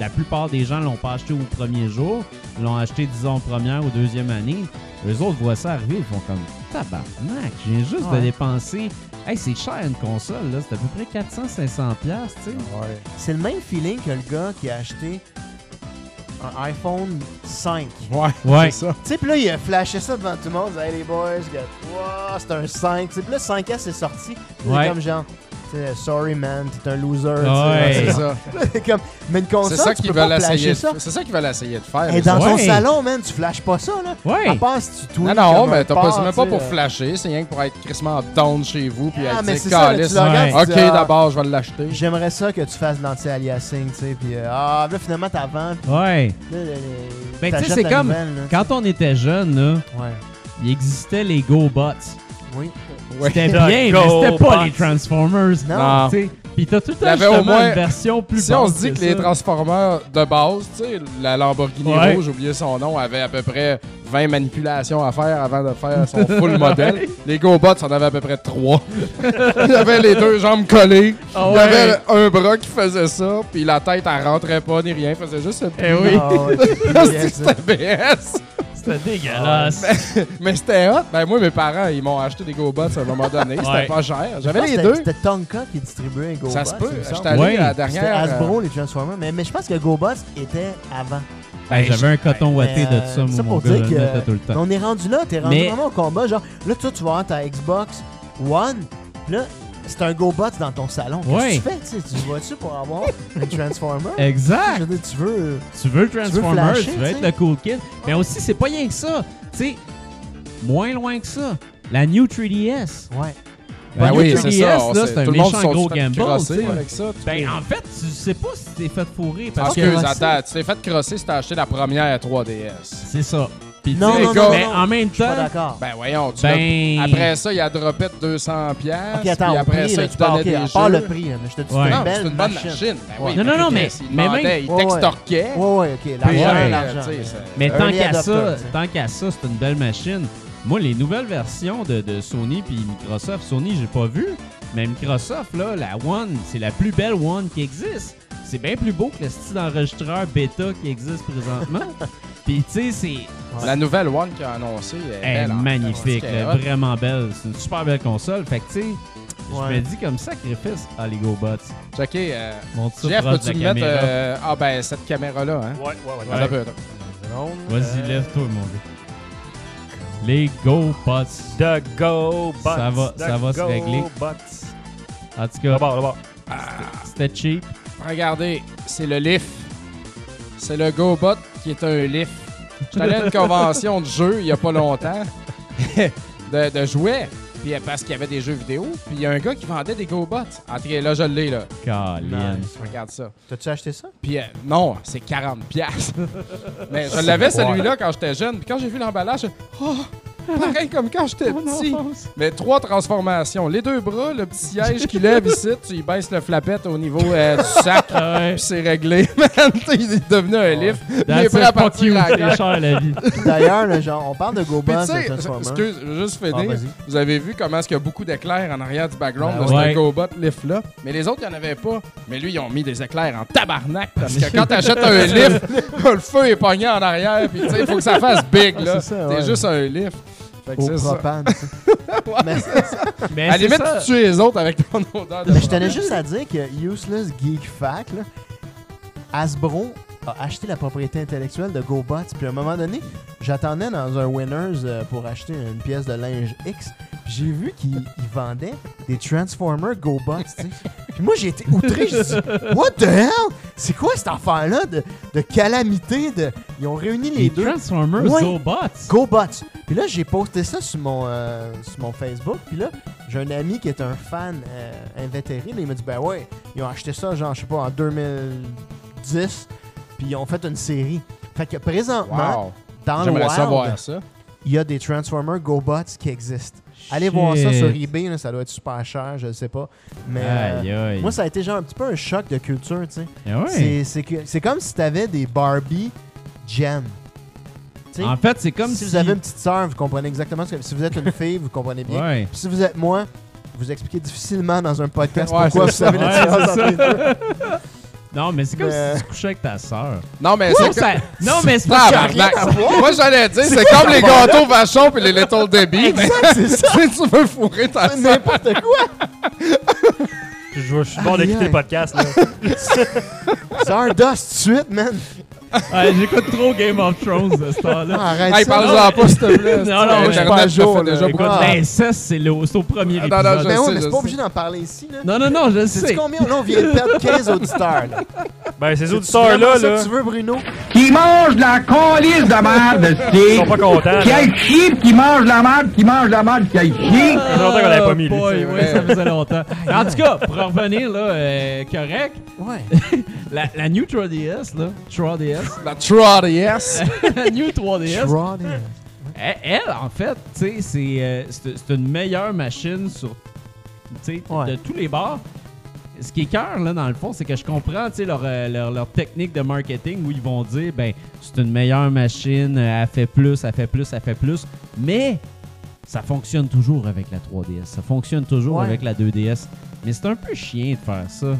S2: la plupart des gens l'ont pas acheté au premier jour, l'ont acheté, disons, première ou deuxième année, eux autres voient ça arriver, ils font comme tabarnak, j'ai juste
S4: Ouais.
S2: de dépenser. Hey, c'est cher une console, là, c'est à peu près 400-500$, piastres, tu sais.
S3: Ouais.
S4: C'est le même feeling que le gars qui a acheté un iPhone 5. Tu
S3: Ouais.
S2: Ouais.
S3: C'est ça.
S4: sais, puis là, il a flashé ça devant tout le monde. Il a dit, Hey les boys, regarde, wow, c'est un 5. Tu sais, puis là, 5S est sorti. C'est
S2: Ouais.
S4: comme genre, tu sais, sorry man, t'es un loser.
S2: Ouais.
S4: Tu sais,
S3: C'est
S2: Hey.
S3: ça.
S4: *laughs* c'est comme, mais une
S3: C'est
S4: console,
S3: ça
S4: tu
S3: qu'ils
S4: peux pas
S3: veulent essayer.
S4: flasher
S3: de-
S4: ça.
S3: C'est ça qu'ils veulent essayer de faire.
S4: Et dans
S2: Ouais.
S4: ton salon, man, tu flashes pas ça, là. À
S2: Ouais!
S4: part si tu tweets.
S3: Non, non,
S4: comme un
S3: mais t'as pas,
S4: porc,
S3: c'est même pas
S4: tu sais,
S3: pour
S4: euh,
S3: flasher, c'est rien que pour être crissement down chez vous puis
S4: Ah,
S3: être
S4: mais
S3: dire,
S4: c'est ça, là, tu le
S3: Calisse, hein.
S4: regardes, tu
S3: Ok,
S4: dis, Ah,
S3: d'abord, je vais l'acheter.
S4: J'aimerais ça que tu fasses de l'anti-aliasing, tu sais, puis euh, ah, là, finalement, t'avends, puis
S2: Ouais!
S4: là, là, là,
S2: Ben, tu sais,
S4: t'achètes
S2: c'est
S4: la
S2: comme-
S4: nouvelle, là.
S2: Quand on était jeune, là,
S4: Ouais.
S2: il existait les GoBots.
S4: Oui.
S3: Ouais. *laughs*
S2: C'était
S5: Le
S2: bien, mais c'était
S5: GoBots.
S2: pas les Transformers.
S4: Non.
S3: Non.
S2: Tu sais, Pis t'as tout le
S3: Il y
S2: temps
S3: avait au
S2: justement
S3: moins-
S2: une version plus
S3: Si on
S2: basse
S3: se dit que
S2: ça.
S3: les Transformers de base, tu sais, la Lamborghini
S2: Ouais.
S3: Rouge, j'ai oublié son nom, avait à peu près 20 manipulations à faire avant de faire son full
S2: *laughs*
S3: modèle. Les GoBots, on avait à peu près 3. *laughs* il avait les deux jambes collées.
S2: Ah
S3: Il
S2: ouais.
S3: avait un bras qui faisait ça,
S2: *laughs*
S3: puis la tête, elle rentrait pas ni rien. Elle faisait juste ce
S2: Eh oui!
S3: *laughs*
S4: Ah, ouais, c'est
S3: petit
S4: bien, ça.
S3: ABS.
S2: C'était dégueulasse.
S3: Mais c'était hot. Ben, moi, mes parents, ils m'ont acheté des GoBots à un moment donné. C'était
S2: Ouais.
S3: pas cher. J'avais
S4: pense
S3: Ah, les
S4: que
S3: deux.
S4: Ah, C'était Tonka qui distribuait un GoBots.
S3: Ça se peut. euh,
S4: il me semble.
S3: J'étais allé
S2: Ouais.
S3: à la
S4: C'était
S3: dernière.
S4: Hasbro, les Transformers. Mais, mais je pense que GoBots était avant.
S2: Ben, J'avais un coton
S4: Mais,
S2: ouaté de tout
S4: euh,
S2: ça, moi, mon
S4: pour
S2: gars,
S4: dire
S2: je le mettais
S4: que
S2: tout le temps.
S4: on est rendu là, t'es rendu
S2: Mais-
S4: vraiment au combat. Genre, là, toi, tu vas avoir ta Xbox One, pis là, c'est un GoBot dans ton salon. Qu'est-ce que
S2: Ouais.
S4: tu fais, tu sais? Tu vas-tu pour avoir un Transformer? Je
S2: Exact.
S4: veux dire, tu veux.
S2: Tu veux le
S4: veux
S2: Transformer, tu
S4: flasher,
S2: veux,
S4: tu
S2: être
S4: sais.
S2: le cool kid. Mais aussi, c'est pas rien que ça. Tu sais, moins loin que ça. La New 3DS.
S4: Ouais.
S2: La
S3: Ben
S2: New
S3: oui,
S2: 3DS,
S3: c'est ça. on
S2: là,
S3: sait.
S2: c'est un
S3: Tout le monde
S2: méchant gros
S3: fait
S2: gamble. tu
S3: crosser
S2: sais.
S3: avec ça.
S2: Ben, en fait, tu sais pas si t'es fait fourrer parce
S3: Parce
S2: que.
S3: que,
S4: crosser.
S3: attends, tu t'es fait crosser si t'as acheté la première 3DS.
S2: C'est ça. Puis,
S4: Non,
S2: tu sais,
S4: non,
S3: les gars,
S4: non,
S2: mais
S4: non,
S2: en même
S4: Je suis pas
S2: temps,
S4: d'accord.
S3: Ben, voyons. Tu
S2: Ben-
S3: l'as- Après ça, il y a droppé de 200$. piastres,
S4: Ok, attends,
S3: puis
S4: au
S3: après
S4: prix,
S3: ça,
S4: là,
S3: tu
S4: tu parles,
S3: donnais
S4: ok, à
S3: des
S4: part
S3: jeux.
S4: le prix, là, mais je te dis,
S2: Ouais.
S4: c'est
S3: Non,
S4: une
S3: mais
S4: belle
S3: c'est une bonne machine. Ben oui,
S2: Non, non, non, mais-
S3: Chris, il
S2: mais même-
S3: demandait, il
S4: Ouais, ouais.
S3: t'extorquait. euh,
S4: Ouais, ouais, ok, l'argent,
S2: Ouais,
S4: l'argent.
S3: tu sais, c'est-
S2: mais tant
S4: Early
S2: qu'à
S4: adopter,
S2: ça,
S4: tu sais.
S2: tant qu'à ça, c'est une belle machine. Moi, les nouvelles versions de, de Sony puis Microsoft, Sony, j'ai pas vu, mais Microsoft, là, la One, c'est la plus belle One qui existe. C'est bien plus beau que le style d'enregistreur bêta qui existe
S3: *laughs*
S2: présentement. puis, tu sais, c'est.
S3: La nouvelle One qui a annoncé est
S2: Elle est
S3: belle, hein, en fait.
S2: magnifique,
S3: C'est
S2: là,
S3: hot.
S2: vraiment belle. C'est une super belle console. Fait que, tu sais, je
S4: Ouais.
S2: me dis comme sacrifice à Lego Bots.
S3: Checké, euh,
S2: Monte ça
S3: Jeff,
S2: proche de
S3: peux-tu
S2: la
S3: me mettre
S2: caméra.
S3: euh, ah ben cette caméra là hein.
S5: Ah. Ouais, ouais, euh, ouais.
S3: Attends un peu, attends.
S2: Vas-y, lève-toi, mon gars. Les Go Pots.
S5: The Go Bots.
S2: Ça va-
S5: The
S2: ça va se
S5: Go
S2: régler.
S5: Bots.
S2: En tout
S5: Là
S2: cas,
S5: bas, là bas.
S2: c'était cheap.
S3: Regardez, c'est le lift. C'est le GoBot qui est un lift. J'étais allé à une convention de jeux il y a pas longtemps *laughs* de, de jouets. Puis euh, parce qu'il y avait des jeux vidéo, puis il y a un gars qui vendait des GoBots. Entrez, là je l'ai là.
S2: Caline.
S4: Nice.
S3: Regarde ça.
S4: T'as-tu acheté ça?
S3: Puis euh, non, c'est 40 piastres. *laughs* Mais je l'avais celui-là quand j'étais jeune. Puis quand j'ai vu l'emballage, j'ai- oh, pareil comme quand j'étais
S2: Oh,
S3: petit. Mais trois transformations. Les deux bras, le petit siège qui lève ici, tu y baisses le flapette au niveau euh, du sac, puis
S2: Ah ouais.
S3: c'est réglé. *laughs* Man, tu sais, il est devenu un lift. Il est
S2: Ah That's
S3: prêt à
S2: it, fuck you,
S3: partir à la guerre.
S4: *laughs*
S2: c'est cher la vie.
S4: Puis D'ailleurs, là, genre, on parle de GoBots,
S3: Puis tu
S4: de
S3: sais,
S4: Transformers.
S3: excuse, je vais juste
S4: Ah,
S3: finir.
S4: vas-y.
S3: Vous avez vu comment est-ce qu'il y a beaucoup d'éclairs en arrière du background
S4: Ben
S3: de
S2: Ah ouais.
S3: ce GoBot lift-là. Mais les autres, il n'y en avait pas. Mais lui, ils ont mis des éclairs en tabarnak. Parce que quand t'achètes
S2: *laughs*
S3: un lift, *laughs* le feu est pogné en arrière. Puis tu sais, il faut que ça fasse big, là.
S4: Ah, c'est
S3: C'est
S4: ça, ouais.
S3: juste un lift. Fait que
S4: Au
S3: c'est ça.
S4: *laughs* propane. tu sais. Mais-
S2: Mais
S3: À la
S2: Eh, c'est
S3: limite,
S2: ça.
S3: tu tues les autres avec ton odeur de
S4: Mais je tenais juste à dire que Useless Geek Fact, là, Hasbro a acheté la propriété intellectuelle de GoBots. Puis à un moment donné, j'attendais dans un Winners euh, pour acheter une pièce de linge X. puis J'ai vu qu'ils ils vendaient des Transformers GoBots. tu sais. Puis moi, j'ai été outré. J'ai dit, What the hell? C'est quoi cette affaire-là de, de calamité? De... Ils ont réuni les
S2: Les
S4: deux.
S2: Transformers
S4: Ouais.
S2: Go Bots.
S4: GoBots. Puis là, j'ai posté ça sur mon, euh, sur mon Facebook. Puis là, j'ai un ami qui est un fan euh, invétéré. mais il m'a dit, ben ouais, ils ont acheté ça, genre, je sais pas, en 2010. Puis ils ont fait une série. Fait que présentement,
S3: Wow.
S4: dans le
S3: J'aimerais
S4: wild,
S3: savoir ça.
S4: il y a des Transformers GoBots qui existent. Allez voir ça
S2: Shit.
S4: sur eBay, là, ça doit être super cher, je sais pas. Mais euh,
S2: Aïe, aïe.
S4: moi, ça a été genre un petit peu un choc de culture, tu sais.
S2: Ah ouais.
S4: C'est- C'est que- c'est comme si t'avais des Barbie Jam. Tu sais,
S2: En fait, c'est comme
S4: si, vous avez une petite sœur, vous comprenez exactement ce que. Si vous êtes une fille, vous comprenez bien.
S2: Ouais.
S4: Si vous êtes moi, vous expliquez difficilement dans un podcast
S3: Ouais,
S4: pourquoi vous
S3: c'est ça.
S4: savez la
S2: Ouais,
S4: différence
S2: c'est
S4: entre les deux.
S2: Non, mais c'est comme
S4: Mais-
S2: si tu couchais avec ta sœur.
S3: Non, mais
S2: Non,
S3: c'est
S2: ça- non, mais c'est pas
S3: Tabarnak! Moi, j'allais dire, c'est comme les gâteaux vachons puis les Little Debbie. mais
S4: Exact,
S3: *laughs*
S4: c'est ça.
S3: si tu veux fourrer ta
S4: C'est
S3: sœur.
S4: n'importe quoi.
S5: Je, je suis bon
S4: Aïe,
S5: d'écouter
S4: aïe.
S5: le podcast, là.
S4: Sœur dos tout de suite, man.
S2: Ouais, J'écoute trop Game of Thrones de ce temps-là.
S4: Ah, Arrête
S3: Hey,
S4: ça.
S3: parle-en pas, s'il te plaît.
S2: Non, non,
S4: je suis pas à
S3: Internet
S4: jour,
S3: le fait
S4: là,
S3: déjà
S4: je-
S2: Écoute,
S3: beaucoup.
S4: Ah.
S2: l'inceste, c'est le- c'est au premier
S3: Attends, attends,
S2: épisode.
S4: Mais
S3: je
S4: Ben ouais,
S3: sais,
S4: mais
S3: je
S4: c'est pas
S3: sais.
S4: obligé d'en parler ici, là.
S2: Non, non, non, je le
S4: C'est
S2: sais.
S4: combien là, on vient de perdre 15 auditeurs là.
S5: Ben, ces
S4: C'est vraiment
S5: auditeurs-là,
S4: ça
S5: là,
S4: que tu veux Bruno
S1: qui mange de la calice de merde,
S5: ils
S1: c'est.
S5: sont pas contents.
S1: Qui
S5: là.
S1: aille chier, pis qui mange de la merde, qui mange de la merde, qui aille chier.
S5: Ça fait longtemps qu'on l'avait pas mis, lui.
S2: Oh, Boy, ouais,
S5: C'est
S3: vrai.
S2: ça faisait longtemps. *laughs* en tout cas, pour revenir, là, euh, correct,
S4: Ouais.
S2: *laughs* la, la New 3DS, là, 3DS,
S3: La
S4: *laughs*
S3: Trod, yes.
S2: *laughs* la New 3DS,
S4: Roddy.
S2: elle, elle, en fait, tu sais, c'est, euh, c'est c'est une meilleure machine sur, tu sais,
S4: Ouais.
S2: de tous les bords. Ce qui est cœur, là, dans le fond, c'est que je comprends, tu sais, leur, euh, leur, leur technique de marketing où ils vont dire, euh, ben, c'est une meilleure machine, elle fait plus, elle fait plus, elle fait plus, mais ça fonctionne toujours avec la 3DS, ça fonctionne toujours
S4: Ouais.
S2: avec la 2DS. Mais c'est un peu chiant de faire ça,
S4: Ouais,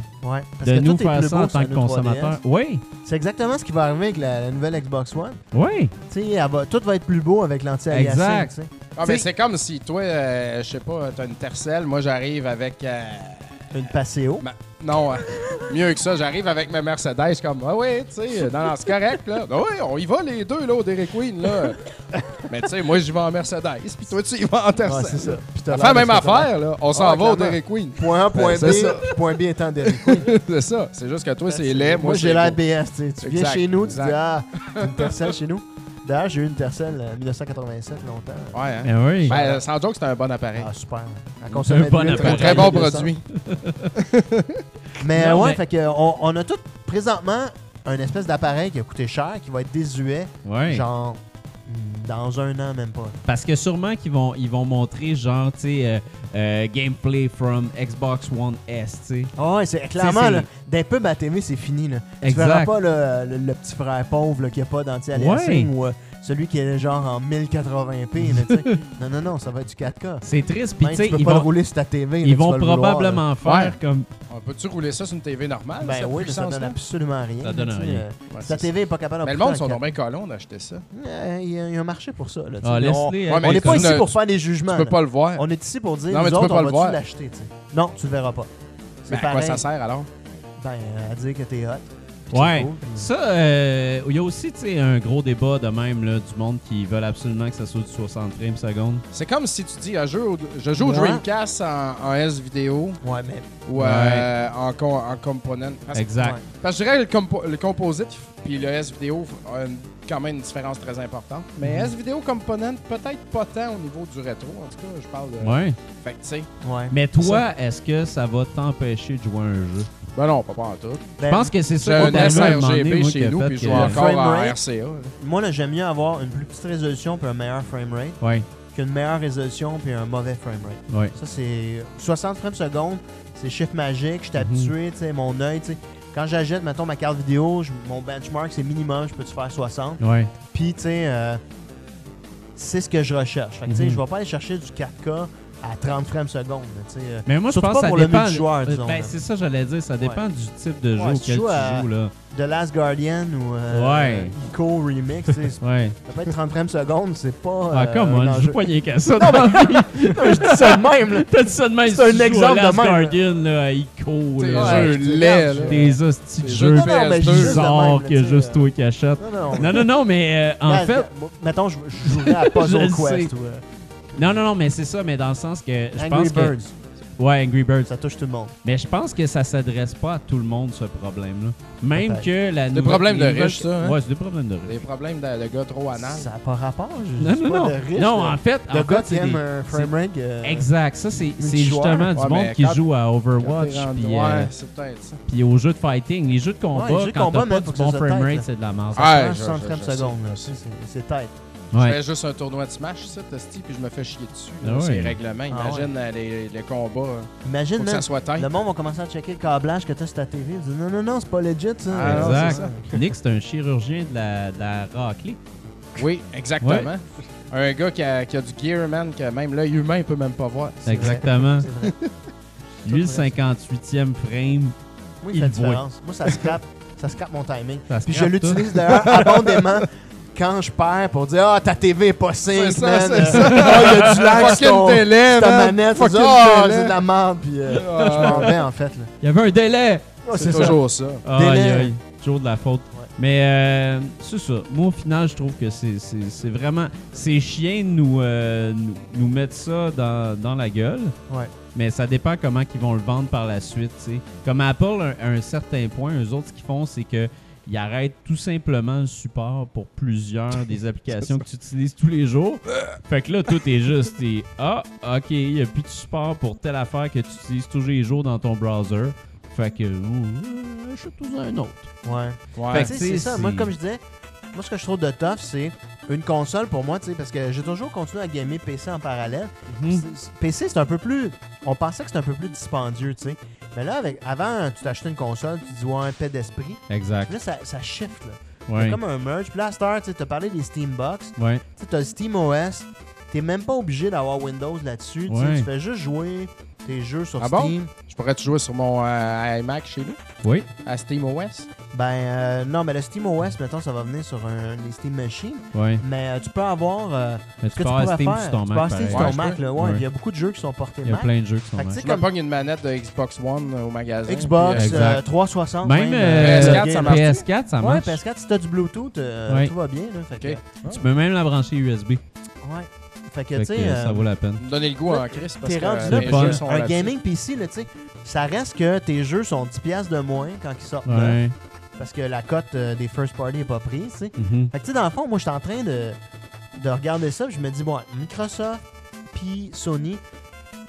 S4: parce
S2: de
S4: que
S2: nous
S4: tout est
S2: faire
S4: plus
S2: ça
S4: beau
S2: en
S4: sur
S2: tant que
S4: une 3DS.
S2: consommateur. Oui,
S4: C'est exactement ce qui va arriver avec la, la nouvelle Xbox One.
S2: oui.
S4: Tu sais, elle va- tout va être plus beau avec l'anti-aliasing.
S2: Exact.
S4: tu sais.
S3: Ah, mais
S4: T'sais-
S3: c'est comme si toi, euh, je sais pas, t'as une Tercel, moi j'arrive avec. euh,
S4: Une Paseo.
S3: ma- Non, euh, mieux que ça, j'arrive avec ma Mercedes comme Ah oui, tu sais, euh, non, non, c'est correct, là. Ah oui, on y va les deux, là, au Derek Queen, là. mais tu sais, moi j'y vais en Mercedes, puis toi tu y vas en
S4: Ouais,
S3: Tercel.
S4: c'est ça. Puis t'as
S3: Ça
S4: l'air
S3: fait la même
S4: de ce que t'as l'air.
S3: affaire, là. On s'en
S4: Ah,
S3: va au
S4: clairement.
S3: Derek Queen.
S4: Point A, point
S3: Ouais,
S4: B,
S3: c'est ça.
S4: point B étant *laughs* dernier.
S3: *laughs* c'est ça. C'est juste que toi, c'est laid. Moi,
S4: Moi, j'ai
S3: c'est
S4: l'air
S3: beau.
S4: BS. Tu sais. Tu viens
S3: Exact,
S4: chez nous, tu
S3: exact.
S4: dis Ah, une Tercel chez nous. D'ailleurs, j'ai eu une euh, Tercel en 1987 longtemps.
S3: Ouais, hein.
S2: Ben oui.
S3: Ben, sans joke, c'est un bon appareil.
S4: Ah, super. À consommer
S2: Un bon
S4: de l'huile,
S2: appareil.
S3: un
S4: c'est
S3: très bon
S4: de l'essence.
S3: produit.
S4: Mais
S2: Non,
S4: ouais,
S2: mais-
S4: fait que on, on a tout présentement un espèce d'appareil qui a coûté cher, qui va être désuet,
S2: Ouais.
S4: genre mm, dans un an même pas.
S2: Parce que sûrement qu'ils vont, ils vont montrer genre, tu sais, euh, euh, gameplay from Xbox One S, tu sais.
S4: Ah ouais, c'est clairement
S2: c'est-
S4: là, d'un peu ma TV, c'est fini là.
S2: Exact.
S4: Tu verras pas là, le, le petit frère pauvre là, qui a pas d'anti-aliasing ou euh, celui qui est genre en 1080p. là, tu sais. non non non, ça va être du 4K.
S2: C'est triste, puis tu
S4: Même, Ben, tu
S2: sais,
S4: peux
S2: ils
S4: pas le
S2: vont,
S4: rouler sur ta TV. là,
S2: ils
S4: tu
S2: vont
S4: vas le vouloir, là.
S2: probablement faire
S3: Ouais.
S2: comme.
S3: On peut-tu rouler ça sur une TV normale?
S4: Ben
S3: cette
S4: oui, mais ça donne
S3: puissance-là?
S4: absolument rien.
S2: Ça donne
S4: là, tu sais,
S2: rien.
S4: euh,
S3: Ouais,
S4: si ta
S3: c'est ça.
S4: TV est pas capable d'en
S3: Mais le
S4: foutre
S3: monde
S4: en
S3: sont
S4: 4K.
S3: donc bien colons d'acheter ça.
S4: Euh, Il y, a- il y a un marché pour ça. Là, tu
S2: Ah,
S4: sais. on
S2: laisse-les.
S3: Ouais, mais
S4: on n'est pas
S3: tu
S4: ici
S3: ne-
S4: pour faire des jugements.
S3: Tu peux
S4: là.
S3: pas le voir.
S4: On est ici pour dire,
S3: Non, mais
S4: nous
S3: tu peux
S4: autres,
S3: pas
S4: on
S3: le
S4: va-tu
S3: voir.
S4: l'acheter, tu sais. Non, tu le verras pas. C'est
S3: Mais à quoi
S4: pareil.
S3: ça sert alors?
S4: Ben, euh, à dire que t'es hot. puis c'est
S2: Ouais.
S4: cool, puis-
S2: Ça, euh, il y a aussi, tu sais, un gros débat de même, là, du monde qui veulent absolument que ça soit du 60 frames seconde.
S3: C'est comme si tu dis, ah, je, joue au- je joue au
S4: Ouais.
S3: Dreamcast en, en S vidéo
S4: Ouais, mais...
S3: ou euh, en, com- en component. Parce,
S2: Exact.
S4: ouais.
S3: parce que je dirais le, compo- le composite puis le S vidéo a une- quand même une différence très importante. Mais
S4: Mhm.
S3: S vidéo component, peut-être pas tant au niveau du rétro. En tout cas, je parle de.
S2: Ouais.
S3: Fait que, tu sais.
S4: Ouais.
S2: Mais toi, est-ce que ça va t'empêcher de jouer à un jeu?
S3: Ben non, pas, pas en tout.
S2: Je
S4: Ben,
S2: pense que c'est
S3: J'ai
S2: ça
S3: un
S2: qu'on arrive à un moment donné,
S3: sRGB
S2: moi, qui
S3: chez
S2: a
S3: nous
S2: fait
S3: puis je
S2: que-
S3: joue encore
S4: Frame
S3: en
S4: rate.
S3: RCA. là.
S4: Moi, là, j'aime mieux avoir une plus petite résolution puis un meilleur frame rate
S2: Ouais,
S4: qu'une meilleure résolution puis un mauvais frame rate.
S2: ouais.
S4: Ça, c'est 60 frames secondes, c'est chiffre magique, je suis
S2: Mhm.
S4: habitué, tu sais, mon œil, tu sais. Quand j'achète, mettons, ma carte vidéo, je- mon benchmark, c'est minimum, je peux-tu faire 60?
S2: Ouais.
S4: Puis, tu sais, euh, c'est ce que je recherche. Fait que, tu sais,
S2: Mhm.
S4: je vais pas aller chercher du 4K à 30 frames secondes. là, tu sais, euh.
S2: Mais moi, je
S4: Surtout
S2: pense
S4: pas
S2: que ça
S4: pour le
S2: dépend.
S4: multijoueur, disons,
S2: ben,
S4: là.
S2: c'est ça, j'allais dire. Ça dépend du type de jeu
S4: Ouais, si tu
S2: auquel tu
S4: joues à-
S2: joues, là.
S4: The Last Guardian ou euh,
S2: Ouais.
S4: Ico Remix, tu sais, ça
S2: Ouais.
S4: peut être 30 frames secondes, c'est pas.
S2: Ah,
S4: euh,
S2: come
S4: un
S2: on, je
S4: enjeu.
S2: joue pas
S4: *laughs*
S2: rien qu'à ça. Non, mais
S4: je dis ça de même, là.
S2: t'as dit ça de même.
S4: C'est
S2: si
S4: un
S2: tu joues à
S4: exemple de
S2: Last
S4: même, là.
S2: Guardian, là, à Ico,
S3: T'es
S2: là.
S4: Ouais.
S3: jeu laid, là.
S2: Des hosties de
S3: Des
S2: jeux
S4: Non, non, mais je dis juste de même,
S2: bizarres
S4: là,
S2: que
S4: tu sais,
S2: juste
S4: euh,
S2: toi qui achètes.
S4: Non, non.
S2: Non, non, non, mais euh, en
S4: Regarde,
S2: fait.
S4: moi, Mettons, je, je jouerais
S2: *laughs*
S4: à
S2: Je le
S4: Puzzle
S2: sais.
S4: Quest ou euh,
S2: Non, non, non, mais c'est ça, mais dans le sens que je
S4: Angry
S2: pense que.
S4: Birds.
S2: Ouais, Angry Birds.
S4: Ça touche tout le monde.
S2: Mais je pense que ça s'adresse pas à tout le monde, ce problème-là. Même
S4: Peut-être.
S2: que la
S3: des
S2: nouvelle-
S3: problèmes de
S2: les nouvelles-
S3: riches, ça, hein?
S2: Ouais, c'est des problèmes de riches.
S3: Des problèmes de, de gars trop anal.
S4: Ça n'a pas rapport. Je,
S2: Non, non,
S4: je suis pas
S2: non.
S4: De riche,
S2: non,
S4: là.
S2: en fait,
S4: Le
S2: en
S4: gars
S2: fait,
S4: qui
S2: c'est
S4: aime
S2: des-
S4: un frame rate. euh,
S2: Exact, ça c'est c'est
S4: Multijoueur.
S2: justement du
S3: Ouais,
S2: monde
S3: mais
S2: qui
S3: quand-
S2: joue à
S3: Quand
S2: Overwatch
S3: t'es rendu-
S2: puis
S3: ouais,
S2: euh,
S3: c'est peut-être ça.
S2: puis aux jeux de fighting, les jeux de combat
S4: Ouais, les jeux de
S2: quand
S4: combat,
S2: t'as pas
S4: man,
S2: du
S4: faut que
S2: bon
S4: ça
S2: frame
S4: tête,
S2: rate,
S4: là.
S2: c'est de la merde.
S3: Ah,
S4: prend
S3: je-
S4: 60
S3: je-
S4: frames
S3: je sais,
S4: secondes. là.
S3: je sais.
S4: C'est c'est tête.
S3: Je
S2: Ouais.
S3: fais juste un tournoi de Smash, ça, Tosti, puis je me fais chier dessus.
S2: Ah
S3: Là, C'est
S2: ouais.
S3: les règlements.
S4: Ah
S3: Imagine euh, les, les combats. euh,
S4: Imagine,
S3: Faut que
S4: man,
S3: ça soit tight.
S4: Le monde va commencer à checker le câblage que t'as sur ta TV. Ils disent non, non, non, c'est pas legit ça.
S3: Ah,
S4: Non,
S2: exact.
S4: c'est ça.
S2: Nick, c'est un chirurgien de la, de la raclée.
S3: Oui, exactement. Un gars qui a, qui a du gear, man, que même l'œil humain peut même pas voir.
S4: C'est
S2: Exactement.
S4: vrai, c'est vrai.
S2: Lui, le
S4: Tout vrai.
S2: 58e frame.
S4: Moi,
S2: Il
S4: il fait la
S2: le voit.
S4: différence. Moi, ça scrape, ça scrape mon timing.
S2: Ça
S4: Puis je
S2: scrape tout.
S4: l'utilise d'ailleurs abondamment quand je perds pour dire Ah, ta TV est pas
S3: C'est
S4: sync,
S3: ça,
S4: man. *laughs*
S3: c'est
S4: Euh,
S3: ça.
S4: Ah, il y a du lag sur
S3: Fucking
S4: ton- sur
S3: télé,
S4: ta
S3: man.
S4: manette. Tu dis,
S3: Fucking
S4: Ah,
S3: télé.
S4: c'est de la merde. Puis euh, je m'en vais, en fait. là.
S2: Il y avait un délai!
S4: Ah,
S3: C'est
S4: ça.
S3: toujours ça.
S2: Ah,
S4: Délai.
S2: aïe, aïe. Toujours de la faute.
S4: Ouais.
S2: Mais euh, c'est ça. Moi, au final, je trouve que c'est- c'est c'est vraiment. C'est chiant de nous, euh, nous, nous mettre ça dans, dans la gueule.
S4: Ouais.
S2: Mais ça dépend comment ils vont le vendre par la suite. tu sais. Comme Apple, à un, à un certain point, eux autres, ce qu'ils font, c'est que ils arrêtent tout simplement le support pour plusieurs des applications que tu utilises tous les jours. fait que là, tout est juste. t'es, ah, ok, il n'y a plus de support pour telle affaire que tu utilises tous les jours dans ton browser. Fait que, ouh, je suis tous un autre.
S4: Ouais.
S3: Ouais.
S2: Fait
S4: Tu sais,
S2: Tu sais,
S4: c'est ça. Moi,
S2: c'est-
S4: comme je disais, moi, ce que je trouve de tough, c'est une console pour moi, tu sais, parce que j'ai toujours continué à gamer PC en parallèle. C'est- c'est- PC, c'est un peu plus. On pensait que c'était un peu plus dispendieux, tu sais. Mais là, avec, avant, tu t'achetais une console, tu dis, ouais, un paix d'esprit.
S2: Exact.
S4: Là, ça, ça shift, là. C'est
S2: Ouais.
S4: comme un merge. Puis là, à cette heure, tu sais, t'as parlé des Steambox.
S2: Ouais.
S4: Tu sais, t'as le SteamOS. T'es même pas obligé d'avoir Windows là-dessus. tu sais.
S2: Ouais.
S4: Tu fais juste jouer tes jeux sur
S3: Ah bon?
S4: Steam.
S3: Je pourrais-tu jouer sur mon euh, iMac chez nous?
S2: Oui.
S3: À SteamOS?
S4: Ben euh, non, mais le SteamOS, mettons, ça va venir sur un- les Steam Machines.
S2: Ouais.
S4: Mais euh, tu peux avoir. euh,
S2: Mais
S4: ce
S2: tu
S4: que
S2: peux
S4: tu
S2: avoir
S4: pourrais
S2: Steam
S4: faire.
S2: sur ton
S4: tu peux
S2: Mac.
S4: avoir Steam sur
S2: pareil.
S4: ton
S3: Ouais, je
S4: Mac, là, ouais.
S2: Ouais.
S4: Il y a beaucoup de jeux qui sont portés
S2: Il y a
S4: Mac.
S2: plein de jeux qui sont
S4: Fait
S2: Mac.
S4: que tu sais,
S3: Je me
S4: comme
S3: pogne une manette de Xbox One euh, au magasin.
S4: Xbox
S3: puis, euh,
S4: euh,
S2: Exact.
S4: 360.
S2: Même
S4: euh,
S2: euh,
S3: PS4, ça marche.
S2: PS4, ça
S4: Ouais,
S2: marche.
S4: PS4, si t'as du Bluetooth, euh,
S2: Ouais.
S4: tout va bien. Là, fait que,
S3: Ok.
S2: Tu peux même la brancher USB.
S4: ouais. Fait que,
S2: Fait
S4: tu
S2: que,
S4: sais,
S2: euh, ça
S4: euh,
S2: vaut la peine.
S3: me donner le goût
S4: Là,
S3: en Chris parce
S4: t'es
S3: que
S4: rendu
S3: euh,
S4: là
S3: mes
S2: pour
S3: jeux
S2: un-
S3: sont
S4: un
S3: là-dessus.
S4: gaming PC, là, tu sais, ça reste que tes jeux sont 10$ de moins quand ils sortent. là,
S2: Ouais.
S4: parce que la cote euh, des first party est pas prise, tu sais.
S2: Mhm.
S4: Fait que, tu sais, dans le fond, moi, je suis en train de, de regarder ça, puis je me dis, bon, Microsoft puis Sony,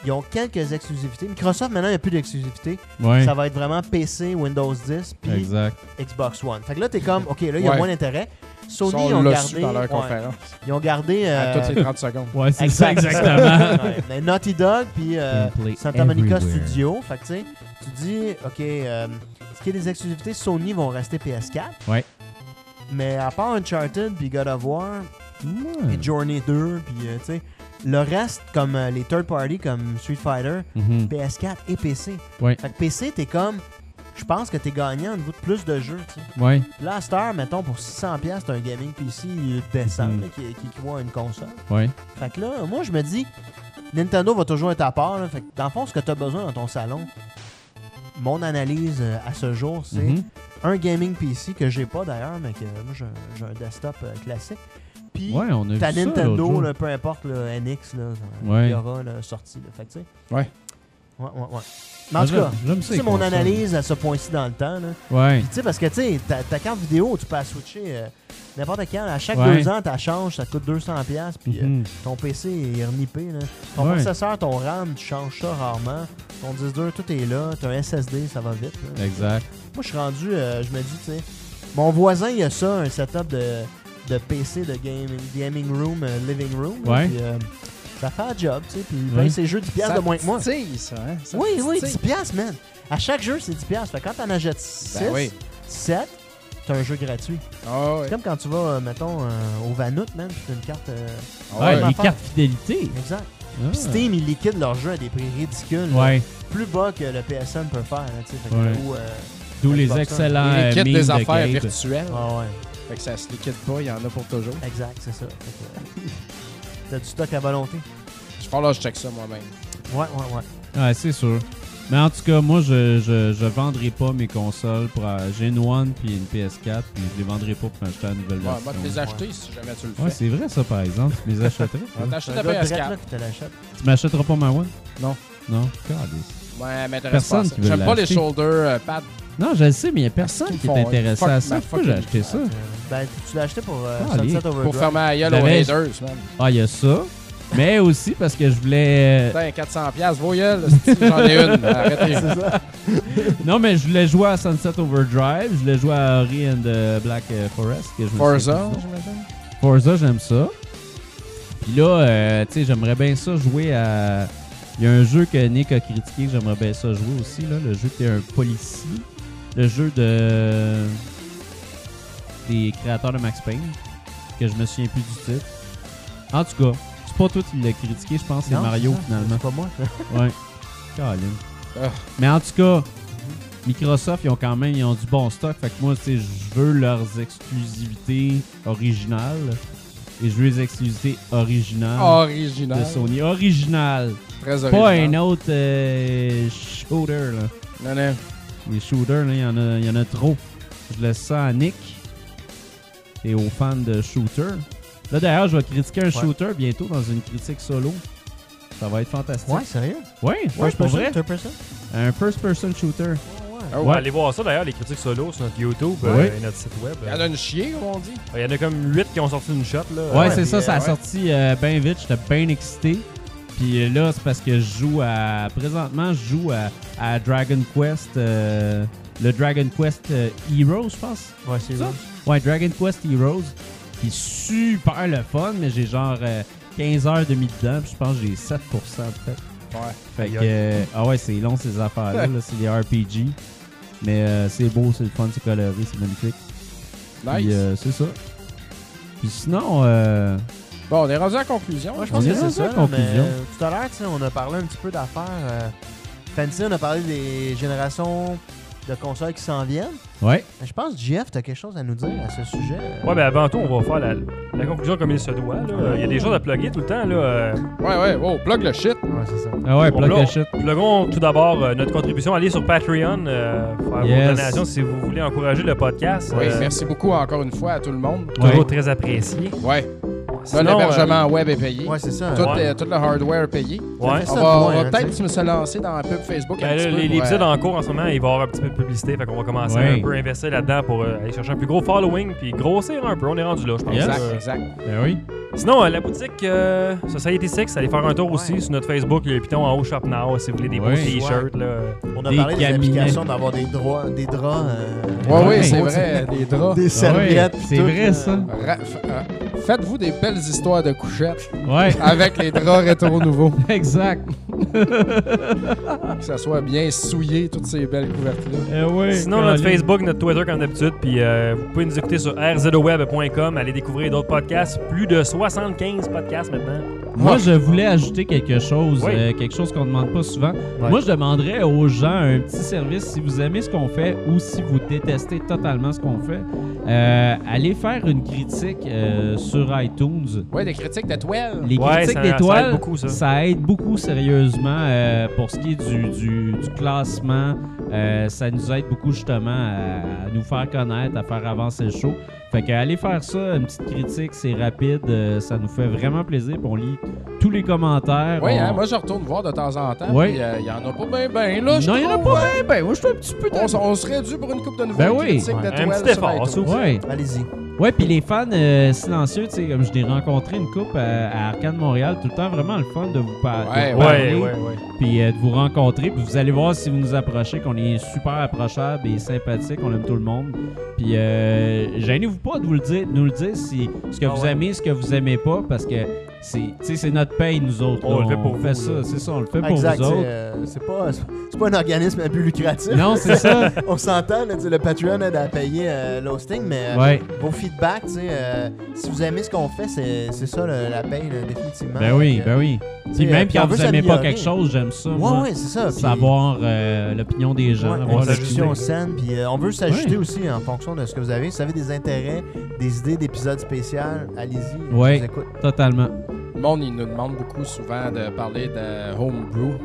S4: ils ont quelques exclusivités. Microsoft, maintenant, il n'y a plus d'exclusivité.
S2: Ouais.
S4: Ça va être vraiment PC, Windows 10, puis
S2: Exact.
S4: Xbox One. Fait que là, t'es comme, OK, là, il y a
S3: Ouais.
S4: moins d'intérêt.
S3: Ils
S4: Sony,
S3: sont
S4: ils ont
S3: là-dessus
S4: gardé...
S3: dans leur
S4: ouais,
S3: conférence.
S4: ils ont gardé...
S3: À
S4: euh,
S3: toutes les 30 secondes.
S2: Ouais, c'est ça,
S4: exact,
S2: exactement.
S4: *laughs* Ouais, mais Naughty Dog, puis euh,
S2: Can play
S4: Santa Monica
S2: everywhere.
S4: Studio. Fait que, tu sais, tu dis, OK, euh, ce qui est des exclusivités, Sony vont rester PS4.
S2: Ouais.
S4: Mais à part Uncharted, puis God of War,
S2: Ouais.
S4: puis Journey 2, puis euh, tu sais, le reste, comme euh, les third party, comme Street Fighter,
S2: Mhm.
S4: PS4 et PC.
S2: Ouais.
S4: Fait que PC, t'es comme, je pense que t'es gagnant au niveau de plus de jeux, tu sais.
S2: Ouais.
S4: Puis Là, à cette heure, mettons, pour 600$, t'as un gaming PC décent,
S2: Mhm.
S4: là, qui, qui équivaut à une console.
S2: Ouais.
S4: Fait que là, moi, je me dis, Nintendo va toujours être à part, là. Fait que dans le fond, ce que t'as besoin dans ton salon, mon analyse euh, à ce jour, c'est
S2: Mhm.
S4: un gaming PC que j'ai pas d'ailleurs, mais que euh, moi, j'ai un- j'ai un desktop euh, classique. Puis,
S2: Ouais, on a vu ça
S4: ta
S2: l'autre
S4: Nintendo,
S2: jour.
S4: là, peu importe, le NX, là,
S2: Ouais.
S4: il y aura là, sorti. Là. Fait que, tu sais.
S3: Ouais.
S4: Ouais, ouais, ouais. Mais en tout cas,
S2: Ah, J'aime ça,
S4: c'est
S2: les
S4: mon
S2: consoles.
S4: analyse à ce point-ci dans le temps. Là.
S2: Ouais.
S4: Puis, tu sais, parce que, tu sais, ta, ta carte vidéo, tu peux la switcher euh, n'importe quand. À chaque
S2: Ouais.
S4: deux ans, tu la changes, ça te coûte 200$. Puis, euh,
S2: Mhm.
S4: ton PC est renippé. Là. Ton
S2: Ouais.
S4: processeur, ton RAM, tu changes ça rarement. Ton disque dur, tout est là. T'as un SSD, ça va vite. là.
S2: Exact.
S4: Moi, je suis rendu, euh, je me dis, tu sais, mon voisin, il a ça, un setup de, de PC, de gaming, gaming room, euh, living room. là,
S2: Ouais.
S4: puis, euh, ça fait un job, tu sais, puis il paye
S2: Ouais.
S4: ses jeux 10$
S3: Ça
S4: de moins que moi.
S3: titille, ça, hein? Ça
S4: Oui, oui,
S3: titille.
S4: 10$, man. À chaque jeu, c'est 10$. Fait que quand t'en achètes 6,
S3: Ben oui.
S4: 7, t'as un jeu gratuit.
S3: Ah ouais.
S4: C'est comme quand tu vas, euh, mettons, euh, au Vanout, man, puis t'as une carte. euh,
S3: Ah
S2: Ouais,
S3: ouais.
S2: les
S4: affaire.
S2: cartes fidélité.
S4: exact.
S2: Ah.
S4: Puis Steam, ils liquident leurs jeux à des prix ridicules. là.
S2: Ouais.
S4: Plus bas que le PSN peut faire. Hein, tu sais, fait que
S2: Ouais.
S4: là où, euh,
S2: D'où les
S4: Xbox,
S2: excellents
S3: Ils
S2: euh,
S3: liquident
S2: memes
S3: des
S2: de
S3: affaires
S2: Gabe.
S3: virtuelles.
S4: ah ouais.
S3: Fait que ça se liquide pas, il y en a pour toujours.
S4: Exact, c'est ça. Fait que, euh, T'as du stock à volonté.
S3: Je crois là, je check ça moi-même.
S4: Ouais, ouais, ouais.
S2: Ouais, c'est sûr. Mais en tout cas, moi, je, je, je vendrai pas mes consoles pour. euh, J'ai une One puis une PS4, puis je les vendrai pas pour m'acheter une nouvelle
S3: Ouais, moi,
S2: version.
S3: te les acheter si jamais tu le
S2: ouais,
S3: fais.
S2: c'est vrai, ça, par exemple. Je les achèterais.
S3: On va
S2: toi.
S3: t'acheter
S4: T'as un
S3: ta
S4: gars direct, là,
S3: PS4.
S4: qui te l'achète.
S2: tu m'achèteras pas ma One
S3: Non.
S2: Non, calisse.
S3: Ouais, elle m'intéresse pas.
S2: Personne
S3: ça.
S2: qui veut
S3: J'aime pas les
S2: l'acheter.
S3: shoulder euh, pads.
S2: Non, je le sais, mais il y a personne
S3: Ils
S2: qui
S3: font-
S2: est intéressé
S3: fuck
S2: à
S3: ma
S2: ça. Pourquoi j'ai
S3: fucking-
S2: acheté ça
S4: Euh, ben, tu l'as acheté pour euh,
S2: Ah, allez.
S4: Sunset Overdrive.
S3: Pour fermer la gueule aux
S2: J'avais-
S3: haters, man.
S2: Ah, il y a ça. Mais aussi parce que je voulais. euh,
S3: Putain, 400 piastres, vos gueules, hostie, j'en ai une. Arrêtez.
S2: *laughs* Non, mais je voulais jouer à Sunset Overdrive. Je voulais jouer à Ori and the Black euh, Forest. Que je me suis-
S3: Forza, j'imagine.
S2: Forza, j'aime ça. Puis là, euh, tu sais, j'aimerais bien ça jouer à. Il y a un jeu que Nick a critiqué, que j'aimerais bien ça jouer aussi, là. Le jeu qui est un policier. Le jeu de. des créateurs de Max Payne. Que je me souviens plus du titre. En tout cas, c'est pas toi qui l'as critiqué, je pense, c'est
S4: Non,
S2: Mario
S4: c'est ça,
S2: finalement.
S4: C'est pas moi.
S2: Ouais. Caroline.
S3: Ah.
S2: Mais en tout cas, Microsoft, ils ont quand même ils ont du bon stock. Fait que moi, tu sais, je veux leurs exclusivités originales. Et je veux les exclusivités originales
S3: Ah,
S2: de
S3: Original.
S2: Sony. Originales.
S3: Très
S2: Pas
S3: original.
S2: un autre euh, shooter, là.
S3: Non, non.
S2: Les shooters, là, il y, en a- il y en a trop. Je laisse ça à Nick et aux fans de shooter. Là, d'ailleurs, je vais critiquer un
S4: Ouais.
S2: shooter bientôt dans une critique solo. Ça va être fantastique.
S4: Ouais, sérieux?
S2: Ouais, ouais,
S4: First
S2: pour
S4: person,
S2: vrai.
S4: third person?
S2: Un first-person shooter.
S4: Ouais,
S3: Ah ouais.
S5: Ouais, Allez voir ça d'ailleurs, les critiques solo sur notre YouTube
S2: Ouais.
S5: euh, et notre site web.
S3: Il y en a une chier, comme on dit.
S5: Il y en a comme 8 qui ont sorti une shot. Là.
S2: Ouais,
S4: Ouais,
S2: c'est
S4: puis,
S2: ça,
S4: euh,
S2: ça a
S3: ouais.
S2: sorti bien vite, j'étais bien excité. Puis euh, là, c'est parce que je joue à. Présentement, je joue à, à Dragon Quest. euh, le Dragon Quest euh, Heroes, je pense.
S4: ouais. Ouais, c'est
S2: Ça?
S4: ça.
S2: Ouais, Dragon Quest Heroes. Qui est super le fun, mais j'ai genre euh, 15 heures demi dedans, puis je pense que j'ai 7% peut-être.
S3: Ouais.
S2: Fait que.
S5: Aïe, aïe.
S2: euh, ah ouais, c'est long ces affaires-là, là, c'est des RPG. Mais euh, c'est beau, c'est le fun, c'est coloré, c'est magnifique. Puis,
S3: Nice.
S2: euh, c'est ça. Puis sinon, euh,
S3: Bon, on est rendu à la conclusion.
S4: Moi, je
S2: On
S4: pense
S2: est
S4: que c'est
S2: rendu à
S4: ça.
S2: la
S4: là,
S2: conclusion.
S4: mais, euh, tout à l'heure, tu sais, on a parlé un petit peu d'affaires. euh, Fancy, on a parlé des générations de consoles qui s'en viennent.
S2: Ouais.
S4: Mais Je pense, Jeff, tu as quelque chose à nous dire à ce sujet. euh.
S5: Ouais, ben avant tout, on va faire la, la conclusion comme il se doit. là. Euh, Il y a des choses à plugger tout le temps. Là. Euh,
S3: Ouais, ouais, oh, plug le shit.
S4: Ouais, c'est ça.
S2: Ah ouais,
S5: Bon,
S2: plug
S5: là,
S2: de shit.
S5: Pluguons tout d'abord euh, notre contribution. Allez sur Patreon, euh, faire
S2: Yes.
S5: vos donations si vous voulez encourager le podcast.
S3: Oui,
S5: Euh,
S3: merci beaucoup encore une fois à tout le monde.
S5: Toujours
S2: Ouais.
S5: très apprécié. Euh,
S3: Ouais. Là,
S5: Sinon,
S3: l'hébergement web est payé.
S4: Ouais, c'est ça.
S3: Tout,
S5: Ouais.
S3: euh, tout le hardware est payé.
S5: euh, ouais.
S4: Ça,
S3: On va,
S4: ouais,
S3: on va
S4: hein,
S3: peut-être
S4: tu
S3: se lancer dans un pub Facebook. un
S5: Ben,
S3: petit
S5: là,
S3: peu
S5: les-
S3: pour,
S5: L'épisode
S3: euh,
S5: en cours en ce moment, il va y avoir un petit peu de publicité. Fait qu'on va commencer à
S2: Ouais.
S5: un peu investir là-dedans pour euh, aller chercher un plus gros following puis grossir un peu. On est rendu là, je pense.
S2: Yes.
S3: Exact,
S5: Euh,
S3: exact.
S2: Ben oui.
S5: Sinon, euh, la boutique euh, Society 6, allez faire un tour aussi
S4: Ouais.
S5: sur notre Facebook, il y a le piton en haut Shop Now si vous voulez des
S2: Ouais.
S5: beaux t-shirts. là.
S4: On a
S2: Des
S4: parlé des
S2: gaminets.
S4: applications d'avoir des, droits, des draps. euh,
S3: Ouais,
S2: Ouais.
S3: oui, c'est vrai, des draps.
S4: Des serviettes.
S2: Ouais,
S4: puis
S2: c'est
S4: tout,
S2: vrai,
S4: euh,
S2: ça.
S3: Ra- f- euh, Faites-vous des belles histoires de couchettes
S2: Ouais, *laughs*
S3: avec les draps rétro nouveaux.
S2: exact.
S3: Que ça soit bien souillé, toutes ces belles couvertures.
S2: Eh oui,
S5: Sinon, notre
S2: Colin.
S5: Facebook, notre Twitter comme d'habitude, puis euh, vous pouvez nous écouter sur rzoweb.com, allez découvrir d'autres podcasts, plus de 75 podcasts maintenant.
S2: Moi, je voulais ajouter quelque chose,
S5: Oui.
S2: euh, quelque chose qu'on ne demande pas souvent. Moi, je demanderais aux gens un petit service. Si vous aimez ce qu'on fait ou si vous détestez totalement ce qu'on fait, euh, allez faire une critique euh, sur iTunes.
S3: Ouais, des critiques de toile.
S2: Les
S5: Ouais,
S2: critiques
S5: ça-
S2: d'étoiles,
S5: ça aide beaucoup, ça.
S2: aide beaucoup, sérieusement euh, pour ce qui est du, du- du classement. Euh, ça nous aide beaucoup justement à, à nous faire connaître, à faire avancer le show. Fait que allez faire ça, une petite critique, c'est rapide, euh, ça nous fait vraiment plaisir. puis On lit tous les commentaires.
S3: Oui,
S2: on-
S3: hein, moi je retourne voir de temps en temps.
S2: Ouais.
S3: puis, euh, Il y en a pas bien, bien là. je
S2: non, il n'y en a
S3: trouve,
S2: pas
S3: hein.
S2: bien, ben, moi je suis un petit peu...
S3: On, s- on serait dû pour une coupe de nouvelles
S2: Ben oui.
S3: critiques
S4: Ouais.
S3: de
S5: Un
S3: toile
S5: petit
S3: sur
S5: effort,
S3: iTunes.
S5: ça aussi.
S2: Ouais.
S4: euh, Allez-y.
S2: Ouais, puis les fans euh, silencieux, tu sais, comme je l'ai rencontré une coupe à, à Arcade Montréal, tout le temps vraiment le fun de vous, par- de
S3: Ouais,
S2: vous
S5: Ouais,
S2: parler,
S5: ouais, ouais.
S2: puis euh, de vous rencontrer, puis vous allez voir si vous nous approchez qu'on est super approchable et sympathique, on aime tout le monde. Puis euh, gênez-vous pas de vous le dire, de nous le dire si ce que
S5: Ah
S2: vous
S5: ouais.
S2: aimez, ce que vous aimez pas, parce que c'est, tu sais, c'est notre paye nous autres.
S5: On
S2: là.
S5: le fait pour vous,
S2: fait
S5: là.
S2: ça, c'est ça, on le fait pour
S4: Exact. euh,
S2: vous
S4: C'est
S2: autres.
S4: euh, c'est pas, c'est pas un organisme à but lucratif.
S2: Non, c'est
S4: *laughs*
S2: ça.
S4: On s'entend, là, tu sais, le Patreon aide à payer euh, l'hosting, mais euh,
S2: ouais.
S4: vos feedbacks, tu sais, euh, si vous aimez ce qu'on fait, c'est c'est ça le- la paye, là, définitivement.
S2: Ben oui,
S4: Donc, euh,
S2: ben oui. Puis
S4: euh,
S2: même
S4: puis
S2: quand
S4: on veut
S2: vous aimez pas
S4: s'améliorer.
S2: quelque chose, j'aime ça.
S4: Ouais,
S2: moi,
S4: ouais, c'est ça. puis-
S2: Savoir euh, l'opinion des gens.
S4: Ouais,
S2: avoir
S4: une
S5: on
S2: leur
S5: s'ajoute
S4: discussion
S2: idée.
S4: saine, puis euh, on veut s'ajuster
S2: Ouais.
S4: aussi en fonction de ce que vous avez. Si vous avez des intérêts, des idées d'épisodes spéciaux, allez-y, on
S2: Ouais.
S4: vous écoute.
S2: Totalement.
S3: Le monde, il nous demande beaucoup souvent de parler de homebrew.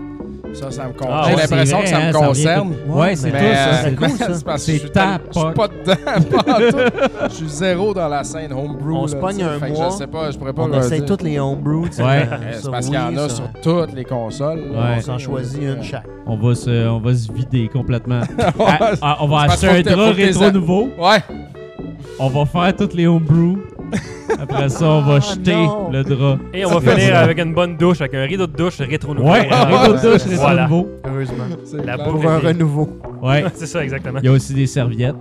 S3: Ça, ça me concerne.
S5: Ah,
S3: J'ai
S5: ouais,
S3: l'impression
S2: c'est
S3: que ça
S2: vrai,
S3: me
S2: hein, revient
S3: concerne.
S2: tout- Ouais, c'est
S4: Mais,
S2: toi, ça.
S4: euh,
S2: c'est-
S3: *laughs*
S4: c'est cool, ça.
S3: parce que je
S2: C'est
S3: suis
S2: ta
S3: tel- Je suis pas dedans. *laughs* pas en tout. Je suis zéro dans la scène homebrew.
S4: On
S3: là,
S4: se pogne
S3: tu sais,
S4: un
S3: fait que
S4: mois,
S3: Je sais pas, je pourrais pas
S4: On
S3: leur
S4: essaye
S3: dire.
S4: toutes les homebrew, tu sais,
S2: Ouais.
S4: euh,
S3: Eh, C'est
S4: sur
S3: parce qu'il y en
S4: Wii,
S3: a
S4: sur-
S3: sur toutes les consoles. là.
S2: Ouais.
S4: On s'en choisit une chaque.
S2: On va se, on va se vider
S3: *laughs*
S2: complètement. Ah, ah, on va
S3: Parce
S2: acheter
S3: qu'il
S2: un
S3: faut que t'aies-
S2: drap
S3: faut que t'aies
S2: rétro
S3: a-
S2: nouveau.
S3: Ouais.
S2: On va faire toutes les homebrew.
S3: *laughs*
S2: Après ça, on va
S4: Ah,
S2: jeter
S4: non.
S2: le drap.
S5: Et on va finir avec une bonne douche, avec un rideau de douche rétro nouveau.
S2: Ouais, un rideau de douche rétro
S5: Voilà.
S2: nouveau.
S4: Heureusement.
S2: *laughs*
S3: c'est
S5: La
S3: clair.
S5: bouffe.
S4: Pour un
S5: Préféré.
S4: renouveau.
S2: Ouais.
S5: *laughs* C'est ça, exactement.
S2: Il y a aussi des serviettes,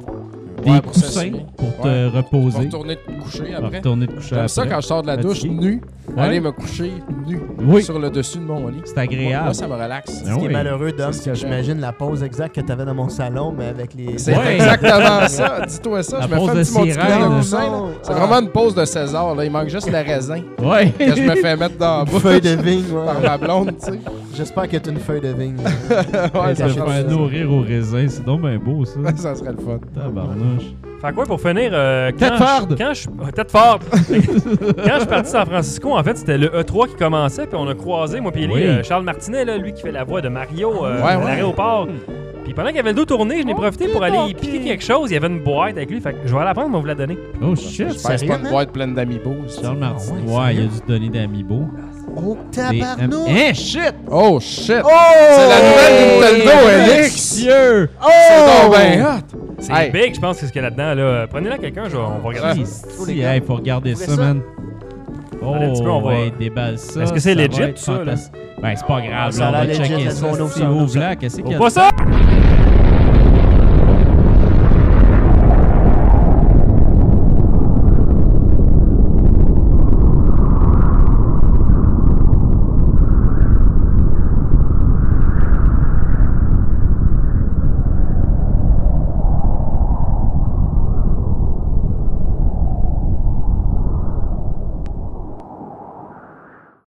S2: des
S3: Ouais, pour
S2: coussins
S3: s'assumer.
S2: pour te
S3: Ouais.
S2: reposer.
S3: Pour retourner te coucher
S2: Pour
S3: après.
S2: retourner te coucher
S3: J'aime
S2: après.
S3: ça quand je sors de la douche
S2: Fatigué.
S3: nu,
S2: Ouais.
S3: aller me coucher nu
S2: Oui.
S3: sur le dessus de mon lit.
S2: C'est
S3: Moi,
S2: agréable.
S3: ça me relaxe.
S2: Ah
S4: Ce qui
S2: oui.
S4: est malheureux, Dom,
S3: C'est ce
S4: c'est
S3: que
S4: que
S3: j'aime.
S4: j'imagine la pause exacte que t'avais dans mon salon, mais avec les.
S3: C'est
S2: Ouais.
S3: exactement ça. Dis-toi ça.
S2: La
S3: je me
S2: pause
S3: fais un
S2: de
S3: petit mon petit
S2: sirène.
S3: coussin,
S2: Non,
S3: là.
S4: ah.
S3: C'est vraiment une pause de 16 heures. Là. Il manque juste le raisin
S2: Ouais.
S3: que je
S2: *laughs*
S3: me fais mettre dans la
S4: une
S3: bouche
S4: feuille de vigne, ouais.
S3: par ma blonde. tu sais.
S4: J'espère que t'as une feuille de vigne.
S3: *laughs* Ouais,
S2: Ouais,
S3: ça,
S2: te
S4: change
S2: faire
S4: ça.
S2: nourrir au raisin, c'est donc bien beau
S3: *laughs*
S2: ça.
S3: serait- ça serait le fun.
S2: Tabarnouche.
S5: Fait quoi pour finir euh, quand
S2: Tedford!
S5: je- Quand je Ah, Tedford! *laughs* quand je suis parti de San Francisco, en fait, c'était le E3 qui commençait, puis on a croisé moi puis lui,
S2: Oui.
S5: euh, Charles Martinet là, lui qui fait la voix de Mario euh,
S3: Ouais,
S5: à
S3: ouais.
S5: l'aéroport. Puis pendant qu'il avait le dos tourné, je n'ai profité pour aller y piquer quelque chose. Il y avait une boîte avec lui, fait que je vais la prendre, on va vous la donner.
S2: Oh shit.
S3: J'espère que c'est Ah pas
S4: sérieux,
S3: une
S4: hein?
S3: boîte pleine d'amiibo. c'est-
S2: Charles Martin.
S4: ouais,
S2: Ouais, il a dû te donner d'amibo.
S4: Oh,
S2: Des-
S4: tabarnouche!
S2: Hein, shit!
S3: Oh shit!
S4: Oh!
S3: C'est la nouvelle
S2: Oh!
S3: Nintendo Elix!
S2: Monsieur!
S4: Oh!
S3: C'est donc ben hot!
S5: C'est
S3: Hey.
S5: big, je pense que c'est ce qu'il y a là-dedans. Là. Prenez-la quelqu'un, je vais- on va regarder. ça.
S4: Oh,
S2: Si,
S4: les gars.
S2: hey, faut regarder
S4: Ouvrez
S2: ça,
S4: ça.
S2: man. Oh,
S5: Allez, un petit peu, on va-
S2: ouais, déballe ça.
S5: Est-ce que c'est
S2: ça va
S5: legit,
S2: être
S5: tout ça, là?
S2: fantastique. Ben, c'est pas grave,
S4: Ah, Ça
S2: là,
S4: a
S2: on va
S4: l'air legit,
S2: checker
S4: let's
S2: ça.
S4: go, on ouvre
S2: Si
S4: ça, on
S2: vous
S4: ouvre ça.
S2: voulez, qu'est-ce qu'il y
S5: Faut
S2: a?
S5: pas ça!